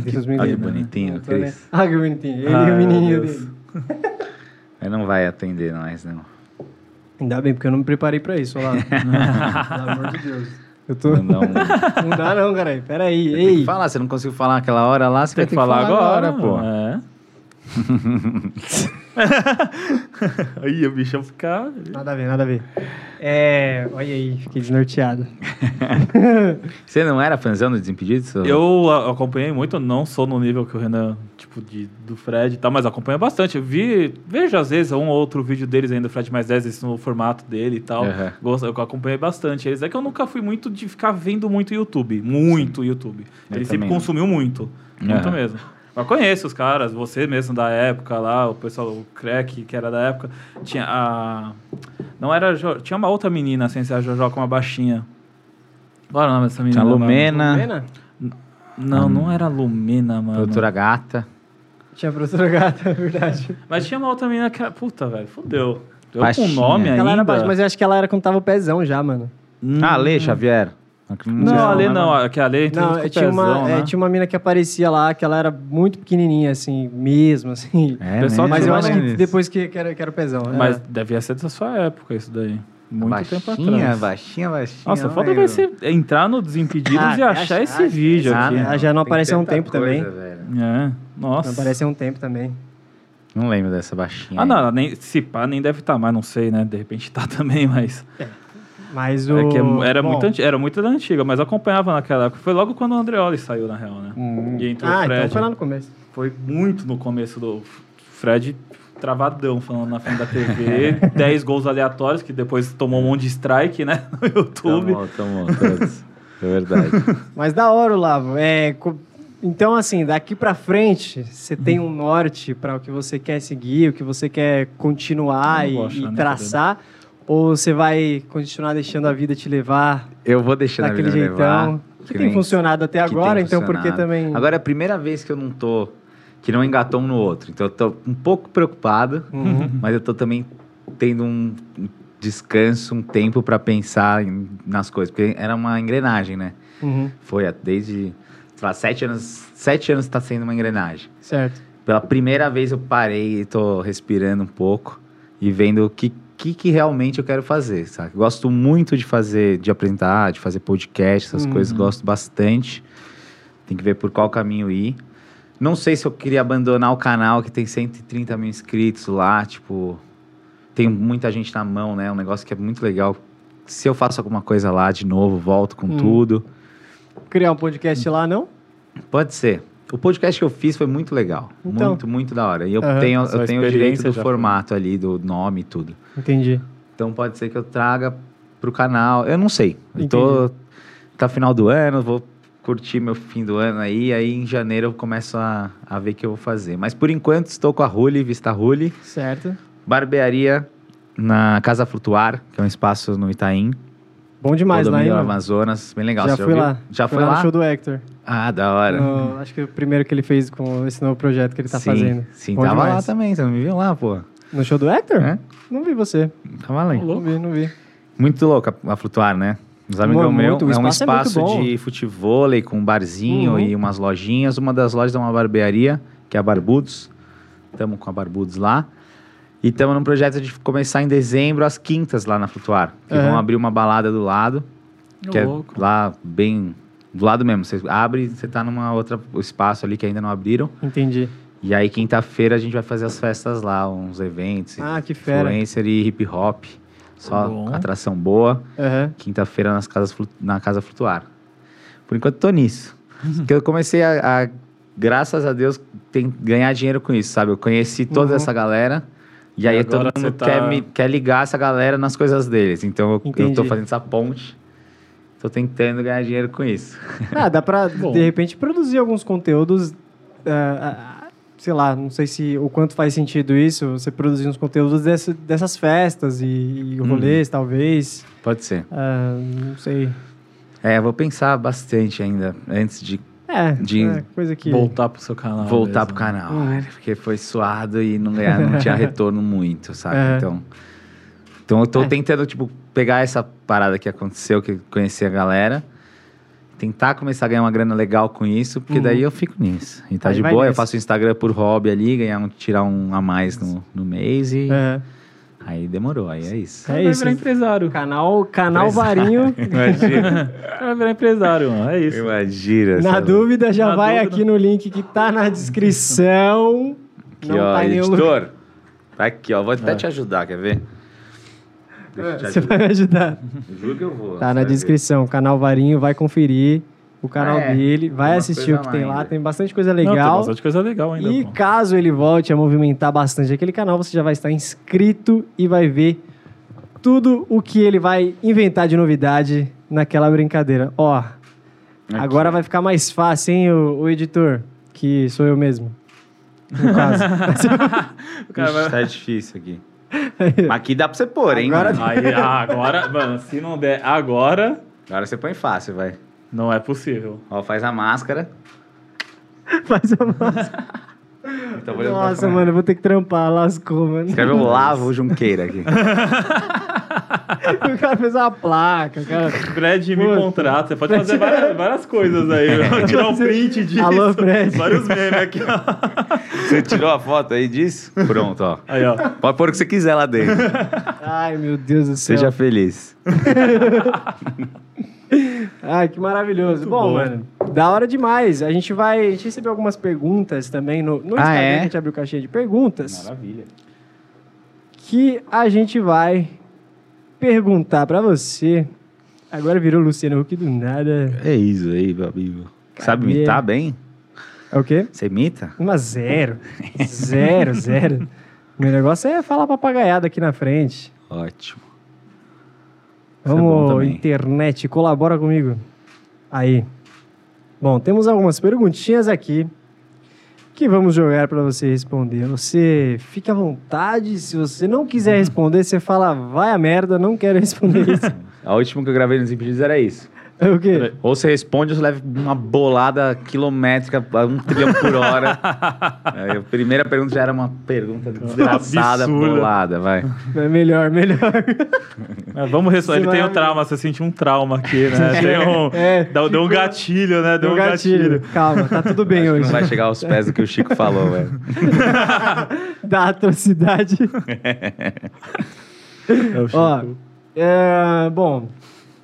Deus me
Olha que
livre.
bonitinho,
Não tô nem-
Cris.
Ah, que bonitinho. Ele e
Ai,
o menininho
meu Deus.
dele.
Ele não vai atender nós, não.
Ainda bem, porque eu não me preparei pra isso, olha lá. Pelo amor de Deus. Eu tô...
Mandar um-
Não dá não, cara. Pera aí,
Tem que
ei.
falar, você não conseguiu falar naquela hora lá, você
tem
vai
que, falar, agora,
pô.
pô. É. Aí o bicho ia ficar.
Nada a ver, nada a ver. É, olha aí, fiquei desnorteado.
Você não era fãzão do Desimpedidos? seu-
Eu a- acompanhei muito, não sou no nível que o Renan, tipo, de, do Fred e tal, mas acompanho bastante. Eu vi, vejo às vezes um ou outro vídeo deles ainda, Fred mais 10, esse no formato dele e tal.
Aham.
Gosto, eu acompanhei bastante eles. É que eu nunca fui muito de ficar vendo muito YouTube, muito YouTube.
Eu
Ele sempre
também não.
consumiu muito, muito
Aham.
mesmo. Mas conheço os caras, você mesmo da época lá, o pessoal, o Crack, que era da época. Tinha a... Não era... a Jo- Tinha uma outra menina, assim, a Jojo, com uma baixinha. Qual era o nome dessa menina?
Tinha a
mano?
Lumena,
Lumena?
Não, não era Lumena, mano.
doutora Gata,
Tinha a professora gata, é verdade.
Mas tinha uma outra menina que era. Puta, velho, fudeu. Eu
Baixinha.
com nome ainda.
Ela era baixa, mas é- eu acho que ela era quando tava o pezão já, mano.
Hum.
Ah, Lê Xavier.
Não, a Lê
né,
não,
mano?
a- que a Lê entrou
Não,
com o
tinha,
pezão,
uma, é,
né?
tinha uma mina que aparecia lá, que ela era muito pequenininha, assim, mesmo, assim.
É,
Pessoal,
mesmo,
Mas eu
não
acho
né?
que depois que, que, era, que era o pezão. é. era.
É. Mas devia ser da sua época isso daí. Muito
baixinha,
tempo atrás.
Baixinha, baixinha,
Nossa,
não
foda
lembro.
vai ser entrar no Desimpedidos
Ah,
e achar
acha-
esse
acha-
vídeo
Ah,
aqui.
Ela já não
tem
apareceu há um
tanta
tempo também.
velho.
É, nossa.
Não aparece há um tempo também.
Não lembro dessa baixinha.
Ah, não,
aí.
ela nem, se pá, nem deve estar mais, não sei, né? De repente tá também, mas.
Mas o.
É que é mu- era,
Bom,
muito anti- era muito da antiga, mas eu acompanhava naquela época. Foi logo quando o Andreoli saiu, na real, né? E entrou o
Ah,
Fred.
então foi lá no começo.
Foi muito no começo do Fred travadão falando na frente da TV, 10 gols aleatórios, que depois tomou um monte de strike, né? No YouTube.
Tomou, tomou, todos. É verdade.
Mas da hora, Olavo. É, co- então, assim, daqui pra frente, você tem um norte pra o que você quer seguir, o que você quer continuar
Eu
e,
não vou achar,
e
né,
traçar. Ou você vai continuar deixando a vida te levar
Eu vou deixando
daquele
a vida me levar.
jeitão? Que tem
nem-
funcionado até
que tem
agora, então por
funcionado.
que também.
Agora é a primeira vez que eu não tô. Que não engatou um no outro. Então eu tô um pouco preocupado,
Uhum.
mas eu tô também tendo um descanso, um tempo pra pensar em- nas coisas. Porque era uma engrenagem, né?
Uhum.
Foi a- desde. Sei lá, sete anos. Sete anos tá sendo uma engrenagem.
Certo.
Pela primeira vez eu parei e tô respirando um pouco e vendo o que, que, que realmente eu quero fazer, sabe? Gosto muito de fazer, de apresentar, de fazer podcast, essas
Uhum.
coisas, gosto bastante. Tem que ver por qual caminho ir. Não sei se eu queria abandonar o canal que tem 130 mil inscritos lá, tipo. Tem muita gente na mão, né? Um negócio que é muito legal. Se eu faço alguma coisa lá de novo, volto com
Hum.
tudo.
Criar um podcast lá, não?
Pode ser. O podcast que eu fiz foi muito legal.
Então.
Muito, muito da hora. E eu
Aham.
tenho,
Sua
eu tenho o direito
experiência
do
já foi.
formato ali, do nome e tudo.
Entendi.
Então pode ser que eu traga pro canal. Eu não sei. Eu tô. Tá final do ano, vou curtir meu fim do ano aí. Aí em janeiro eu começo a, a ver o que eu vou fazer. Mas por enquanto estou com a Ruli, Vista Ruli.
Certo.
Barbearia na Casa Flutuar, que é um espaço no Itaim.
Bom demais lá, hein?
Condomínio
mano?
Amazonas. Bem legal.
já
você
fui
ouviu?
lá.
Já
Fui
foi lá?
no show do Hector.
Ah, da hora.
No- acho que o primeiro que ele fez com esse novo projeto que ele tá
sim,
fazendo.
sim.
Bom
Tava lá
demais.
também, você não me viu lá, pô.
No show do Hector?
É?
Não vi você.
Tava lá.
Não vi, não vi.
Muito louca a flutuar, né? Os amigos
Mano,
meus,
muito. O
é um
espaço é muito
espaço
bom.
de futevôlei com um barzinho
Uhum.
e umas lojinhas. Uma das lojas é uma barbearia, que é a Barbudos. Estamos com a Barbudos lá. E estamos num projeto de começar em dezembro as quintas lá na Flutuar. Que
É.
vão abrir uma balada do lado, que é
louco.
lá bem... Do lado mesmo, você abre, você tá numa outra espaço ali que ainda não abriram.
Entendi.
E aí, quinta-feira, a gente vai fazer as festas lá, uns eventos.
Ah, que fera.
influencer e hip hop. Só
Bom.
atração boa.
Aham.
Quinta-feira nas casas flu- na Casa Flutuar. Por enquanto, tô nisso.
Uhum.
Porque eu comecei a, a, graças a Deus, tem, ganhar dinheiro com isso, sabe? Eu conheci toda
Uhum.
essa galera. E aí,
E
todo
agora
mundo
você tá-
quer, me- quer ligar essa galera nas coisas deles. Então, eu, eu tô
Entendi.
fazendo essa ponte. Tô tentando ganhar dinheiro com isso.
Ah, dá pra,
Bom.
de repente, produzir alguns conteúdos. ah, ah, sei lá, não sei se o quanto faz sentido isso, você produzir uns conteúdos desse- dessas festas e, e rolês, talvez.
Pode ser.
Ah, não sei.
É, vou pensar bastante ainda, antes de
É,
De-
é coisa que.
Voltar pro seu canal.
voltar
mesmo.
pro canal,
Uhum.
velho, porque foi suado e não, ganhar, não tinha retorno muito, sabe?
É.
Então, então eu tô
É.
tentando, tipo, pegar essa parada que aconteceu, que conhecer a galera, tentar começar a ganhar uma grana legal com isso, porque
Uhum.
daí eu fico nisso. E tá
Aí
de
vai
boa, eu
nessa.
faço o Instagram por hobby ali, ganhar um, tirar um a mais no, no mês e
É,
aí demorou, aí é isso.
é
Vai
isso.
virar empresário.
Canal, canal Varinho.
Imagina,
Vai virar empresário, mano. É isso.
imagina. é
Na
sabe?
dúvida, já
Na
vai
dúvida.
aqui no link que tá na descrição.
Aqui,
não
ó,
tá em nenhum lugar.
editor. Tá aqui, ó, vou até te ajudar, quer ver? Deixa eu
Você
te
É,
ajudar.
vai me ajudar.
Eu juro que eu vou.
Tá na
sabe?
descrição. Canal Varinho, vai conferir o canal
É,
dele, vai
uma
assistir
coisa
o que tem
lá
lá,
ainda.
tem bastante coisa
Não, tem
legal.
bastante coisa legal ainda.
E
pô.
caso ele volte a movimentar bastante aquele canal, você já vai estar inscrito e vai ver tudo o que ele vai inventar de novidade naquela brincadeira. Ó, agora vai ficar mais fácil, hein, o, o editor, que sou eu mesmo. No caso.
O cara vai-
Ixi, tá difícil aqui. Mas aqui dá pra você pôr, hein?
Agora-
Agora, mano?
Aí, ah, agora, mano, se não der agora,
Agora você põe fácil, vai.
não é possível.
Ó, faz a máscara.
Faz a massa.
Então vou levar pra
Nossa,
câmera.
mano, eu vou ter que trampar, lascou, mano.
Escreveu Lavo Junqueira aqui.
O cara fez uma placa, o cara.
Fred me
Puta.
contrata. Você pode fazer várias, várias coisas aí. Eu vou tirar um print disso.
Alô, Fred.
Vários memes aqui, ó.
Você tirou a foto aí disso? Pronto, ó.
Aí, ó.
Pode pôr o que você quiser lá dentro.
Ai, meu Deus do céu.
Seja feliz.
Ai, que maravilhoso. Bom,
bom.
mano, da hora demais. A gente vai. A gente recebeu algumas perguntas também no, no
Ah,
Instagram,
é?
que a gente abriu caixinha de perguntas.
Maravilha.
Que a gente vai perguntar pra você. Agora virou Luciano Huck do nada.
É isso aí, meu amigo. Sabe
Cadê?
imitar bem?
É o quê?
Você imita?
Uma zero. zero, zero. Meu negócio é falar papagaiada aqui na frente.
Ótimo. Isso é bom
Vamos,
também.
internet, colabora comigo. Aí. Bom, temos algumas perguntinhas aqui que vamos jogar para você responder. Você fica à vontade, se você não
Uhum.
quiser responder, você fala, vai a merda, não quero responder isso.
A última que eu gravei nos Impedidos era isso.
É o quê?
Peraí.
Ou você responde ou você leva uma bolada quilométrica a um trilhão por hora. Aí a primeira pergunta já era uma pergunta desgraçada,
Absurda.
bolada, vai.
É melhor, melhor.
Mas vamos ressoar. Ele tem um trauma, você sentiu um trauma aqui, né? Tem um,
É,
dá- deu um gatilho, né? Deu um gatilho.
Calma, tá tudo bem
Acho que
hoje.
não vai chegar aos pés do que o Chico falou, velho.
Da atrocidade.
É o
Ó,
Chico.
é, bom,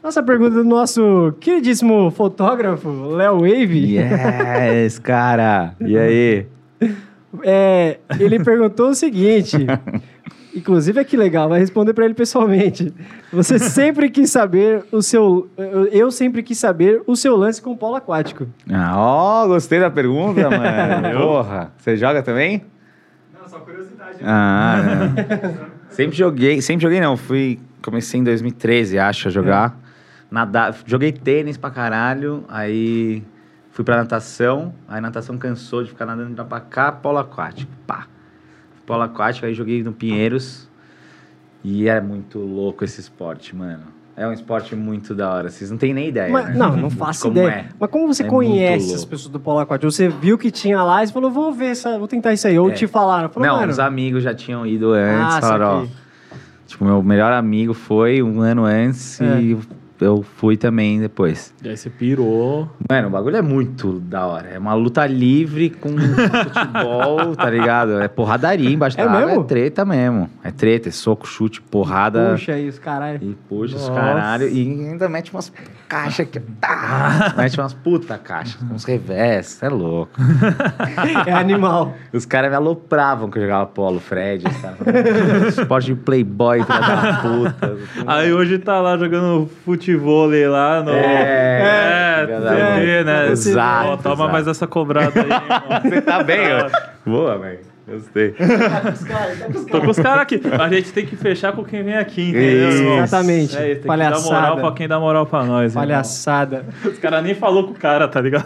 nossa pergunta do nosso queridíssimo fotógrafo, Léo Wave.
Yes, cara! E aí?
É, ele perguntou o seguinte: Inclusive, é que legal, vai responder para ele pessoalmente. Você sempre quis saber o seu. eu- Eu sempre quis saber o seu lance com o polo aquático.
Ah, ó, gostei da pergunta, mano. Porra. Você joga também?
Não, só curiosidade.
Ah, não. sempre joguei, sempre joguei não, fui, comecei em 2013, acho, a jogar. Nadar, joguei tênis pra caralho, aí fui pra natação, aí natação cansou de ficar nadando de lá pra cá, polo aquático, pá. Polo aquático, aí joguei no Pinheiros, e é muito louco esse esporte, mano. É um esporte muito da hora, vocês não têm nem ideia,
Mas-
né?
não, não faço
Como
ideia.
é.
Mas como você
É muito
conhece as
louco.
pessoas do polo aquático? Você viu que tinha lá e você falou, vou ver, essa, vou tentar isso aí. Ou
É.
te falaram. Falou,
não,
mano,
os amigos já tinham ido antes,
Ah,
falaram, ó,
saquei.
Tipo, meu melhor amigo foi um ano antes
É.
e eu fui também depois.
E aí você pirou.
Mano, o bagulho é muito da hora. É uma luta livre com um futebol, tá ligado? É porradaria embaixo
É
da água,
mesmo?
é treta mesmo. É treta, é soco, chute, porrada.
Puxa aí, os caralho.
E puxa os
Nossa.
caralho. E ainda mete umas caixas aqui. Tá! Mete umas puta caixas, uns revés. É louco.
É animal.
Os caras me alopravam que eu jogava polo, Fred. Os caras falavam, esporte de playboy, filha da puta.
Aí hoje tá lá jogando futevôlei lá no.
É,
é,
verdade.
TV, né?
Exato,
Ó, Toma
exato.
mais essa cobrada aí, irmão.
Você tá bem, ó. Boa, velho. Gostei.
Tô com os caras aqui. A gente tem que fechar com quem vem aqui, entendeu?
Isso.
irmão?
Exatamente.
É isso, tem
Palhaçada.
que dar moral pra quem dá moral pra nós. irmão.
Palhaçada.
Os caras nem falou com o cara, tá ligado?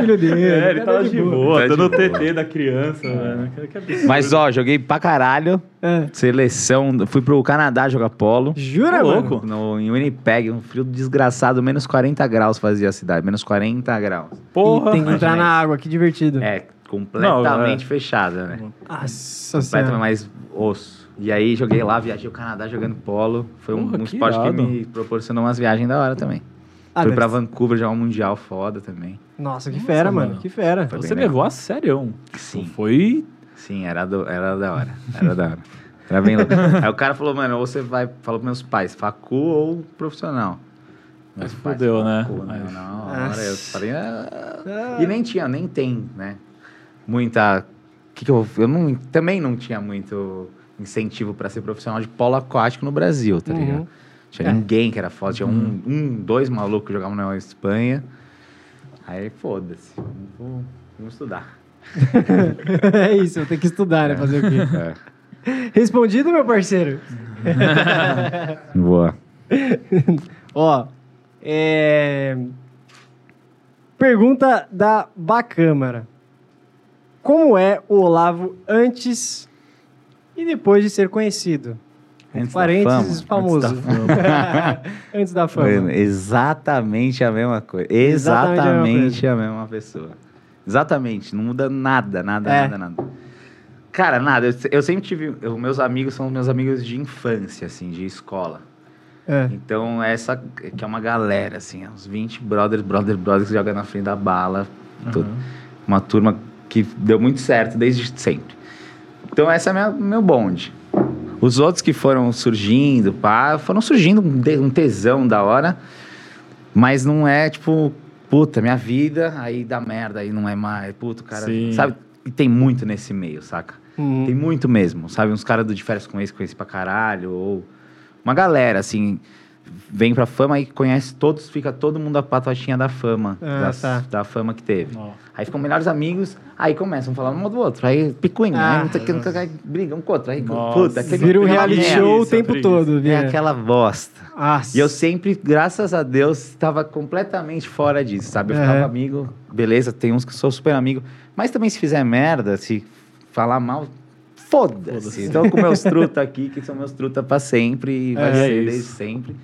filho dele.
É, ele tava de boa, É.
Tá
tá no
de boa.
TT da criança, velho. Que- que absurdo.
Mas, ó, joguei pra caralho.
É.
Seleção. Fui pro Canadá jogar polo.
Jura,
Ô,
louco?
louco.
No, em Winnipeg, um frio desgraçado, menos 40 graus fazia a cidade, menos 40 graus.
Porra.
E tem que entrar
Imagina
na água, que divertido.
É, completamente fechada, né?
Nossa
Completamente
senhora.
mais osso. E aí joguei lá, viajei o Canadá jogando polo. Foi um,
Porra,
um
que
esporte que
irado.
me proporcionou umas viagens da hora também.
Ah,
Fui
deve-
pra Vancouver já um mundial foda também.
Nossa, que
Nossa,
fera, mano.
mano.
Que fera.
Foi
Você
bem legal.
levou a sério.
Sim.
Foi.
Sim, era, do- era da hora. Era da hora. Era bem louco. Aí o cara falou, mano, ou você vai, falou pros meus pais, facu ou profissional. Meus
Mas
pais,
fudeu, né?
facu, né?
Mas-
Não, na hora eu falei, "Ah."
Ah.
E nem tinha, nem tem, né? Muita. Que que eu, eu não, também não tinha muito incentivo pra ser profissional de polo aquático no Brasil, tá
Uhum.
ligado? Tinha
É.
ninguém que era foda, tinha um, um, dois malucos que jogavam na Espanha. Aí foda-se, vamos, vamos estudar.
é isso, eu tenho que estudar, né? Fazer o quê?
É.
Respondido, meu parceiro?
Boa.
Ó, é... Pergunta da Bacâmara. Como é o Olavo antes e depois de ser conhecido?
Antes da
Parênteses
fama,
famoso.
antes da
Antes da fama.
Foi né? Exatamente a mesma coisa.
Exatamente a mesma
Exatamente a mesma pessoa. Exatamente. Não muda nada, nada,
É.
nada, nada. Cara, nada. Eu, se- eu sempre tive. eu- meus amigos são meus amigos de infância, assim, de escola.
É.
Então, essa que é uma galera, assim, é uns 20 brothers, brother, brothers que joga na frente da bala.
Uhum.
Tô- Uma turma que deu muito certo desde sempre. Então, essa é minha, meu bonde. Os outros que foram surgindo, pá, foram surgindo um de- um tesão da hora, mas não é tipo, puta, minha vida, aí dá merda, aí não é mais, puta, o cara.
Sim.
Sabe? E tem muito nesse meio, saca?
Hum.
Tem muito mesmo, sabe? Uns caras do de férias com ex, conhece pra caralho, ou uma galera, assim, vem pra fama e conhece todos, fica todo mundo a patotinha da fama,
Ah,
das-
tá.
da fama que teve.
Ó.
Aí ficam melhores amigos, aí começam a falar um do outro, aí picuinha,
Ah.
aí não sei o que, não sei o que, aí brigam um com o outro, aí
Nossa.
puta, aquele
Vira um
aquela
reality
merda.
show o
preguiça,
tempo
preguiça.
todo.
É
Vira.
aquela bosta.
Nossa.
E eu sempre, graças a Deus, estava completamente fora disso, sabe? Eu
É.
ficava amigo, beleza, tem uns que sou super amigo, mas também se fizer merda, se falar mal,
Foda-se.
foda-se. Então, com meus truta aqui, que são meus truta pra sempre, e vai
É,
ser
é isso.
desde sempre.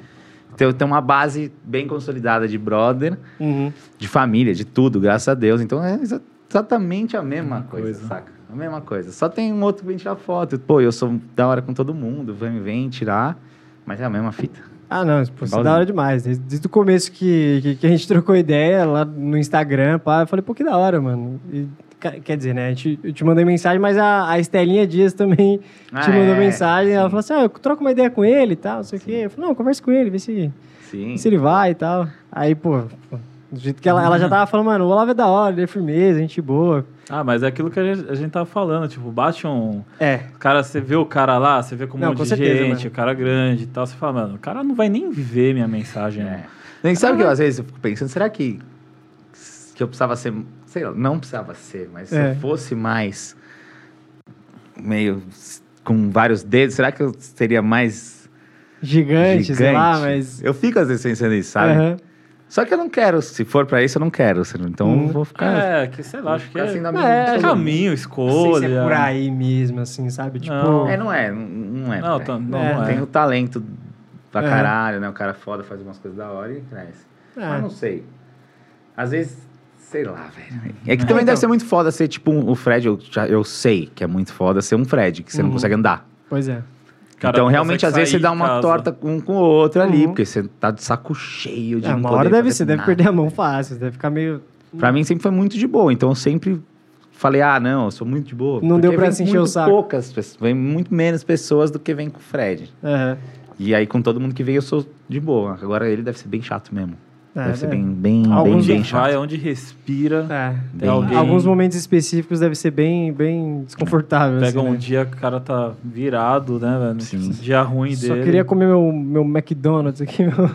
Então, eu tenho uma base bem consolidada de brother,
Uhum.
de família, de tudo, graças a Deus. Então, é exa- exatamente a mesma coisa,
coisa.
saca? A mesma coisa. Só tem um outro que vem tirar foto. Pô, eu sou da hora com todo mundo, vem, vem tirar, mas é a mesma fita.
Ah, não, pô, isso é
Igualzinho.
da hora demais. Desde, desde o começo que, que, que a gente trocou ideia lá no Instagram, pá, eu falei, pô, que da hora, mano. E, ca- quer dizer, né? a gente- eu te mandei mensagem, mas a, a Estelinha Dias também
Ah,
te mandou
é,
mensagem. Ela
sim.
falou assim: ah, eu troco uma ideia com ele e tal, não sei o quê. Eu falei, não, conversa com ele, vê se,
Sim.
se ele vai e tal. Aí, pô, pô, do jeito que ela, ela já tava falando, mano, o Olavo é da hora, ele é firmeza, gente boa.
Ah, mas é aquilo que a gente, a gente tava falando, tipo, bate um.
É.
Cara, você vê o cara lá, você vê com um
Não,
monte
com
de
certeza,
gente,
mano.
o cara grande e tal, você fala, mano, o cara não vai nem ver minha mensagem.
um
né?"
É.
mano.
Nem sabe que
Ah.
eu, às vezes eu fico pensando, será que, que eu precisava ser. Sei lá, não precisava ser, mas se
É.
eu fosse mais. meio. s- com vários dedos, será que eu seria mais.
Gigante,
gigante?
sei lá, mas.
Eu fico às vezes pensando nisso, sabe?
Aham.
Só que eu não quero, se for pra isso, eu não quero. Então
Hum.
eu vou ficar.
É, que sei lá, acho que
ficar
é,
assim na
é
medida
É,
do seu-
caminho,
Não sei se
escolha.
é por aí mesmo, assim, sabe? Tipo.
Não.
É, não é, não- não é.
Não,
cara.
tá- não,
É.
não é.
Tem o talento pra
É.
caralho, né? O cara foda faz umas coisas da hora e cresce. Mas
Ah,
não sei. Às vezes, sei lá, velho. É que também
então.
deve ser muito foda ser tipo um, o Fred, eu, já- eu sei que é muito foda ser um Fred, que você
Uhum.
não consegue andar.
pois é.
Cara,
então,
não
realmente,
consegue
às vezes
sair
você dá
de
uma
casa.
torta um com o outro ali,
Uhum.
porque você tá de saco cheio de
É,
não
uma
poder
hora deve
fazer
ser, deve
nada. né?
perder a mão fácil, deve ficar meio.
Pra mim sempre foi muito de boa, então eu sempre falei, ah, não, eu sou muito de boa.
Não deu
Porque
pra
vem
se encher
muito
o saco.
poucas pessoas, vem muito menos pessoas do que vem com o Fred.
Aham.
E aí, com todo mundo que vem, eu sou de boa. Agora ele deve ser bem chato mesmo.
É,
deve ser
é.
bem, bem, bem,
Alguns
Onde
bem chato.
vai, onde respira.
É.
Bem-
alguém-
Alguns momentos específicos deve ser bem, bem desconfortável.
Pega
assim,
um
né?
dia que o cara tá virado, né, velho?
Sim.
Dia ruim
Só
dele.
queria comer meu, meu McDonald's aqui. meu-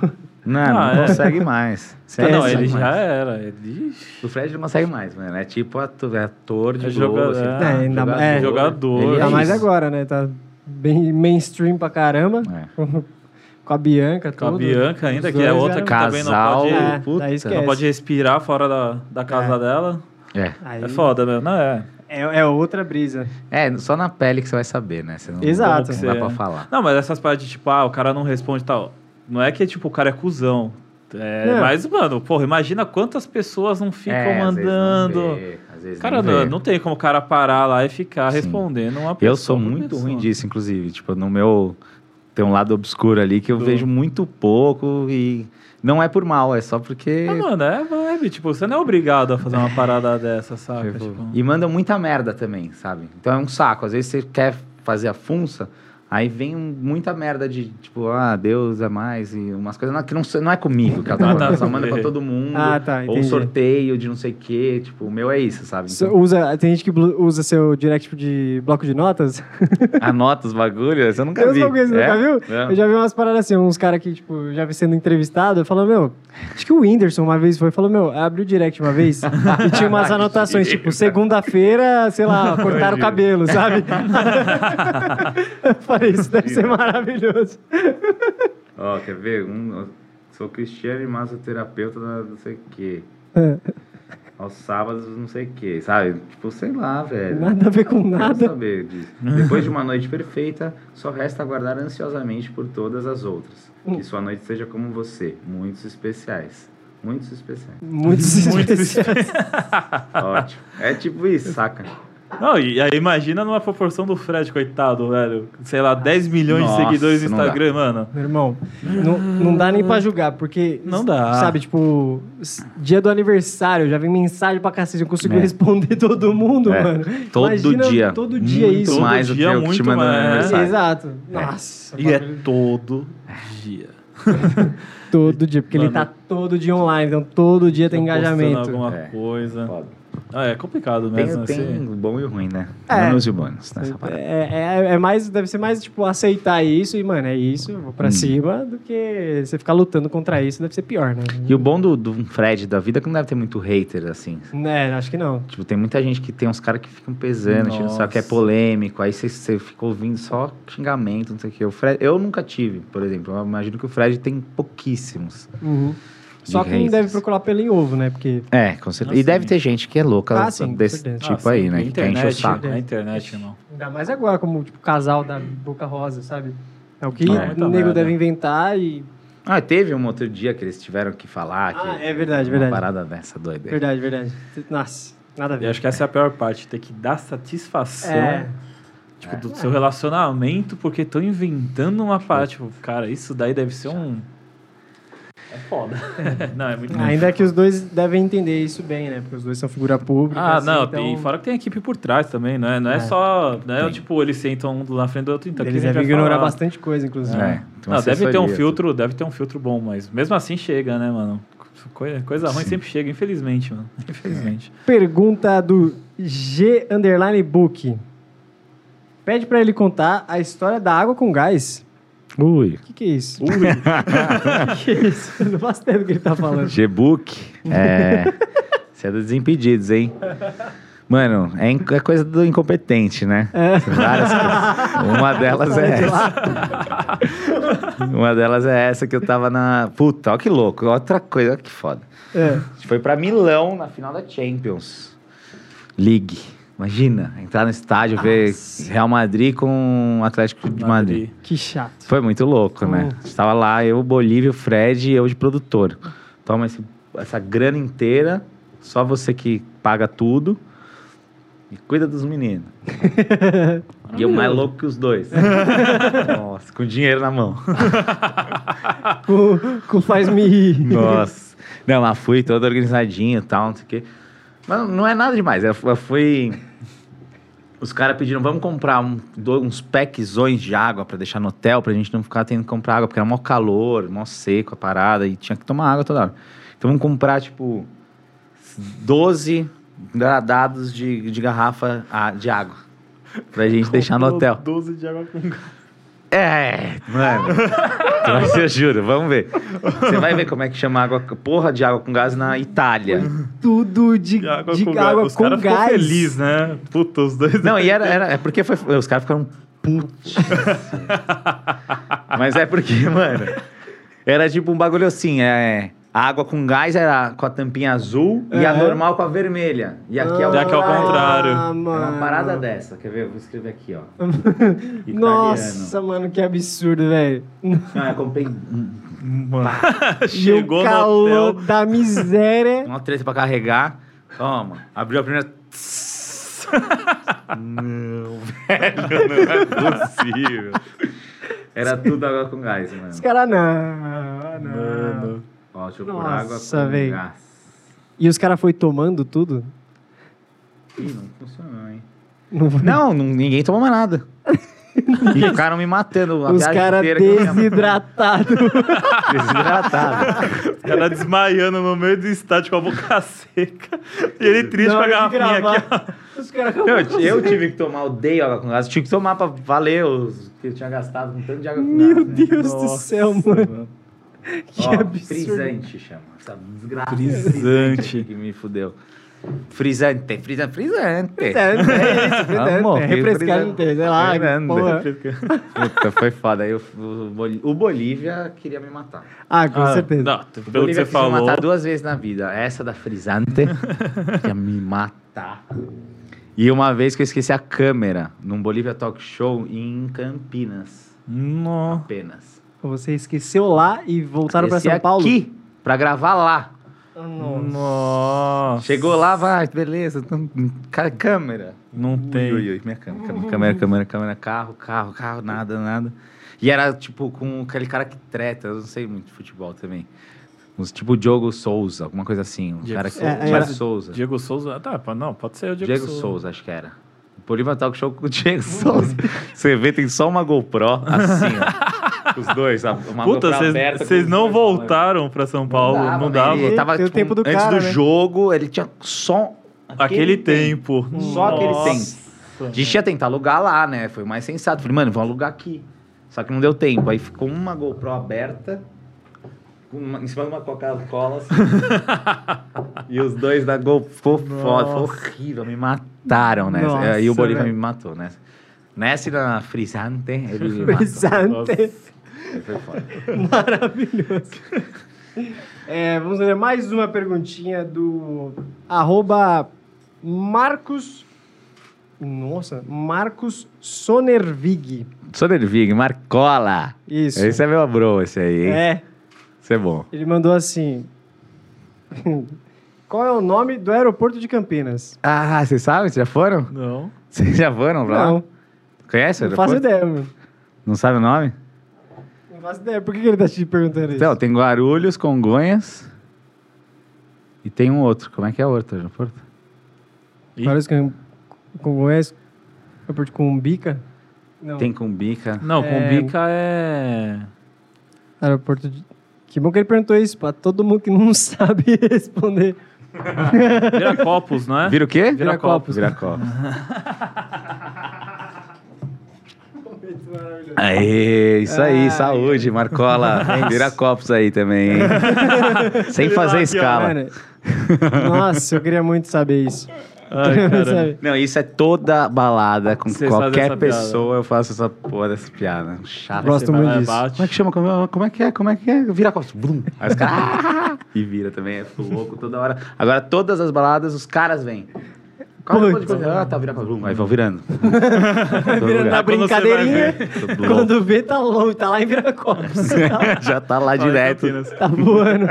Não,
Ah,
não
é.
consegue mais.
Ah,
Sério,
não,
consegue
ele já
mais.
era. Ele
O Fred não consegue mais, mano. É tipo ator, é ator de
É
é
jogador, é.
É, ainda mais- é.
Jogador.
Ele é
Ainda mais
isso.
agora, né? Tá bem mainstream pra caramba.
É.
Com a Bianca,
com a
tudo.
Bianca ainda,
Os
que é
dois
outra
eram-
que também não
Casal.
pode,
É,
puta,
daí
não
esquece.
pode respirar fora da, da casa
É.
dela.
É.
Aí
É foda, meu. Não, é.
é, é outra brisa.
É, só na pele que você vai saber, né? Você não,
Exato.
Não dá
Você-
pra falar.
Não, mas essas partes de tipo, ah, o cara não responde e tal. Não é que tipo, o cara é cuzão. É,
Não.
Mas, mano, porra, imagina quantas pessoas não ficam
É, às vezes não
mandando.
vê, às vezes
Cara,
não vê.
não, não tem como o cara parar lá e ficar
Sim.
respondendo uma pessoa.
Eu sou
por
muito
pessoa.
ruim disso, inclusive. Tipo, no meu. Tem um lado obscuro ali que eu
Do-
vejo muito pouco e. Não é por mal, é só porque.
Ah, mano, é vibe. Tipo, você não é obrigado a fazer uma parada dessa, saca?
Tipo,
Tipo,
E mandam muita merda também, sabe? Então é um saco. Às vezes você quer fazer a funça, aí vem um- muita merda de tipo, ah, Deus é mais, e umas coisas não- que não, não é comigo, que ela tá
Ah, tá,
falando, só
sim.
manda pra todo mundo.
Ah, tá,
ou
entendi.
sorteio de não sei o quê. Tipo, o meu é isso, sabe?
Você
Então,
Usa, tem gente que blu- usa seu direct de bloco de notas.
Então, anota os bagulhos, eu nunca
Eu
vi.
nunca vi, você
É?
nunca viu?
É.
Eu já vi umas paradas assim, uns caras que, tipo, eu já vi sendo entrevistado, falando, meu, acho que o Whindersson uma vez foi, falou, meu, abriu o direct uma vez e tinha umas anotações, tipo, segunda-feira, sei lá, cortaram o cabelo, sabe? eu falei, isso deve ser maravilhoso.
Ó, quer ver? Um, eu sou cristiano e massoterapeuta da não sei o quê.
É.
Aos sábados, não sei o quê, sabe? Tipo, sei lá, velho.
Nada a ver com
Quero
nada.
saber disso. Depois de uma noite perfeita, só resta aguardar ansiosamente por todas as outras.
Hum.
Que sua noite seja como você, muitos especiais. Muitos especiais.
Muitos
Muito
especiais.
Ótimo. É tipo isso, saca?
Não, e aí imagina numa proporção do Fred, coitado, velho. Sei lá, 10 milhões
Nossa,
de seguidores no
não dá.
Instagram, mano.
Meu irmão, não, não dá nem pra julgar, porque.
Não dá.
Sabe, tipo, s- dia do aniversário, já vem mensagem pra cacete, eu consegui
É.
responder todo mundo,
É.
mano.
Todo
Imagina
dia.
Todo dia
Muito
isso.
Todo
mais do que
dia,
eu que
muito
te mando no
mais.
aniversário.
Exato. Nossa,
E é
bagulho.
todo dia. Tá
todo dia, porque ele
Mano.
tá todo dia online, então todo dia tem
Tá postando
engajamento.
Alguma
É.
coisa.
Foda.
Ah, é complicado mesmo.
Tem,
assim.
tem o bom e o ruim, né?
É.
Bônus e bônus
né,
nessa parada.
É, é, é mais, deve ser mais, tipo, aceitar isso e, mano, é isso, vou
Hum.
pra cima, do que você ficar lutando contra isso, deve ser pior, né?
E o bom do, do Fred da vida é que não deve ter muito hater, assim.
Né, acho que não.
Tipo, tem muita gente que tem uns caras que ficam pesando, tirando só que é
Nossa.
polêmico, aí você- você fica ouvindo só xingamento, não sei o quê. O Fred, eu nunca tive, por exemplo. Eu imagino que o Fred tem pouquíssimos.
Uhum. Só
De
que não deve
haters.
procurar pelo em ovo, né? Porque
É, com certeza.
Ah,
e deve
sim.
ter gente que é louca
Ah, sim, com
desse
certeza.
tipo
Ah,
aí,
sim,
né?
a
Que quer encher o
internet,
saco.
A internet, irmão.
Ainda mais agora, como tipo, casal da Boca Rosa, sabe? É o que
É,
o
muita
nego
merda.
deve inventar e.
Ah, teve um outro dia que eles tiveram que falar. que
Ah, é verdade,
uma
verdade.
parada dessa doida. aí.
Verdade, verdade. Nossa, nada a
E
ver.
acho que essa é a pior parte, ter que dar satisfação
É,
tipo, do seu relacionamento, porque estão inventando uma parte. Tipo, cara, isso daí deve ser um. É foda. não, é muito
Ah, ainda que os dois devem entender isso bem, né? Porque os dois são figura pública.
Ah,
assim,
não,
então...
tem, fora que tem equipe por trás também, não é, não é, só. Não é, tipo, eles sentam um na frente do outro, então o que
Eles
a gente
devem
vai
ignorar
falar?
bastante coisa, inclusive.
É,
É.
tem uma
Não, deve ter um
assessoria,
filtro, deve ter um filtro bom, mas mesmo assim chega, né, mano? Coisa, coisa ruim sempre chega, infelizmente, mano. Infelizmente.
Pergunta do G Underline Book. Pede pra ele contar a história da água com gás.
Ui.
O que, que é isso? O que é isso? Eu não faço ideia do que ele tá falando.
G-Book. É. Você é do Desimpedidos, hein? Mano, é, in- é coisa do incompetente, né? Várias coisas. Uma delas é essa. Uma delas é essa que eu tava na. Puta, olha que louco. Outra coisa, olha que foda.
É.
A gente foi pra Milão na final da Champions League. Imagina, entrar no estádio, ver Real Madrid com Atlético de Madrid.
Que chato.
Foi muito louco, né? Estava lá eu, Bolívia, o Fred e eu de produtor. Toma esse- essa grana inteira, só você que paga tudo e cuida dos meninos. e eu mais louco que os dois. Nossa, com dinheiro na mão.
Com, com faz-me rir.
Nossa. Não, mas fui todo organizadinho e tal, não sei o quê. Mas não é nada demais. Eu, eu fui. Os caras pediram, vamos comprar um- do- uns packzões de água pra deixar no hotel, pra gente não ficar tendo que comprar água, porque era mó calor, mó seco a parada, e tinha que tomar água toda hora. Então vamos comprar, tipo, 12 gradados de, de garrafa ah, de água. Pra gente deixar no hotel.
12 de água com gás.
É, mano. Mas eu juro, vamos ver. Você vai ver como é que chama água, porra de água com gás na Itália.
Tudo de
Água
de
com gás.
água
Os
com
caras ficam
gás.
felizes, né? Puta, os dois.
Não, e era, era é porque foi, os caras ficaram
Ah,
putos. Mas é porque, mano, era tipo um bagulho assim, é... A água com gás era com a tampinha azul e a
Aham.
normal com a vermelha. E aqui é o
Já que é o
contrário.
contrário.
Ah,
É
mano.
uma parada dessa. Quer ver? Eu Vou escrever aqui, ó. Italiano. né?
Nossa, mano, que absurdo, velho.
Não, eu comprei um-
Mano.
E o
Chegou no
calor
hotel.
da miséria.
uma treta pra carregar. Toma. Abriu a primeira... Não é possível. Era tudo água com gás, mano.
Os caras, não, não.
Mano.
Ó, deixa eu pôr
Nossa,
água com
véi.
gás.
E os caras foi tomando tudo?
Ih, não funcionou, hein?
Não foi?
Não, não- ninguém tomou mais nada. E ficaram me matando. A
Os
viagem
caras
inteira que eu ia-
desidratados.
Desidratado.
Ela desmaiando no meio do estádio com a boca seca. E ele triste com a garrafinha aqui.
Os é caras
Eu, ti- eu tive que tomar, odeio água com gás. Tive que tomar pra valer os que eu tinha gastado com tanto de água com gás.
Meu
né?
Deus do
Nossa,
céu, mano. Que é
Ó,
absurdo.
Frisante chama. Essa desgraça.
Frisante.
Que me fudeu. Frisante, frisante, frisante.
É, é isso, é,
Ah, Amor,
é, refrescar,
frisante.
não tem, sei lá.
Fernando.
porra.
Puta, foi foda. Aí o, o Bol- o Bolívia queria me matar.
Ah, com
Ah,
certeza.
não,
O
pelo que
Bolívia
você
quis me
falou.
matar duas vezes na vida. Essa da Frisante queria me matar. E uma vez que eu esqueci a câmera num Bolívia Talk Show em Campinas,
Nossa.
apenas.
Você esqueceu lá e voltaram pra
Desci
São Paulo?
aqui Hum, pra gravar lá.
Nossa.
Chegou lá, vai, beleza. tam- ca- Câmera.
Não tem.
Ui, ui, ui, minha câmera, câmera, câmera, câmera, câmera, carro, carro, carro, nada, nada. E era, tipo, com aquele cara que treta, eu não sei muito de futebol também. Uns, tipo Diogo Souza, alguma coisa assim. Um
Diego
cara que
Souza.
Diego
É, era-
Souza. Diego,
Diego Souza. Ah, Tá, pa- não, pode ser o Diego,
Souza. acho que era. Por inventar o show com o Diego Souza. Você vê, tem só uma GoPro, assim, ó. Os dois, a- uma
Puta,
GoPro
vocês-
aberta com
vocês
os
não
dois né? falando.
voltaram pra São Paulo. Não dava.
né? Ele tava,
Tem o
tipo,
tempo do
antes
cara,
do
né?
jogo, ele tinha só
Aquele tempo.
Só aquele
Nossa.
A gente ia tentar alugar lá, né? Foi mais sensato. Falei, mano, vamos alugar aqui. Só que não deu tempo. Aí ficou uma GoPro aberta, com uma- em cima de uma Coca-Cola. assim. e os dois da GoPro. Ficou foda, foi horrível. Me mataram, né?
Nossa,
Aí o Bolívar
velho.
me matou, né? Nessa e na Frisante, ele me matou.
Frisante.
Ele Foi foda.
Maravilhoso. É, vamos ler mais uma perguntinha do arroba Marcos. Nossa, Marcos Sonervig.
Sonervig, Marcola.
Isso.
Esse é meu bro, esse aí, hein?
É,
Esse é bom.
ele mandou assim. Qual é o nome do aeroporto de Campinas?
Ah, vocês sabem? Vocês já foram?
Não.
Vocês já foram pra lá?
Não,
Conhece? o
não faço
aeroporto?
ideia, mano.
Não sabe o nome?
Não faço ideia. Por que que ele tá te perguntando isso?
Então, tem Guarulhos, Congonhas. E tem um outro. Como é que é o outro aeroporto?
Ih.
Vários com Congonhas, aeroporto com Bica? Não,
Tem Cumbica.
Não,
É.
Cumbica é.
aeroporto de... Que bom que ele perguntou isso pra todo mundo que não sabe responder.
Vira copos, não é?
Vira o quê?
Vira copos.
Vira copo. Aê, isso aí,
Ai.
saúde, Marcola. Vira copos aí também, hein? Sem
Ele
fazer
lá aqui, ó, né?
escala.
Cara, nossa, eu queria muito saber isso.
Ai, cara.
Sabe?
Não, isso é toda balada. Com
Você faz
qualquer
essa piada.
pessoa eu faço essa porra dessa piada. Chato.
Gosto
Você vai
muito
lá e
disso.
bate.
Como é que chama? Como como é que é? Como é que é? Vira copos. Blum. Aí os caras. "Ah!" E vira também. Eu fico louco toda hora. Agora, todas as baladas, os caras vêm. Qual é o
Putz.
ponto de- Ah, tá, vira copos. Blum. Aí vão virando. Todo
Virando na
Tá Quando você vai
lugar.
brincadeirinha,
ver. Tô
quando vê, tá longe, tá lá em Viracopos.
Já tá lá
Olha,
direto.
Campinas.
tá voando.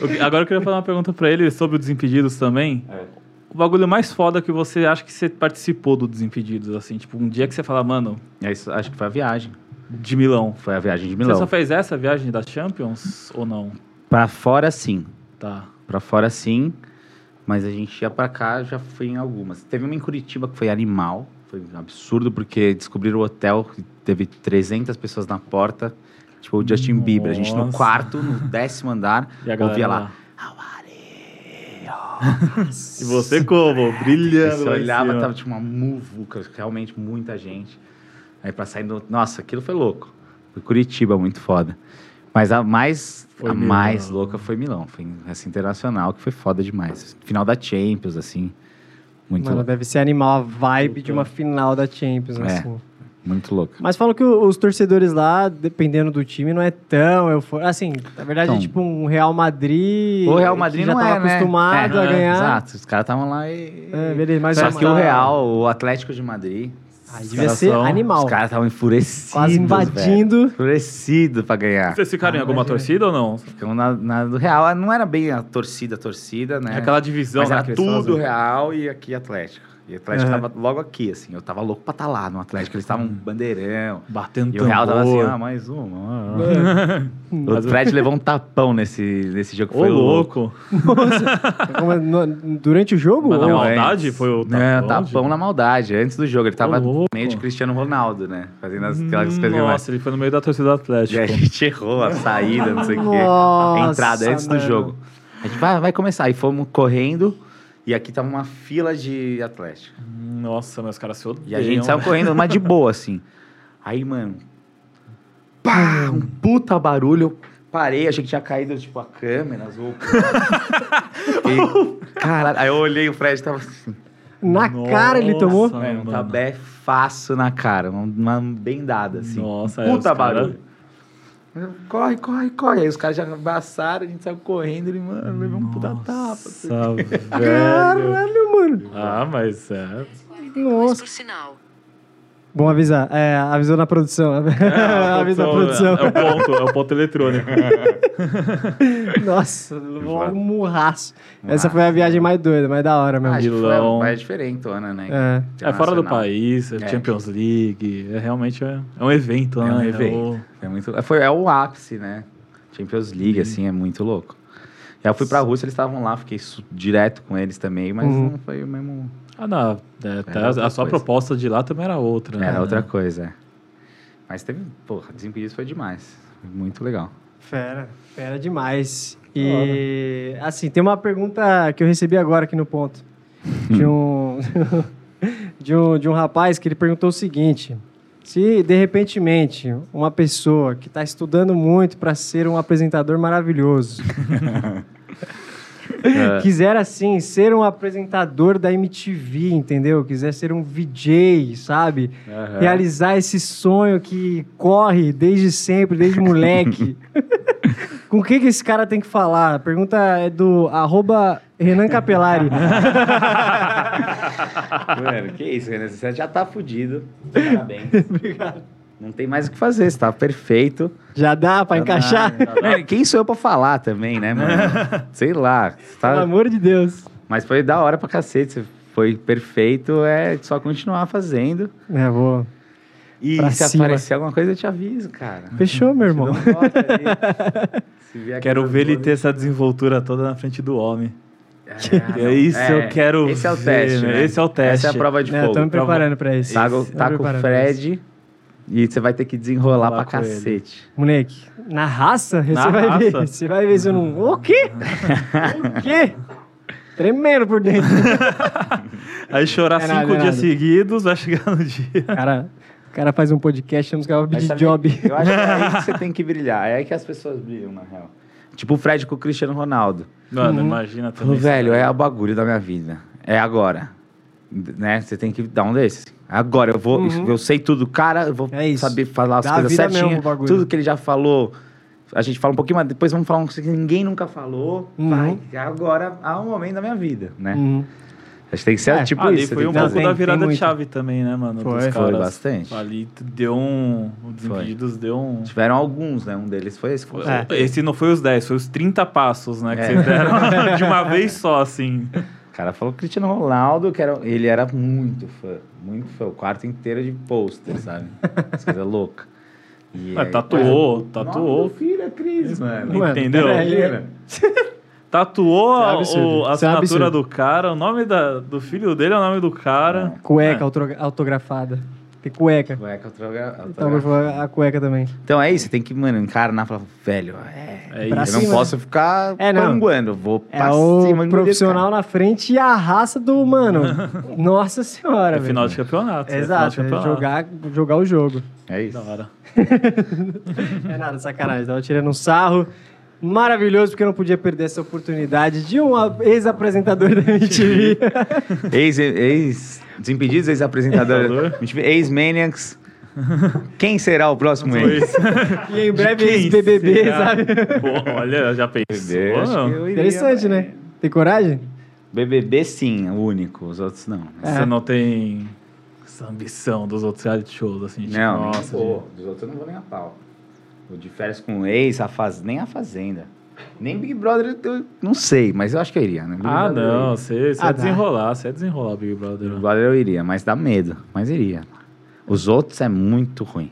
Eu que- Agora eu queria fazer uma pergunta pra ele sobre o Desimpedidos também.
É.
O bagulho mais foda que você acha que você participou do Desimpedidos, assim, tipo, um dia que você fala, mano,
É isso, acho que foi a viagem.
de Milão.
Foi a viagem de
Você só
Milão.
fez essa viagem da Champions ou não?
Pra fora, sim.
Tá.
Pra fora, sim. Mas a gente ia pra cá, já foi em algumas. Teve uma em Curitiba que foi animal. Foi um absurdo, porque descobriram o hotel, que teve 300 pessoas na porta. Tipo, o Justin Bieber. A gente no
Nossa.
quarto, no décimo andar,
E a
ouvia
galera
lá.
lá. E você como? Brilhando.
Você
lá em
olhava,
cima.
tava tipo uma muvuca, realmente muita gente. Aí pra sair do... Nossa, aquilo foi louco. Foi Curitiba, muito foda. Mas a mais,
Foi
a
Milão.
mais louca foi Milão. Foi essa internacional que foi foda demais. Final da Champions, assim. Muito,
Mano,
louco,
deve ser animal a vibe
Puta.
de uma final da Champions,
É.
assim.
muito louco.
Mas falam que o- os torcedores lá, dependendo do time, não é tão eufórico. Assim, na verdade é
Então.
tipo um Real Madrid.
O Real Madrid
que já
não
tava
é, né?
acostumado
É,
a ganhar.
Exato, os caras estavam lá e...
É, beleza, mas
Só
uma-
que o Real, o Atlético de Madrid...
Aí
os
Ah, devia
caras
ser
são-
animal.
Os caras estavam enfurecidos,
Quase invadindo.
Enfurecidos pra ganhar.
Vocês ficaram em
Ah,
alguma
imagina.
torcida ou não?
Então, na, na do Real, não era bem a torcida, a torcida,
É.
né?
Aquela divisão
Mas
lá
era
que eles
tudo
fazem.
Real e aqui Atlético. E Atlético
Aham. Uhum.
tava logo aqui, assim. Eu tava louco pra estar lá no Atlético. Eles estavam bandeirão.
Batendo
E o Real tava assim,
tambor.
ah, mais uma. ah, ah.
Um É.
O Atlético levou um tapão nesse, nesse jogo.
Ô,
Foi louco.
louco.
Como é, no- durante o jogo?
Mas Tá na
Ou-
moral. maldade? Foi o
tapão? É,
tapão,
tapão
gente?
na maldade. Antes do jogo. Ele tava
louco. Hum,
meio de Cristiano Ronaldo, né? Fazendo as- aquelas coisas que ele
Nossa, tipo- ele foi no meio da torcida do
E a
Atlético.
gente errou a saída, não sei o quê. A
Nossa,
entrada antes do
mano.
jogo. A gente vai, vai começar. Aí fomos correndo. E aqui tava uma fila de Atlético.
Nossa, meus caras se odeiam. né?
E a gente saiu correndo, mas de boa, assim. Aí, mano. Pá! Um puta barulho. Eu parei, achei que tinha caído, tipo, a câmera, as roupas. E, caralho. Aí eu olhei, o Fred tava assim.
Na
Nossa.
cara ele tomou.
Nossa,
Mano, um
mano.
tabé faço na cara. Uma, uma bendada, assim.
Nossa, é, os
Puta
cara-
barulho. Eu, Corre, corre, corre. Aí os caras já abraçaram, a gente saiu correndo. Ele, mano, levou um puta tapa.
Nossa, velho.
Caralho, mano.
assim. Ah, mas é.
Nossa.
por sinal.
Bom avisar. É, avisou na produção. Avisa na produção.
É o ponto, é o ponto eletrônico. É
Nossa, levou
Exato.
um murraço.
Um
Essa foi a viagem mais doida, mais da hora
Ah,
mesmo.
acho que foi
Milão.
uma mais diferentona, né?
É.
É fora do
Internacional.
país, é
É.
Champions League, é realmente é, é um evento,
É
né?
um evento. É, muito, é, foi, é o ápice, né? Champions League, assim, é muito louco. E aí eu fui pra Rússia, eles estavam lá, fiquei su- direto com eles também, mas
Uhum.
não foi o mesmo.
Ah, não, é, tá,
Era outra
a sua
coisa.
proposta de lá também era outra. né?
Era outra coisa, é. Mas teve, porra, Desimpedidos foi demais. Muito legal.
Fera, fera demais. E assim, tem uma pergunta que eu recebi agora aqui no ponto. De um, de um, de um rapaz que ele perguntou o seguinte: se de repentemente uma pessoa que está estudando muito para ser um apresentador maravilhoso quiser assim ser um apresentador da MTV, entendeu? Quiser ser um VJ, sabe?
É.
realizar esse sonho que corre desde sempre, desde moleque. Com o que, que esse cara tem que falar? A pergunta é do arroba Renan Capelari.
Mano, que isso, Renan? Você já tá fudido. Parabéns. Obrigado. Não tem mais o que fazer, você tá perfeito.
Já dá pra encaixar?
Mano, Quem sou eu pra falar também, né, mano? Sei lá. você tá-
Pelo amor de Deus.
Mas foi da hora pra cacete. Você foi perfeito, é só continuar fazendo.
É, vou.
E
Pra
se
cima.
aparecer alguma coisa, eu te aviso, cara.
Fechou, meu irmão.
Te dou um toque aí. Se vier aqui
Quero
nas
ver ele
boas,
ter essa desenvoltura toda na frente do homem.
É, não.
É isso
É,
eu quero
Esse é o
ver,
teste,
né?
né?
Esse é o teste.
Essa é a prova de
É,
fogo.
tô me preparando pra isso.
Tá, com-
Tô me
tá com o
preparando pra isso.
Fred, E você vai ter que desenrolar
Falar
pra
com ele.
cacete.
Moleque, na raça, você
Na
vai ver.
raça?
Você vai ver se eu não. O quê? o quê? Tremendo por dentro.
Aí chorar
É nada,
cinco
é
dias
nada.
seguidos, vai chegar no dia.
O cara, o cara faz um podcast, chama os caras
Mas
de
sabe-
job.
Eu acho que é aí que você tem que brilhar. É aí que as pessoas brilham, na real. Tipo o Fred com o Cristiano Ronaldo.
Mano, imagina
Falou,
também.
velho, é o bagulho da minha vida. É agora. Né? Você tem que dar um desses. Agora, eu vou.
Uhum.
Eu sei tudo, cara. Eu vou
É isso.
saber falar as
Dá a
coisas
vida
certinhas.
mesmo, o bagulho.
Tudo que ele já falou. A gente fala um pouquinho, mas depois vamos falar um que ninguém nunca falou.
Uhum.
Vai, agora há um momento da minha vida, né?
Uhum.
Acho que tem que ser
É,
tipo
ali
isso.
foi
tem
um
que
pouco
fazer.
tem-
da
tem
virada de
muito.
chave também, né, mano?
Foi.
dos
Foi
caras.
bastante.
Ali t- deu um. um Dos
Foi.
vídeos deu um.
Tiveram alguns, né? Um deles foi esse.
Foi-
É.
Esse não foi os 10, foi os 30 passos, né? Que
É.
vocês deram de uma vez só, assim.
O cara falou que Cristiano Ronaldo, que era, ele era muito fã, muito fã, o quarto inteiro de pôster, sabe? As coisas loucas. E
Ah,
aí,
tatuou,
pô, o nome
tatuou.
do filho é Cris, mano.
Mano,
Entendeu?
peraí.
Tatuou
Isso é
a-
absurdo.
o- a
Isso é
assinatura
absurdo.
do cara, o nome da- do filho dele é o nome do cara.
Cueca autogra- autografada. Tem cueca.
Cueca, autogra-
Autografou
autografo.
a cueca também.
é Então é isso, você tem que, mano, encarnar e falar, velho, é,
É
eu
isso.
não
cima,
posso ficar
É, não.
panguando, vou
É
pra cima
o
do
profissional na frente e a raça do mano. Nossa senhora,
É
velho.
final de campeonato. é final de
Exato, é
campeonato.
jogar, jogar o jogo.
cara. É isso.
Da hora.
É nada, sacanagem. Tava tirando um sarro. Maravilhoso, porque eu não podia perder essa oportunidade de um a- ex-apresentador da MTV.
Ex, ex Desimpedidos, ex-apresentador, ex-Maniacs. Quem será o próximo ex?
Pois.
e em breve
De quem
ex-BBB,
será?
sabe?
Pô, olha, já
BBB, acho que
pensou?
eu iria,
Interessante,
mas-
né? Tem coragem?
BBB sim, o único, os outros não.
É.
Você não tem essa ambição dos outros reality shows, assim. Tipo,
Não,
nossa,
pô, dos outros eu não vou nem a pau. O de férias com o ex, a faz... nem a Fazenda. Nem Big Brother, eu não sei, mas eu acho que eu iria, né? Big
Ah,
Brother eu
não,
iria.
você, você
Ah,
é
dá.
desenrolar, você é desenrolar Big Brother.
Big Brother eu iria, mas dá medo, mas iria. Os outros é muito ruim.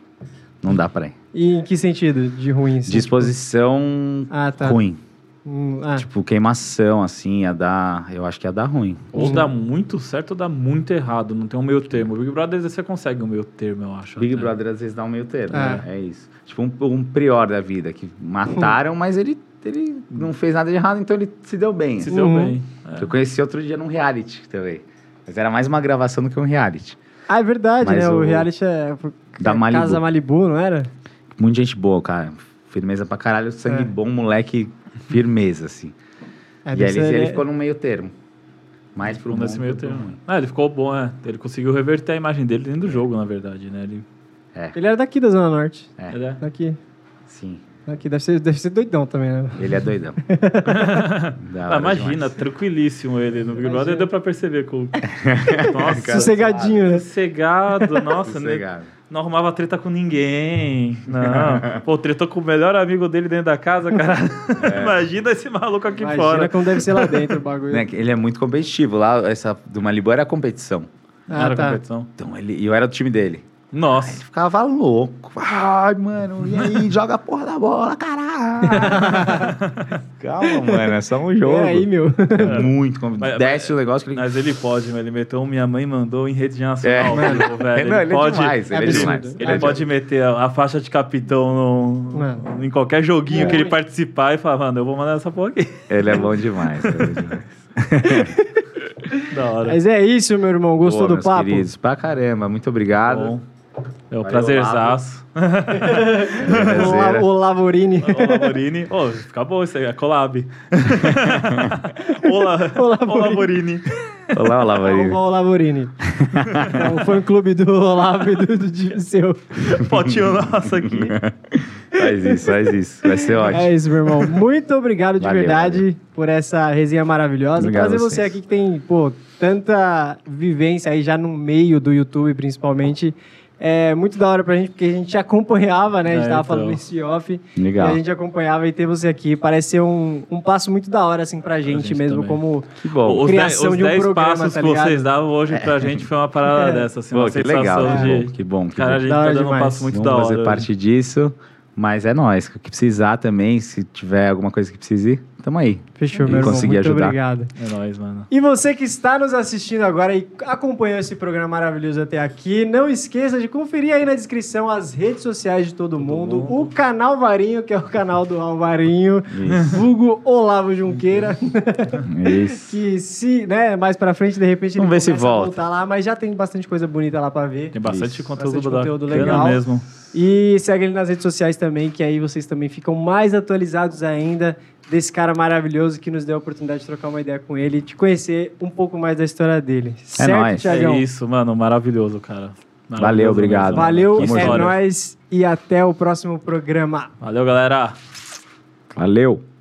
Não dá pra ir.
E em que sentido de ruim? assim?
Disposição
Ah, tá.
ruim.
Hum, ah,
Tipo, queimação, assim, ia dar. Eu acho que ia dar ruim.
Ou dá
Hum.
muito certo ou dá muito errado, não tem um meio termo. Big Brother você consegue um meio termo, eu acho.
Big
até.
Brother às vezes dá um meio termo,
É.
né? É isso. Tipo um, um prior da vida, que mataram, mas ele, ele não fez nada de errado, então ele se deu bem.
Se deu
Uhum.
bem. é.
Eu conheci outro dia num reality também. Mas era mais uma gravação do que um reality.
Ah, é verdade,
Mas
né? O,
o-
reality é... foi-
Da
é
Malibu.
Casa Malibu, não era?
Muita gente boa, cara. Firmeza pra caralho, sangue
É.
bom, moleque, firmeza, assim.
É,
e
deve
aí ele,
ser-
ele ficou no meio termo. Mais pro
Um
bom
desse
que
meio
pro ruim.
termo. Ah, ele ficou bom, é. Ele conseguiu reverter a imagem dele dentro do jogo, na verdade, né? Ele,
ele era daqui da Zona Norte.
É.
ele é-
Daqui.
Sim,
Daqui. Deve ser, deve ser doidão também, né?
ele é doidão. Da
Ah,
hora
imagina,
demais.
tranquilíssimo ele no Big Brother,
Imagina.
deu pra perceber com. Nossa,
Sossegadinho, né?
sossegado, nossa, né?
Sossegado.
Não arrumava treta com ninguém. Não. Pô, tretou com o melhor amigo dele dentro da casa, cara.
É.
Imagina esse maluco aqui
Imagina
fora.
como deve ser lá dentro o bagulho.
Né, que Ele é muito competitivo. Lá, essa do Malibu era competição.
Não era
Ah, tá.
competição.
Então, ele, e eu era do time dele.
Nossa.
Ficava louco. Ai, mano, e aí? joga a porra da bola, caralho. Calma, mano, é só um jogo.
É aí, meu.
É muito complicado.
Mas-
Desce o negócio que ele.
Mas ele pode, mas ele meteu um Minha Mãe Mandou em rede nacional,
É.
tipo, velho. Ele,
Não, ele
pode,
é demais, ele é
Absurdo.
demais.
ele
é
pode meter a, a faixa de capitão no-
Mano.
em qualquer joguinho que ele
Muito.
participar e falar, mano, eu vou mandar essa porra aqui.
demais. Ele é bom demais. ele é bom demais.
da hora.
Mas é isso, meu irmão. Gostou
Boa,
do
meus
papo?
Queridos, pra caramba, muito obrigado.
Bom. É o
Valeu,
prazerzaço.
O, La-
Prazer.
o Lavorini.
Ô, Laborini. Ô, fica bom isso aí, é collab. Olá,
Ô,
Olá,
Laborini.
Laborini.
Olá, olá,
Arroba
Maria.
o Lavorini. é o fã-clube do Olavo e do, do, do seu.
Fotinho nosso aqui.
Faz isso, faz isso. Vai ser ótimo.
É isso, meu irmão. Muito obrigado de
Valeu,
verdade por essa resenha maravilhosa.
Obrigado
Trazer
a vocês.
você aqui que tem, pô, tanta vivência aí já no meio do YouTube, principalmente. É muito da hora pra gente, porque a gente acompanhava, né? A gente
É,
tava
então.
falando esse off.
Legal.
E a gente acompanhava e ter você aqui. Pareceu um, um passo muito da hora, assim, pra gente,
gente
mesmo,
também.
como
Que bom.
Os dez-
Criação
os
de um
10
programa,
passos
tá
que vocês
ligado? É.
davam hoje pra gente foi uma parada dessa, assim,
Pô,
uma
que
sensação
legal, né?
de...
que bom, que bom. Que
Cara, a
bom.
gente
Da
tá
hora
dando um
demais.
passo muito
Vamos
da hora. né?
fazer parte disso. Mas é nóis. O que precisar também, se tiver alguma coisa que precise, tamo aí.
Fechou,
E
meu irmão.
consegui
Muito
ajudar.
obrigado.
É nóis, mano.
E você que está nos assistindo agora e acompanhou esse programa maravilhoso até aqui, não esqueça de conferir aí na descrição as redes sociais de todo, mundo,
mundo.
o canal Varinho, que é o canal do Alvarinho,
Isso.
vulgo Olavo Junqueira,
É Isso.
que se, né, mais pra frente, de repente, ele
Vamos ver se
começa a
volta.
voltar lá, mas já tem bastante coisa bonita lá pra ver.
Tem bastante
Isso.
conteúdo,
Bastante conteúdo
bacana
legal.
mesmo.
E segue ele nas redes sociais também, que aí vocês também ficam mais atualizados ainda desse cara maravilhoso que nos deu a oportunidade de trocar uma ideia com ele e de conhecer um pouco mais da história dele. certo,
nóis.
Tiagão?
É isso, mano. Maravilhoso, cara. Maravilhoso
Valeu, obrigado.
mesmo.
Valeu,
Que
Tamo
é
história.
nóis e até o próximo programa.
Valeu, galera.
Valeu.